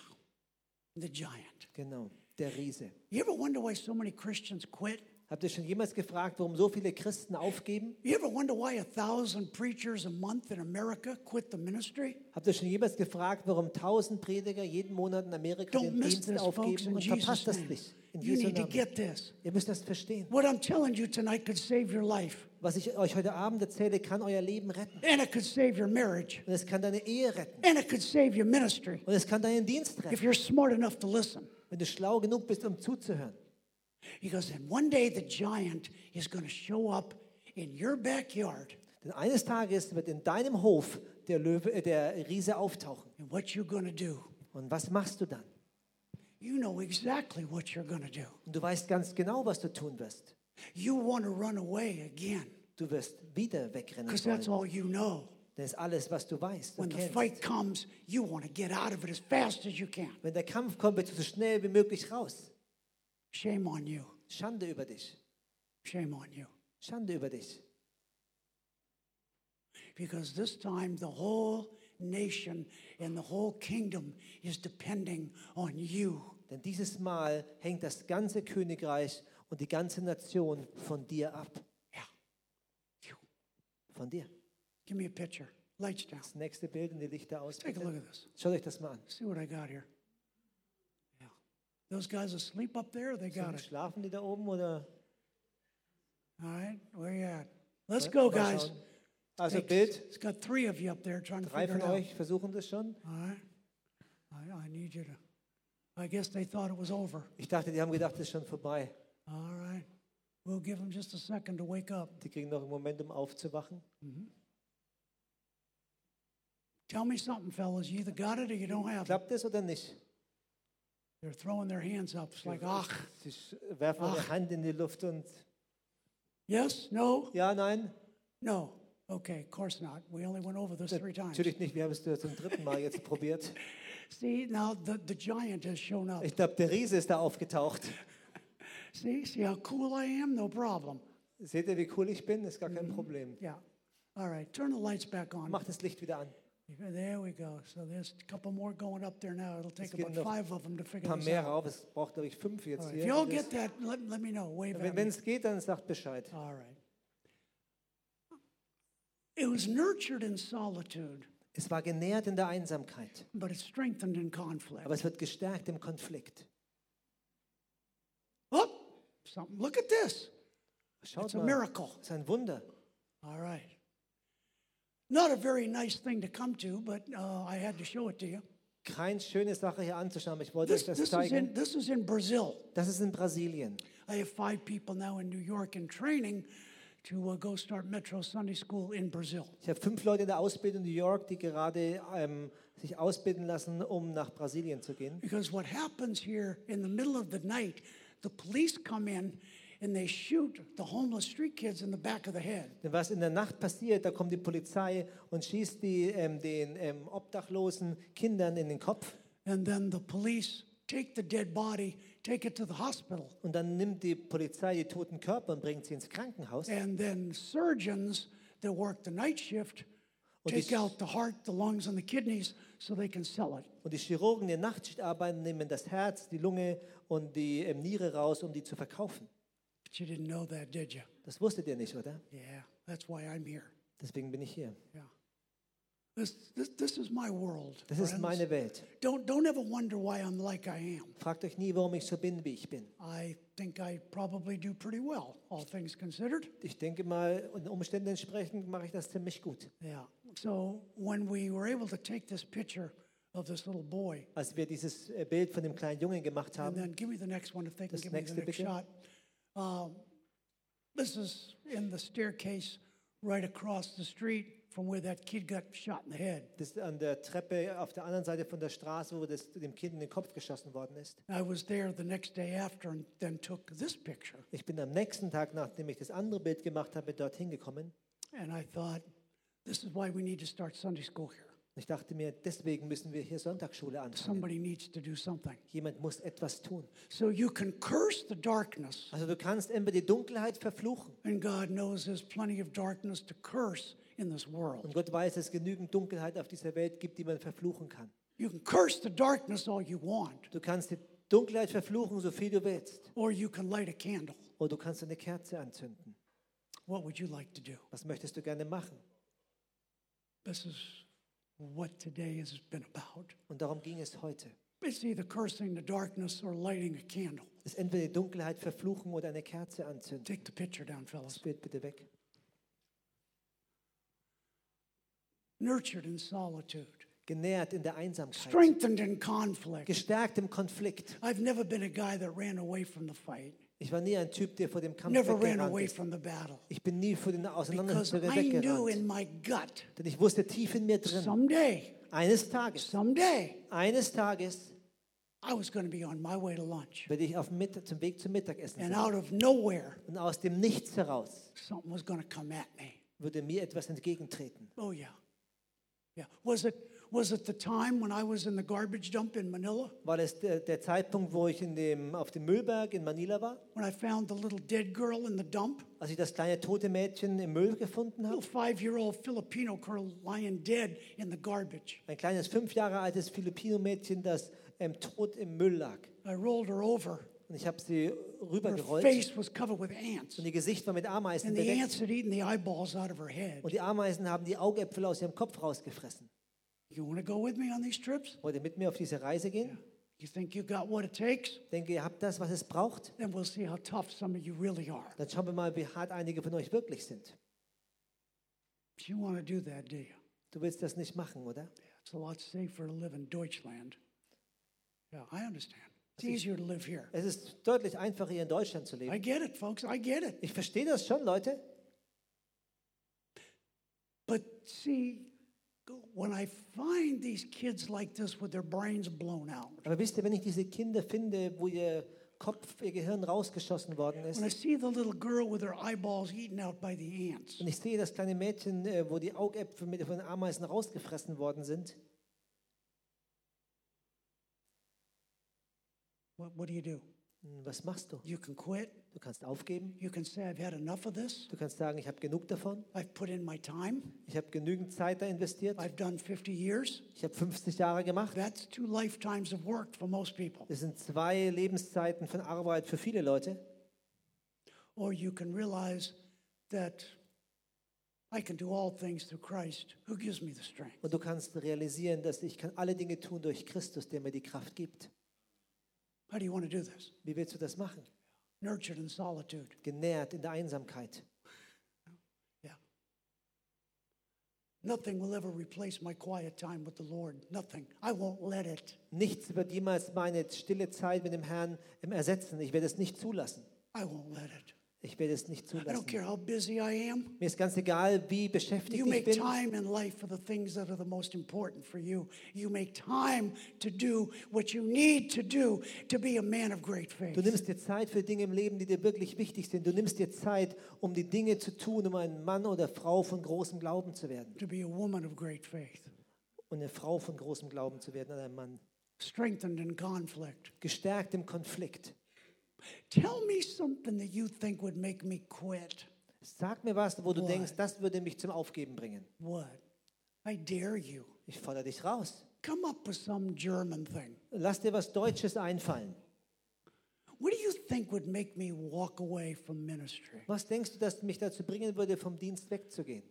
Speaker 1: the giant.
Speaker 2: Genau, der Riese.
Speaker 1: You ever wonder why so many Christians quit?
Speaker 2: Habt ihr schon jemals gefragt, warum so viele Christen aufgeben?
Speaker 1: You ever wonder why a thousand preachers a month in America quit the ministry?
Speaker 2: Habt ihr schon jemals gefragt, warum tausend Prediger jeden Monat in Amerika
Speaker 1: Don't
Speaker 2: den
Speaker 1: miss
Speaker 2: Dienst
Speaker 1: this, folks,
Speaker 2: aufgeben
Speaker 1: in
Speaker 2: und verpasst
Speaker 1: Jesus'
Speaker 2: das
Speaker 1: name.
Speaker 2: nicht? In
Speaker 1: You
Speaker 2: Jesu
Speaker 1: need to
Speaker 2: Namen.
Speaker 1: get this.
Speaker 2: Ihr müsst das verstehen.
Speaker 1: What I'm telling you tonight could save your life,
Speaker 2: Was ich euch heute Abend erzähle, kann euer Leben retten.
Speaker 1: and it could save your marriage,
Speaker 2: Und es kann deine Ehe retten.
Speaker 1: and it could save your ministry
Speaker 2: Und es kann deinen Dienst
Speaker 1: if
Speaker 2: retten,
Speaker 1: you're smart enough to listen.
Speaker 2: wenn du schlau genug bist, um zuzuhören.
Speaker 1: He goes, and one day the giant is going to show up in your backyard,
Speaker 2: Denn eines Tages wird in deinem Hof der Löwe, äh, der Riese auftauchen.
Speaker 1: and what you're going to do,
Speaker 2: Und was machst du dann?
Speaker 1: you know exactly what you're going to do.
Speaker 2: Und du weißt ganz genau, was du tun wirst.
Speaker 1: You want to run away again
Speaker 2: Du wirst wieder wegrennen
Speaker 1: because that's
Speaker 2: wollen.
Speaker 1: all you know.
Speaker 2: Das ist alles, was du weißt. Und
Speaker 1: When the
Speaker 2: kennst.
Speaker 1: fight comes, you want to get out of it as fast as you can.
Speaker 2: Wenn der Kampf kommt, bist du so schnell wie möglich raus.
Speaker 1: Shame on you.
Speaker 2: Schande über dich.
Speaker 1: Shame on you.
Speaker 2: Schande über dich.
Speaker 1: Because this time the whole nation and the whole kingdom is depending on you.
Speaker 2: Denn dieses Mal hängt das ganze Königreich und die ganze Nation von dir ab.
Speaker 1: Yeah. Phew.
Speaker 2: Von dir.
Speaker 1: Give me a picture. Lights down.
Speaker 2: Das nächste Bild und die Lichter aus.
Speaker 1: Take a look
Speaker 2: bitte.
Speaker 1: at this.
Speaker 2: Schaut euch das mal an.
Speaker 1: See what I got here. Yeah. Those guys asleep up there, they got it.
Speaker 2: Schlafen die da oben oder?
Speaker 1: All right, where you at? Let's go,
Speaker 2: Mal
Speaker 1: guys.
Speaker 2: schauen. Also
Speaker 1: Take-
Speaker 2: Bild,
Speaker 1: It's got three of you up there trying to
Speaker 2: drei
Speaker 1: figure
Speaker 2: von
Speaker 1: it out.
Speaker 2: euch versuchen das schon.
Speaker 1: All right. I, I need you to. I guess they thought it was over.
Speaker 2: Ich dachte, die haben gedacht, das ist schon vorbei.
Speaker 1: All right. We'll give them just a second to wake up.
Speaker 2: Die kriegen noch einen Moment, um aufzuwachen.
Speaker 1: Tell me something, fellas. You either got it or you don't have it.
Speaker 2: Klappt das oder nicht?
Speaker 1: They're throwing their hands up. It's like, ach,
Speaker 2: Sie sch- werfen ihre Hand in die Luft und
Speaker 1: yes, no,
Speaker 2: ja, nein,
Speaker 1: no. Okay, of course not. We only went over this three times.
Speaker 2: natürlich nicht. Wir haben es nur zum dritten Mal jetzt probiert.
Speaker 1: See, now the, the giant has shown up.
Speaker 2: Ich glaube, der Riese ist da aufgetaucht.
Speaker 1: See, see how cool I am? No problem.
Speaker 2: Seht ihr, wie cool ich bin? Ist gar kein Problem.
Speaker 1: Yeah. All right, turn the lights back on.
Speaker 2: Mach das Licht wieder an.
Speaker 1: There we go. So there's a couple more going up there now. It'll take
Speaker 2: Es gehen
Speaker 1: about
Speaker 2: noch
Speaker 1: five of them to
Speaker 2: Ein
Speaker 1: figure
Speaker 2: paar
Speaker 1: this out.
Speaker 2: mehr rauf. Es braucht, glaube ich, fünf
Speaker 1: All
Speaker 2: jetzt
Speaker 1: right, If
Speaker 2: hier.
Speaker 1: y'all
Speaker 2: Und das-
Speaker 1: get that, let, let me know. Wave at
Speaker 2: Wenn
Speaker 1: me.
Speaker 2: es geht, dann sagt Bescheid.
Speaker 1: All right. It was nurtured in solitude,
Speaker 2: Es war genährt in der Einsamkeit,
Speaker 1: but it's strengthened in conflict.
Speaker 2: aber es wird gestärkt im Konflikt.
Speaker 1: Oh, something. Look at this.
Speaker 2: Schaut
Speaker 1: It's a
Speaker 2: mal,
Speaker 1: miracle.
Speaker 2: das ist ein Wunder.
Speaker 1: All right. Not a very nice thing to come to, but uh, I had to show it to you.
Speaker 2: Keine schöne Sache hier anzuschauen. Ich wollte
Speaker 1: This,
Speaker 2: euch das
Speaker 1: this is
Speaker 2: zeigen.
Speaker 1: in, this is in Brazil.
Speaker 2: Das ist in Brasilien.
Speaker 1: I have five people now in New York in training to uh, go start Metro Sunday School in Brazil.
Speaker 2: Ich habe fünf Leute in der Ausbildung in New York, die gerade ähm, sich ausbilden lassen, um nach Brasilien zu gehen.
Speaker 1: Because what happens here in the middle of the night, the police come in and they shoot the homeless street kids in the back of the head.
Speaker 2: Denn was in der Nacht passiert, da kommt die Polizei und schießt die, ähm, den ähm, obdachlosen Kindern in den Kopf.
Speaker 1: And then the police take the dead body, take it to the hospital.
Speaker 2: Und dann nimmt die Polizei die toten Körper und bringt sie ins Krankenhaus.
Speaker 1: And then surgeons that work the night shift
Speaker 2: Und
Speaker 1: take
Speaker 2: die-
Speaker 1: out the heart, the lungs, and the kidneys so they can sell it.
Speaker 2: Und die Chirurgen, die in Nachtschicht arbeiten, nehmen das Herz, die Lunge und die ähm, Niere raus, um die zu verkaufen.
Speaker 1: But you didn't know that, did you?
Speaker 2: Das wusstet ihr nicht, oder?
Speaker 1: Yeah, that's why I'm here.
Speaker 2: Deswegen bin ich hier.
Speaker 1: Yeah. This, this, this is my world.
Speaker 2: Das ist
Speaker 1: friends.
Speaker 2: meine Welt.
Speaker 1: Don't, don't ever wonder why I'm like I am.
Speaker 2: Fragt euch nie, warum ich so bin, wie ich bin.
Speaker 1: I think I probably do pretty well, all things considered.
Speaker 2: Ich denke mal, den Umständen entsprechend mache ich das ziemlich gut.
Speaker 1: Yeah. So when we were able to take this picture of this little boy.
Speaker 2: als wir dieses äh, Bild von dem kleinen Jungen gemacht
Speaker 1: And
Speaker 2: haben.
Speaker 1: then give me the next one if they can
Speaker 2: This
Speaker 1: give me the
Speaker 2: next
Speaker 1: next
Speaker 2: picture.
Speaker 1: shot. Uh, this is in the staircase right across the street from where that kid got shot in the head.
Speaker 2: Das ist an der Treppe auf der anderen Seite von der Straße, wo das dem Kind in den Kopf geschossen worden ist.
Speaker 1: I was there the next day after and then took this picture.
Speaker 2: Ich bin am nächsten Tag, nachdem ich das andere Bild gemacht habe, dorthin gekommen.
Speaker 1: And I thought, this is why we need to start Sunday school here.
Speaker 2: Ich dachte mir, deswegen müssen wir hier Sonntagsschule anfangen.
Speaker 1: Somebody needs to do something.
Speaker 2: Jemand muss etwas tun.
Speaker 1: So you can curse the darkness,
Speaker 2: Also du kannst entweder die Dunkelheit verfluchen.
Speaker 1: and God knows there's plenty of darkness to curse in this world.
Speaker 2: Und Gott weiß, dass es genügend Dunkelheit auf dieser Welt gibt, die man verfluchen kann.
Speaker 1: You can curse the darkness all you want,
Speaker 2: Du kannst die Dunkelheit verfluchen, so viel du willst.
Speaker 1: or you can light a candle.
Speaker 2: Oder du kannst eine Kerze anzünden.
Speaker 1: What would you like to do?
Speaker 2: Was möchtest du gerne machen?
Speaker 1: This is what today has been about.
Speaker 2: Und darum ging es heute.
Speaker 1: It's either cursing the darkness or lighting a candle.
Speaker 2: Es ist entweder die Dunkelheit verfluchen oder eine Kerze anzünden.
Speaker 1: Take the picture down,
Speaker 2: Das
Speaker 1: fellas.
Speaker 2: Bild bitte weg.
Speaker 1: Nurtured in solitude,
Speaker 2: Genährt in der Einsamkeit.
Speaker 1: strengthened in conflict.
Speaker 2: Gestärkt im Konflikt.
Speaker 1: I've never been a guy that ran away from the fight,
Speaker 2: Ich war nie ein Typ, der vor dem Kampf
Speaker 1: never ran
Speaker 2: weggerannt
Speaker 1: away
Speaker 2: ist.
Speaker 1: from the battle.
Speaker 2: Ich bin nie vor den
Speaker 1: Because
Speaker 2: Auseinandersetzungen
Speaker 1: I knew
Speaker 2: weggerannt.
Speaker 1: in my gut,
Speaker 2: Denn ich wusste tief in mir drin,
Speaker 1: someday,
Speaker 2: eines Tages,
Speaker 1: someday,
Speaker 2: eines Tages
Speaker 1: I was going to be on my way to lunch.
Speaker 2: werde ich auf dem Mittag, zum Weg zum Mittagessen
Speaker 1: And
Speaker 2: sein.
Speaker 1: out of nowhere,
Speaker 2: Und aus dem Nichts heraus
Speaker 1: something was going to come at me.
Speaker 2: würde mir etwas entgegentreten.
Speaker 1: Oh, yeah. Yeah. Was it, was it the time when I was in the garbage dump in Manila?
Speaker 2: War das der, der Zeitpunkt, wo ich in dem, auf dem Müllberg in Manila war,
Speaker 1: When I found the little dead girl in the dump?
Speaker 2: als ich das kleine tote Mädchen im Müll gefunden
Speaker 1: Little
Speaker 2: habe?
Speaker 1: five year old Filipino girl lying dead in the garbage.
Speaker 2: Ein kleines fünf Jahre altes Filipino-Mädchen, das ähm, tot im Müll lag.
Speaker 1: I rolled her over.
Speaker 2: Und ich habe sie
Speaker 1: Her
Speaker 2: rübergerollt
Speaker 1: face was covered with ants.
Speaker 2: und ihr Gesicht war mit Ameisen
Speaker 1: And the
Speaker 2: bedeckt.
Speaker 1: ants had eaten the eyeballs out of her head.
Speaker 2: Und die Ameisen haben die Augäpfel aus ihrem Kopf rausgefressen.
Speaker 1: You want to go with me on these trips?
Speaker 2: Wollt ihr mit mir auf diese Reise gehen?
Speaker 1: You think you got what it takes?
Speaker 2: Denke, ihr habt das, was es braucht?
Speaker 1: Then we'll see how tough some of you really are.
Speaker 2: Dann schauen wir mal, wie hart einige von euch wirklich sind.
Speaker 1: You want to do that, do you?
Speaker 2: Du willst das nicht machen, oder?
Speaker 1: It's a lot safer to live in Deutschland. Yeah, I understand. It's easier to live here.
Speaker 2: Es ist deutlich einfacher, hier in Deutschland zu
Speaker 1: I
Speaker 2: leben.
Speaker 1: get it, folks. I get it.
Speaker 2: Ich verstehe das schon, Leute.
Speaker 1: But see, when I find these kids like this with their brains blown out,
Speaker 2: Aber wisst ihr, wenn ich diese Kinder finde, wo ihr Kopf, ihr Gehirn rausgeschossen worden ist,
Speaker 1: when I see the little girl with her eyeballs eaten out by the ants,
Speaker 2: und ich sehe das kleine Mädchen, äh, wo die Augäpfel mit von Ameisen rausgefressen worden sind,
Speaker 1: what, what do you do?
Speaker 2: hm, was machst du?
Speaker 1: You can quit.
Speaker 2: Du kannst aufgeben.
Speaker 1: You can say, I've had enough of this.
Speaker 2: Du kannst sagen, ich habe genug davon.
Speaker 1: I've put in my time.
Speaker 2: Ich habe genügend Zeit da investiert.
Speaker 1: I've done 50 years.
Speaker 2: Ich habe 50 Jahre gemacht.
Speaker 1: That's two lifetimes of work for most people.
Speaker 2: Das sind zwei Lebenszeiten von Arbeit für viele Leute.
Speaker 1: Or you can realize that I can do all things through Christ who gives me the strength.
Speaker 2: Und du kannst realisieren, dass ich kann alle Dinge tun durch Christus, der mir die Kraft gibt.
Speaker 1: How do you want to do this?
Speaker 2: Wie willst du das machen?
Speaker 1: Nurtured in solitude.
Speaker 2: Genährt in der Einsamkeit.
Speaker 1: Yeah. Nothing will ever replace my quiet time with the Lord. Nothing. I won't let it.
Speaker 2: Nichts wird jemals meine stille Zeit mit dem Herrn ähm, ersetzen. Ich werde es nicht zulassen.
Speaker 1: I won't let it.
Speaker 2: Ich werde es nicht
Speaker 1: I don't
Speaker 2: zulassen.
Speaker 1: care how busy I am.
Speaker 2: Mir ist ganz egal, wie beschäftigt
Speaker 1: You
Speaker 2: ich
Speaker 1: make
Speaker 2: bin.
Speaker 1: time in life for the things that are the most important for you. You make time to do what you need to do to be a man of great faith.
Speaker 2: Du nimmst dir Zeit für Dinge im Leben, die dir wirklich wichtig sind. Du nimmst dir Zeit, um die Dinge zu tun, um ein Mann oder Frau von großem Glauben zu werden.
Speaker 1: to be a woman of great faith,
Speaker 2: Und eine Frau von großem Glauben zu werden, oder ein Mann.
Speaker 1: strengthened in conflict.
Speaker 2: Gestärkt im Konflikt.
Speaker 1: Tell me something that you think would make me quit.
Speaker 2: Sag mir was, wo du
Speaker 1: Boah.
Speaker 2: denkst, das würde mich zum Aufgeben bringen.
Speaker 1: What? I dare you.
Speaker 2: Ich fordere dich raus.
Speaker 1: Come up with some German thing.
Speaker 2: Lass dir was Deutsches einfallen.
Speaker 1: What do you think would make me walk away from ministry?
Speaker 2: Was denkst du, das mich dazu bringen würde, vom Dienst wegzugehen?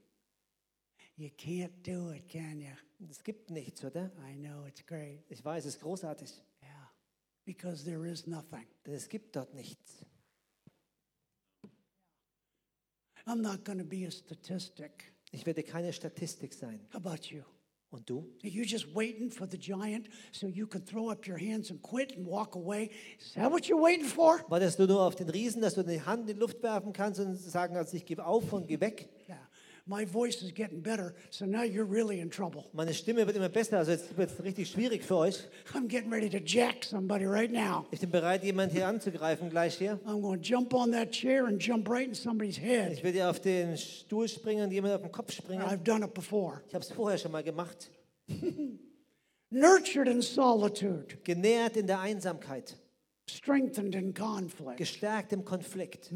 Speaker 1: You can't do it, can you?
Speaker 2: Es gibt nichts, oder?
Speaker 1: I know it's great.
Speaker 2: Ich weiß, es ist großartig,
Speaker 1: Yeah. Because there is nothing.
Speaker 2: denn es gibt dort nichts.
Speaker 1: I'm not going to be a statistic.
Speaker 2: Ich werde keine Statistik sein.
Speaker 1: How about you?
Speaker 2: Und du?
Speaker 1: Are you just waiting for the giant so you can throw up your hands and quit and walk away? Is that what you're waiting for?
Speaker 2: Wartest du nur auf den Riesen, dass du die Hand in die Luft werfen kannst und sagen kannst, ich gebe auf und geh weg?
Speaker 1: Yeah. My voice is getting better, so now you're really in trouble.
Speaker 2: Meine Stimme wird immer besser, also jetzt wird es richtig schwierig für euch.
Speaker 1: I'm getting ready to jack somebody right now.
Speaker 2: Ich bin bereit, jemanden hier anzugreifen gleich hier.
Speaker 1: I'm going to jump on that chair and jump right in somebody's head.
Speaker 2: Ich werde auf den Stuhl springen und jemanden auf den Kopf springen.
Speaker 1: I've done it before.
Speaker 2: Ich habe es vorher schon mal gemacht.
Speaker 1: Nurtured in solitude,
Speaker 2: Genährt in der Einsamkeit,
Speaker 1: strengthened in conflict.
Speaker 2: gestärkt im Konflikt.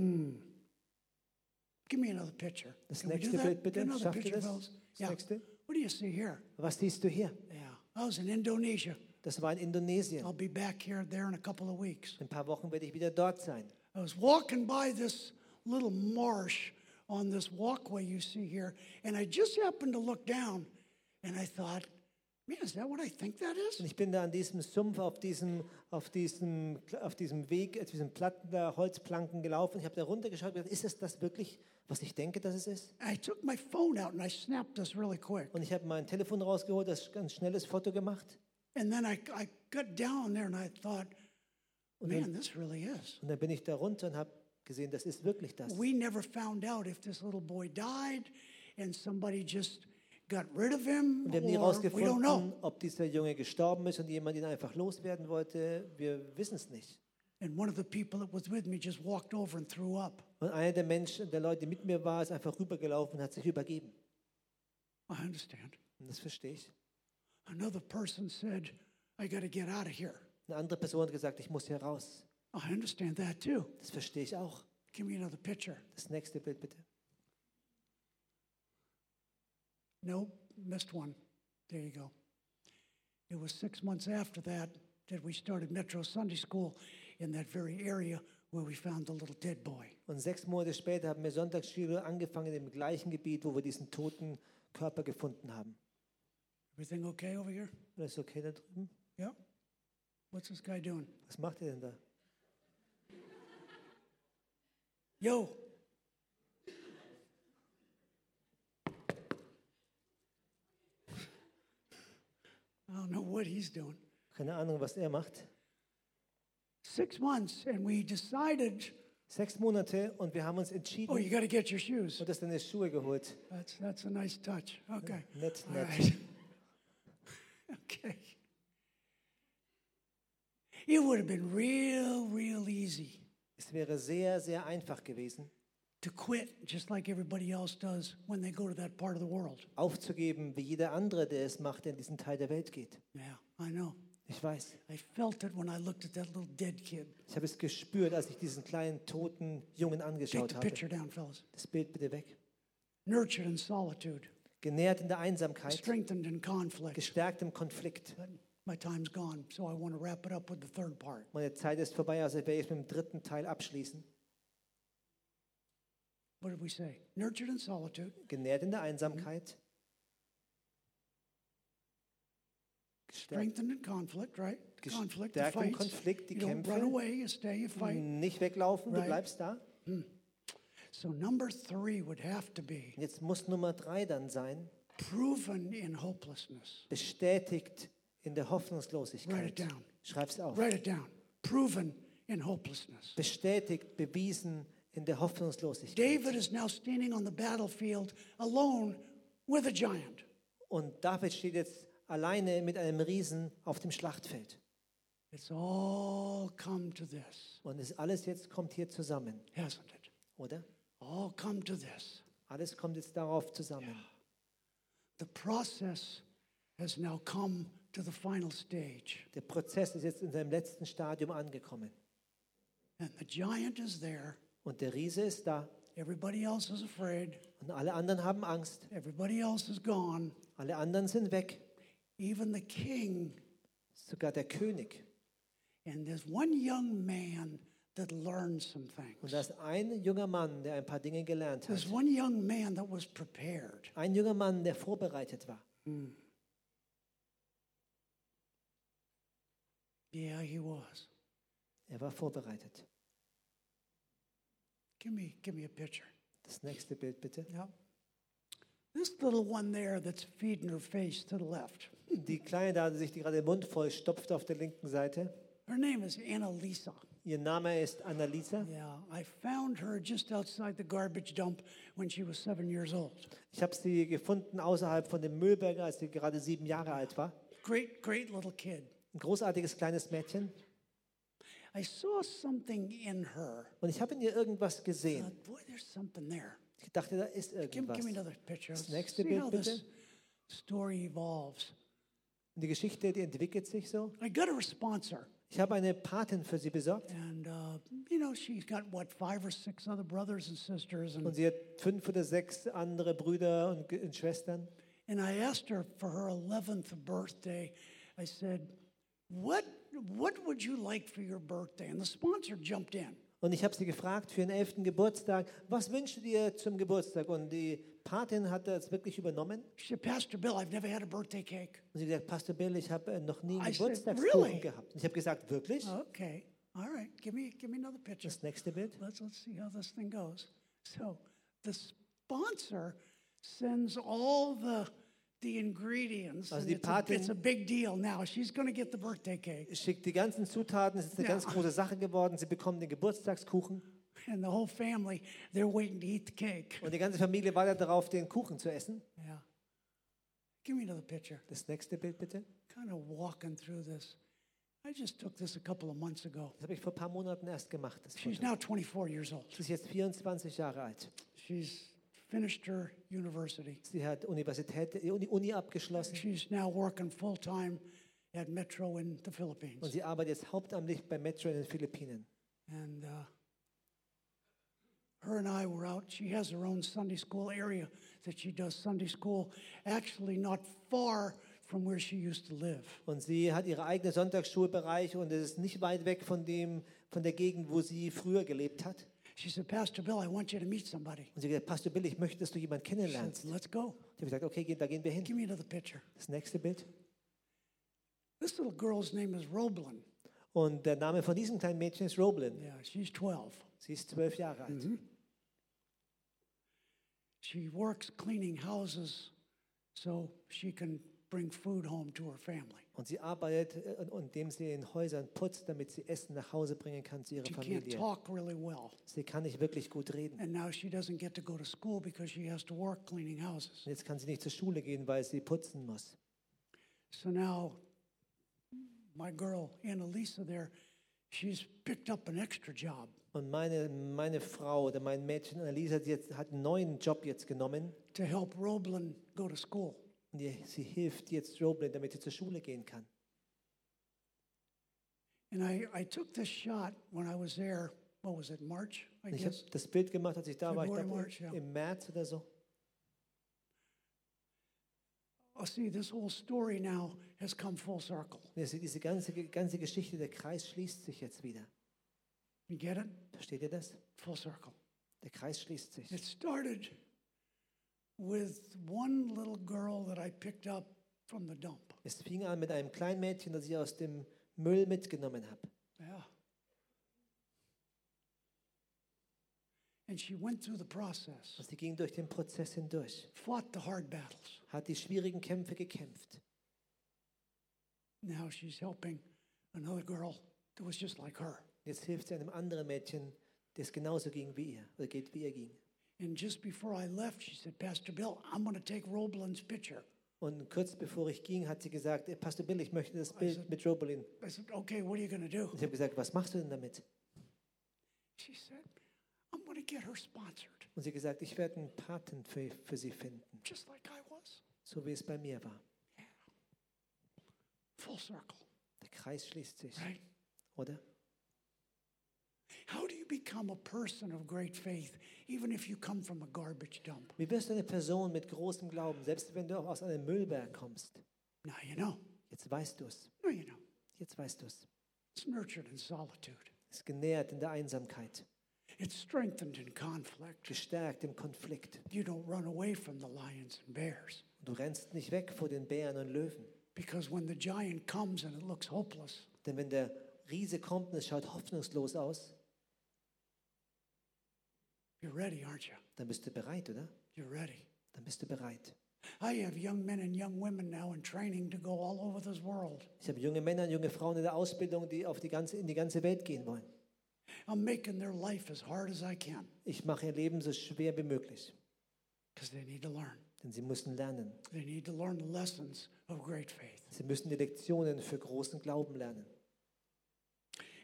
Speaker 1: Give me another picture.
Speaker 2: Das
Speaker 1: Can we do
Speaker 2: nächste
Speaker 1: that?
Speaker 2: Bild bitte.
Speaker 1: Get Another
Speaker 2: Schafft ihr
Speaker 1: picture,
Speaker 2: das?
Speaker 1: fellas.
Speaker 2: Das
Speaker 1: Yeah.
Speaker 2: nächste.
Speaker 1: What do you see here?
Speaker 2: Was siehst du hier?
Speaker 1: Yeah. I was in Indonesia.
Speaker 2: Das war in Indonesien.
Speaker 1: I'll be back here there in a couple of weeks.
Speaker 2: In ein paar Wochen werde ich wieder dort sein.
Speaker 1: I was walking by this little marsh on this walkway you see here, and I just happened to look down and I thought, man, is that what I think that
Speaker 2: Und
Speaker 1: is?
Speaker 2: ich bin da an diesem Sumpf, auf diesem, auf diesem, auf diesem Weg, auf diesen Platten, da Holzplanken gelaufen. Ich habe da runtergeschaut und gedacht, ist es das wirklich, was ich denke, dass es ist?
Speaker 1: I took my phone out and I snapped this really quick.
Speaker 2: Und ich habe mein Telefon rausgeholt, das ganz schnelles Foto gemacht.
Speaker 1: And then I, I got down there and I thought, man, this really is.
Speaker 2: Und dann bin ich da runter und habe gesehen, das ist wirklich das.
Speaker 1: We never found out if this little boy died and somebody just got rid of him.
Speaker 2: Wir haben nie
Speaker 1: or we don't know.
Speaker 2: rausgefunden, ob dieser Junge gestorben ist und jemand ihn einfach loswerden wollte. Wir wissen es nicht.
Speaker 1: And one of the people that was with me just walked over and threw up.
Speaker 2: Und einer der Menschen, der Leute, die mit mir war, ist einfach rübergelaufen und hat sich übergeben.
Speaker 1: I understand.
Speaker 2: Und das verstehe ich.
Speaker 1: Another person said, I got to get out of here.
Speaker 2: Eine andere Person hat gesagt, ich muss hier raus.
Speaker 1: I understand that too.
Speaker 2: Das verstehe ich auch.
Speaker 1: Give me another picture.
Speaker 2: Das nächste Bild bitte.
Speaker 1: Nope, missed one. There you go. It was six months after that that we started Metro Sunday School in that very area where we found the little dead boy.
Speaker 2: Und sechs Monate später haben wir Sonntagsschule angefangen im gleichen Gebiet, wo wir diesen toten Körper gefunden haben.
Speaker 1: Everything okay over here?
Speaker 2: Ist okay da drüben?
Speaker 1: Yep. What's this guy doing?
Speaker 2: Was macht ihr denn da?
Speaker 1: Yo. I don't know what he's doing.
Speaker 2: Keine Ahnung, was er macht.
Speaker 1: Six months, and we decided,
Speaker 2: Sechs Monate und wir haben uns
Speaker 1: oh,
Speaker 2: entschieden
Speaker 1: you got to get your shoes.
Speaker 2: und das deine Schuhe geholt.
Speaker 1: That's, that's a nice touch. Okay.
Speaker 2: Nett,
Speaker 1: All
Speaker 2: nett.
Speaker 1: right. [LAUGHS] okay. It would have been real, real easy
Speaker 2: Es wäre sehr, sehr einfach gewesen,
Speaker 1: to quit just like everybody else does when they go to that part of the world.
Speaker 2: aufzugeben, wie jeder andere, der es macht, der in diesen Teil der Welt geht.
Speaker 1: Yeah, I know.
Speaker 2: Ich weiß.
Speaker 1: I felt it when I looked at that little dead kid.
Speaker 2: Ich habe es gespürt, als ich diesen kleinen toten Jungen
Speaker 1: Take
Speaker 2: angeschaut
Speaker 1: the
Speaker 2: habe.
Speaker 1: picture down, fellas.
Speaker 2: Das Bild bitte weg.
Speaker 1: Nurtured in solitude,
Speaker 2: Genährt in der Einsamkeit,
Speaker 1: strengthened in conflict.
Speaker 2: gestärkt im Konflikt.
Speaker 1: But my time's gone, so I want to wrap it up with the third part.
Speaker 2: Meine Zeit ist vorbei, also werde ich mit dem dritten Teil abschließen.
Speaker 1: What did we say? Nurtured in solitude,
Speaker 2: Genährt in der Einsamkeit. Gestärkt.
Speaker 1: strengthened in conflict, right? Conflict, the
Speaker 2: Gestärkt im
Speaker 1: fights.
Speaker 2: Konflikt, die
Speaker 1: you don't run
Speaker 2: Kämpfe.
Speaker 1: away, you stay, you fight.
Speaker 2: Nicht weglaufen, du
Speaker 1: Right.
Speaker 2: bleibst da.
Speaker 1: So number three would have to be
Speaker 2: Und jetzt muss Nummer drei dann sein,
Speaker 1: proven in hopelessness.
Speaker 2: bestätigt in der
Speaker 1: Write it
Speaker 2: Hoffnungslosigkeit.
Speaker 1: down.
Speaker 2: Schreib's auf.
Speaker 1: Write it down. Proven in hopelessness.
Speaker 2: Bestätigt, bewiesen in der Hoffnungslosigkeit.
Speaker 1: David is now standing on the battlefield alone with a giant.
Speaker 2: Und David steht jetzt alleine mit einem Riesen auf dem Schlachtfeld.
Speaker 1: It's all come to this,
Speaker 2: Und es alles jetzt kommt hier zusammen,
Speaker 1: hasn't it?
Speaker 2: oder?
Speaker 1: All come to this.
Speaker 2: Alles kommt jetzt darauf zusammen.
Speaker 1: The process has now come to the final stage,
Speaker 2: Der Prozess ist jetzt in seinem letzten Stadium angekommen.
Speaker 1: and the giant is there.
Speaker 2: Und der Riese ist da.
Speaker 1: Everybody else is afraid.
Speaker 2: Und alle anderen haben Angst.
Speaker 1: Everybody else is gone.
Speaker 2: Alle anderen sind weg.
Speaker 1: Even the king
Speaker 2: Sogar der König.
Speaker 1: And there's one young man that learned some
Speaker 2: Und
Speaker 1: things.
Speaker 2: da ist ein junger Mann, der ein paar Dinge gelernt
Speaker 1: There's
Speaker 2: hat.
Speaker 1: one young man that was prepared.
Speaker 2: Ein junger Mann, der vorbereitet war.
Speaker 1: Yeah, he was.
Speaker 2: Er war vorbereitet.
Speaker 1: Give me, give me a picture.
Speaker 2: Das nächste Bild bitte.
Speaker 1: Yep. This little one there that's feeding her face to the left,
Speaker 2: Die Kleine da, die sich die gerade den Mund voll stopft auf der linken Seite.
Speaker 1: her name is Annalisa.
Speaker 2: Ihr Name ist Annalisa.
Speaker 1: Yeah, I found her just outside the garbage dump when she was seven years old.
Speaker 2: Ich habe sie gefunden außerhalb von dem Müllberger, als sie gerade sieben Jahre alt war.
Speaker 1: Great, great little kid.
Speaker 2: Ein großartiges kleines Mädchen.
Speaker 1: I saw something in her.
Speaker 2: Und ich habe in ihr irgendwas
Speaker 1: I
Speaker 2: gesehen.
Speaker 1: thought, boy, there's something there.
Speaker 2: Ich dachte, da ist
Speaker 1: Give,
Speaker 2: irgendwas.
Speaker 1: give me another picture. Let's
Speaker 2: next
Speaker 1: see
Speaker 2: bit,
Speaker 1: how
Speaker 2: bitte.
Speaker 1: this story evolves.
Speaker 2: Und die Geschichte, die entwickelt sich so.
Speaker 1: I got her a sponsor,
Speaker 2: Ich habe eine Patin für sie besorgt.
Speaker 1: and uh, you know she's got what five or six other brothers and sisters,
Speaker 2: Und
Speaker 1: and
Speaker 2: sie hat fünf oder sechs andere Brüder und, Ge- und Schwestern.
Speaker 1: and I asked her for her eleventh birthday. I said, "What what would you like for your birthday?" And the sponsor jumped in.
Speaker 2: Und ich habe sie gefragt für den 11. Geburtstag, was wünschst du dir zum Geburtstag? Und die Patin hat das wirklich übernommen.
Speaker 1: She said, "Pastor Bill, I've never had a birthday cake."
Speaker 2: Und sie hat gesagt, Pastor Bill, ich habe äh, noch nie einen
Speaker 1: I said,
Speaker 2: Geburtstagskuchen
Speaker 1: "Really?" Ah.
Speaker 2: gehabt. Und ich habe gesagt, wirklich?
Speaker 1: Okay, all right. Give me give me another picture.
Speaker 2: Das nächste Bild.
Speaker 1: let's let's see how this thing goes. So the sponsor sends all the the ingredients.
Speaker 2: Also
Speaker 1: and
Speaker 2: die
Speaker 1: it's, a, it's
Speaker 2: Patin-
Speaker 1: a big deal now. She's going to get the birthday cake,
Speaker 2: Schickt die ganzen Zutaten, es ist eine
Speaker 1: Ja.
Speaker 2: ganz große Sache geworden. Sie bekommen den Geburtstagskuchen.
Speaker 1: and the whole family they're waiting to eat the cake.
Speaker 2: Und die ganze Familie war da darauf, den Kuchen zu essen.
Speaker 1: Yeah. Give me another picture.
Speaker 2: Das nächste Bild bitte.
Speaker 1: Kind of walking through this. I just took this a couple of months ago.
Speaker 2: Das habe ich vor ein paar Monaten erst gemacht. Das
Speaker 1: She's
Speaker 2: Foto.
Speaker 1: now 24 years old.
Speaker 2: Sie ist jetzt 24 Jahre alt.
Speaker 1: She's finished her university.
Speaker 2: Sie hat Universität, die Uni, Uni abgeschlossen
Speaker 1: She's now working full time at Metro in the Philippines.
Speaker 2: und sie arbeitet jetzt hauptamtlich bei Metro in den Philippinen.
Speaker 1: And uh, her and I were out. She has her own Sunday school area that she does Sunday school, actually, not far from where she used to live.
Speaker 2: Und sie hat ihre eigene Sonntagsschulbereich und es ist nicht weit weg von, dem, von der Gegend, wo sie früher gelebt hat.
Speaker 1: She said, Pastor Bill, I want you to meet somebody.
Speaker 2: Und sie hat gesagt, Pastor Bill, ich möchte, dass du jemanden
Speaker 1: I said,
Speaker 2: kennenlernst. Ich
Speaker 1: Let's go.
Speaker 2: habe gesagt, okay, geh- da gehen wir hin.
Speaker 1: Give me another picture.
Speaker 2: Das nächste Bild.
Speaker 1: This little girl's name is Roblin.
Speaker 2: Und der Name von diesem kleinen Mädchen ist Roblin.
Speaker 1: Yeah, she's 12.
Speaker 2: Sie ist zwölf Jahre alt.
Speaker 1: She works cleaning houses so she can bring food home to her family.
Speaker 2: Und sie arbeitet, äh, und- indem sie in Häusern putzt, damit sie Essen nach Hause bringen kann zu ihrer
Speaker 1: She can't
Speaker 2: Familie.
Speaker 1: talk really well.
Speaker 2: Sie kann nicht wirklich gut reden.
Speaker 1: And now she doesn't get to go to school because she has to work cleaning houses.
Speaker 2: Und jetzt kann sie nicht zur Schule gehen, weil sie putzen muss.
Speaker 1: So now, my girl Annalisa there, she's picked up an extra job.
Speaker 2: Und meine, meine Frau oder mein Mädchen Annalisa die jetzt, hat einen neuen Job jetzt genommen
Speaker 1: to help Roblin go to school.
Speaker 2: und die, sie hilft jetzt Roblin, damit sie zur Schule gehen kann.
Speaker 1: And I, I took this shot when I was there, what was it, March, I
Speaker 2: Und ich habe
Speaker 1: guess?
Speaker 2: das Bild gemacht, als ich da war, ich
Speaker 1: February, March,
Speaker 2: glaub,
Speaker 1: ja.
Speaker 2: im März oder so.
Speaker 1: Oh, see, this whole story now has come full circle.
Speaker 2: Und jetzt, diese ganze, ganze Geschichte, der Kreis schließt sich jetzt wieder.
Speaker 1: You get it?
Speaker 2: Versteht ihr das?
Speaker 1: Full circle.
Speaker 2: Der Kreis schließt sich.
Speaker 1: It started with one little girl that I picked up from the dump.
Speaker 2: Es fing an mit einem kleinen Mädchen, das ich aus dem Müll mitgenommen habe.
Speaker 1: Yeah. And she went through the process.
Speaker 2: Und sie ging durch den Prozess hindurch,
Speaker 1: fought the hard battles.
Speaker 2: hat die schwierigen Kämpfe gekämpft.
Speaker 1: Now she's helping another girl that was just like her.
Speaker 2: Jetzt hilft sie einem anderen Mädchen, das genauso ging wie ihr, oder geht wie ihr ging.
Speaker 1: And just before I left, she said, Pastor Bill, I'm going to take Roblin's picture.
Speaker 2: Und kurz bevor ich ging, hat sie gesagt, "Eh, Pastor Bill, ich möchte das Bild mit Robolin. Und
Speaker 1: I said, Okay, what are you going to do?
Speaker 2: ich habe gesagt, was machst du denn damit?
Speaker 1: She said, I'm going to get her sponsored,
Speaker 2: Und sie hat gesagt, ich werde einen Paten für, für sie finden,
Speaker 1: just like I was.
Speaker 2: so wie es bei mir war.
Speaker 1: Full circle,
Speaker 2: Der Kreis schließt sich,
Speaker 1: right?
Speaker 2: oder?
Speaker 1: How do you become a person of great faith, even if you come from a garbage dump?
Speaker 2: Wie wirst du eine Person mit großem Glauben, selbst wenn du auch aus einem Müllberg kommst?
Speaker 1: Now you know.
Speaker 2: Jetzt weißt du es.
Speaker 1: Now you know.
Speaker 2: Jetzt weißt du es.
Speaker 1: It's nurtured in solitude,
Speaker 2: Ist genährt in der Einsamkeit,
Speaker 1: it's strengthened in conflict.
Speaker 2: gestärkt im Konflikt.
Speaker 1: You don't run away from the lions and bears.
Speaker 2: Und du rennst nicht weg vor den Bären und Löwen.
Speaker 1: Because when the giant comes and it looks hopeless,
Speaker 2: Denn wenn der Riese kommt und es schaut hoffnungslos aus,
Speaker 1: you're ready, aren't you?
Speaker 2: dann bist du bereit, oder?
Speaker 1: You're ready.
Speaker 2: dann bist du bereit.
Speaker 1: I have young men and young women now in training to go all over this world.
Speaker 2: Ich habe junge Männer und junge Frauen in der Ausbildung, die auf die ganze, in die ganze Welt gehen wollen.
Speaker 1: I'm making their life as hard as I can
Speaker 2: Ich mache ihr Leben so schwer wie möglich,
Speaker 1: because they need to learn.
Speaker 2: denn sie müssen lernen.
Speaker 1: They need to learn the lessons of great faith.
Speaker 2: Sie müssen die Lektionen für großen Glauben lernen.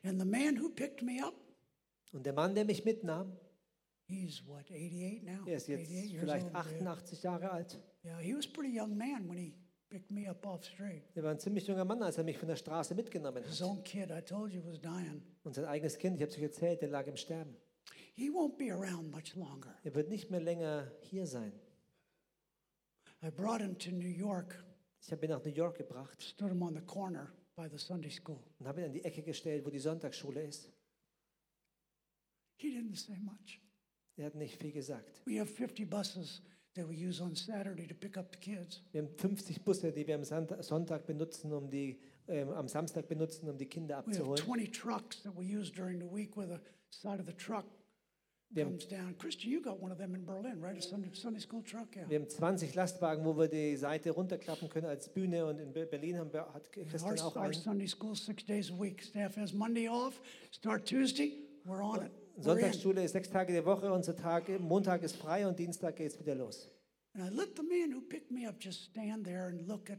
Speaker 1: And the man who picked me up,
Speaker 2: Und der Mann, der mich mitnahm,
Speaker 1: he's what, 88 now?
Speaker 2: er ist jetzt
Speaker 1: 88 years
Speaker 2: vielleicht
Speaker 1: old, yeah.
Speaker 2: 88 Jahre alt.
Speaker 1: Yeah, he was a pretty young man when he picked me up off the street.
Speaker 2: Er war ein ziemlich junger Mann, als er mich von der Straße mitgenommen
Speaker 1: His
Speaker 2: hat.
Speaker 1: own kid, I told you, was dying.
Speaker 2: Und sein eigenes Kind, ich habe es euch erzählt, der lag im Sterben.
Speaker 1: He won't be around much longer.
Speaker 2: Er wird nicht mehr länger hier sein.
Speaker 1: I brought him to New York,
Speaker 2: Ich habe ihn nach New York gebracht
Speaker 1: stood him on the corner by the Sunday school.
Speaker 2: und habe ihn an die Ecke gestellt, wo die Sonntagsschule ist.
Speaker 1: He didn't say much.
Speaker 2: Er hat nicht viel gesagt.
Speaker 1: We have 50 buses that we use on Saturday to pick up the kids.
Speaker 2: Wir haben 50 Busse, die wir am Sonnt- Sonntag benutzen, um die, ähm, am Samstag benutzen, um die Kinder
Speaker 1: We have
Speaker 2: abzuholen.
Speaker 1: 20 trucks that we use during the week where the side of the truck
Speaker 2: Wir haben,
Speaker 1: comes down. Christian, you got one of them in Berlin, right? A Sunday, Sunday school truck? Yeah.
Speaker 2: wir haben 20 Lastwagen, wo wir die Seite runterklappen können als Bühne. Und in Be- Berlin haben wir, hat
Speaker 1: Our,
Speaker 2: Christian auch
Speaker 1: our
Speaker 2: einen.
Speaker 1: Sunday school six days a week. Staff has Monday off, start Tuesday, we're on it. We're in.
Speaker 2: Sonntagsschule ist sechs Tage der Woche, unser Tag, Montag ist frei und Dienstag geht es wieder los.
Speaker 1: And I let the man who picked me up just stand there and look at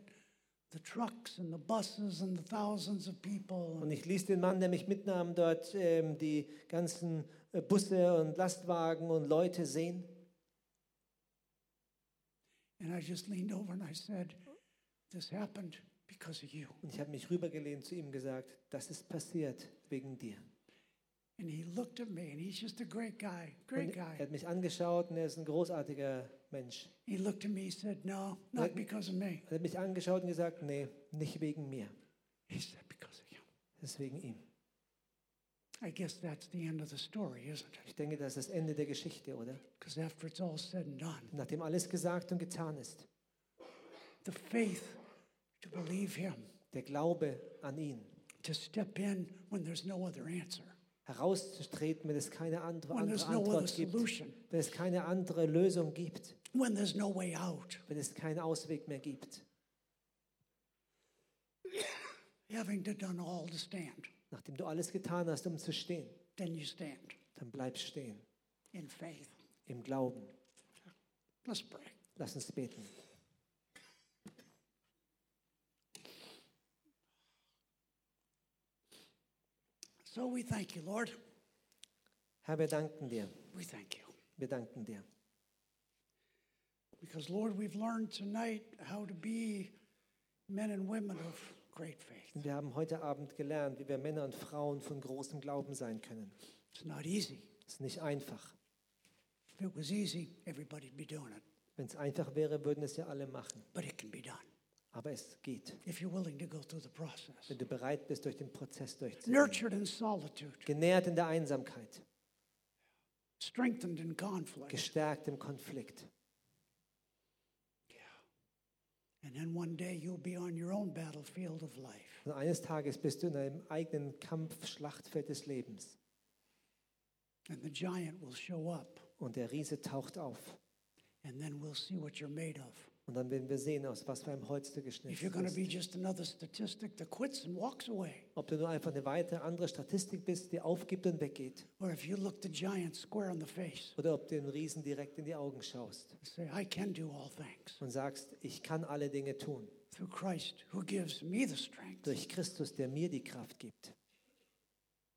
Speaker 1: the trucks and the buses and the thousands of people.
Speaker 2: Und ich ließ den Mann, der mich mitnahm, dort ähm, die ganzen äh, Busse und Lastwagen und Leute sehen.
Speaker 1: And I just leaned over and I said, This happened because of you.
Speaker 2: Und ich habe mich rübergelehnt zu ihm und gesagt, das ist passiert wegen dir.
Speaker 1: And he looked at me and he's just a great guy, great
Speaker 2: Und er
Speaker 1: guy.
Speaker 2: hat mich angeschaut und er ist ein großartiger Mensch.
Speaker 1: He looked at me, he said, No, not because of me.
Speaker 2: Er hat mich angeschaut und gesagt, nee, nicht wegen mir,
Speaker 1: He said, Because of you.
Speaker 2: es ist wegen ihm.
Speaker 1: I guess that's the end of the story, isn't it?
Speaker 2: Ich denke, das ist das Ende der Geschichte, oder?
Speaker 1: Because after it's all said and done,
Speaker 2: Nachdem alles gesagt und getan ist,
Speaker 1: the faith to believe him,
Speaker 2: der Glaube an ihn,
Speaker 1: to step in when there's no other answer,
Speaker 2: herauszutreten, wenn es keine andere,
Speaker 1: when
Speaker 2: andere
Speaker 1: there's no other
Speaker 2: Antwort gibt,
Speaker 1: solution,
Speaker 2: wenn es keine andere Lösung gibt,
Speaker 1: when there's no way out.
Speaker 2: wenn es keinen Ausweg mehr gibt.
Speaker 1: having to done all to stand,
Speaker 2: Nachdem du alles getan hast, um zu stehen,
Speaker 1: then you stand
Speaker 2: dann bleib stehen
Speaker 1: in faith.
Speaker 2: im Glauben.
Speaker 1: Let's pray.
Speaker 2: Lass uns beten.
Speaker 1: So we thank you, Lord.
Speaker 2: Herr, wir danken dir.
Speaker 1: We thank you.
Speaker 2: Wir danken dir.
Speaker 1: Because, Lord, we've learned tonight how to be men and women of great faith.
Speaker 2: Und wir haben heute Abend gelernt, wie wir Männer und Frauen von großem Glauben sein können.
Speaker 1: It's not easy.
Speaker 2: Es ist nicht einfach.
Speaker 1: If it was easy, everybody'd be doing it.
Speaker 2: Wenn es einfach wäre, würden es ja alle machen.
Speaker 1: But it can be done
Speaker 2: Aber es geht,
Speaker 1: if you're willing to go through the process.
Speaker 2: wenn du bereit bist, durch den Prozess durchzugehen.
Speaker 1: Nurtured in solitude,
Speaker 2: Genährt in der Einsamkeit,
Speaker 1: strengthened in conflict.
Speaker 2: gestärkt im Konflikt.
Speaker 1: And then one day you'll be on your own battlefield of life.
Speaker 2: Und eines Tages bist du in deinem eigenen Kampf, Schlachtfeld des Lebens.
Speaker 1: And the giant will show up.
Speaker 2: Und der Riese taucht auf.
Speaker 1: And then we'll see what you're made of.
Speaker 2: Und dann werden wir sehen, aus was für einem Holz du
Speaker 1: If you're going to
Speaker 2: geschnitzt
Speaker 1: be
Speaker 2: bist.
Speaker 1: just another statistic that quits and walks away,
Speaker 2: Ob du nur einfach eine weitere andere Statistik bist, die aufgibt und weggeht.
Speaker 1: or if you look the giant square in the face
Speaker 2: Oder ob du den Riesen direkt in die Augen schaust
Speaker 1: and say, I can do all things
Speaker 2: und sagst, ich kann alle Dinge tun.
Speaker 1: through Christ who gives me the strength,
Speaker 2: Durch Christus, der mir die Kraft gibt.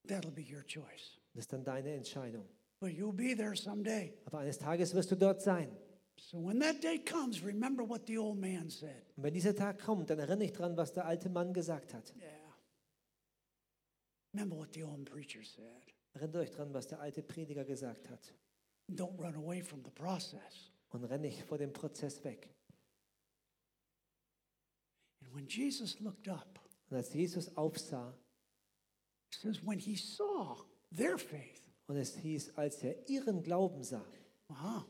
Speaker 1: that'll be your choice.
Speaker 2: Das ist dann deine Entscheidung.
Speaker 1: But you'll be there someday.
Speaker 2: Aber eines Tages wirst du dort sein.
Speaker 1: So when that day comes, remember what the old man said.
Speaker 2: Und wenn dieser Tag kommt, dann erinnere dich dran, was der alte Mann gesagt hat.
Speaker 1: Yeah. Remember what the old preacher said.
Speaker 2: Erinnere euch dran, was der alte Prediger gesagt hat.
Speaker 1: Don't run away from the process.
Speaker 2: Und renne nicht vor dem Prozess weg.
Speaker 1: And when Jesus looked up,
Speaker 2: Und als Jesus aufsah
Speaker 1: it says, when he saw their faith,
Speaker 2: und es hieß, als er ihren Glauben sah,
Speaker 1: wow,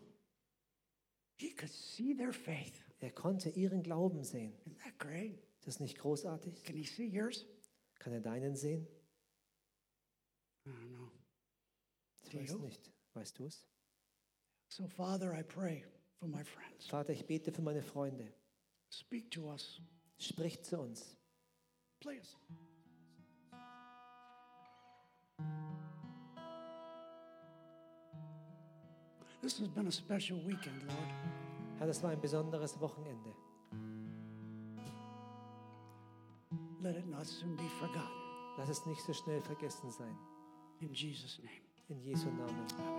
Speaker 1: he could see their faith.
Speaker 2: er konnte ihren Glauben sehen.
Speaker 1: Isn't that great?
Speaker 2: Ist das nicht großartig?
Speaker 1: Can you see yours?
Speaker 2: Kann er deinen sehen?
Speaker 1: I don't know.
Speaker 2: Ich weiß
Speaker 1: Theo?
Speaker 2: nicht. Weißt du es?
Speaker 1: So, Father, I pray for my friends.
Speaker 2: Vater, ich bete für meine Freunde.
Speaker 1: Speak to us,
Speaker 2: Sprich zu uns.
Speaker 1: please. This has been a special weekend, Lord.
Speaker 2: Herr, das war ein besonderes Wochenende.
Speaker 1: Let it not soon be forgotten.
Speaker 2: Lass es nicht so schnell vergessen sein.
Speaker 1: In Jesus' name.
Speaker 2: In Jesu Namen.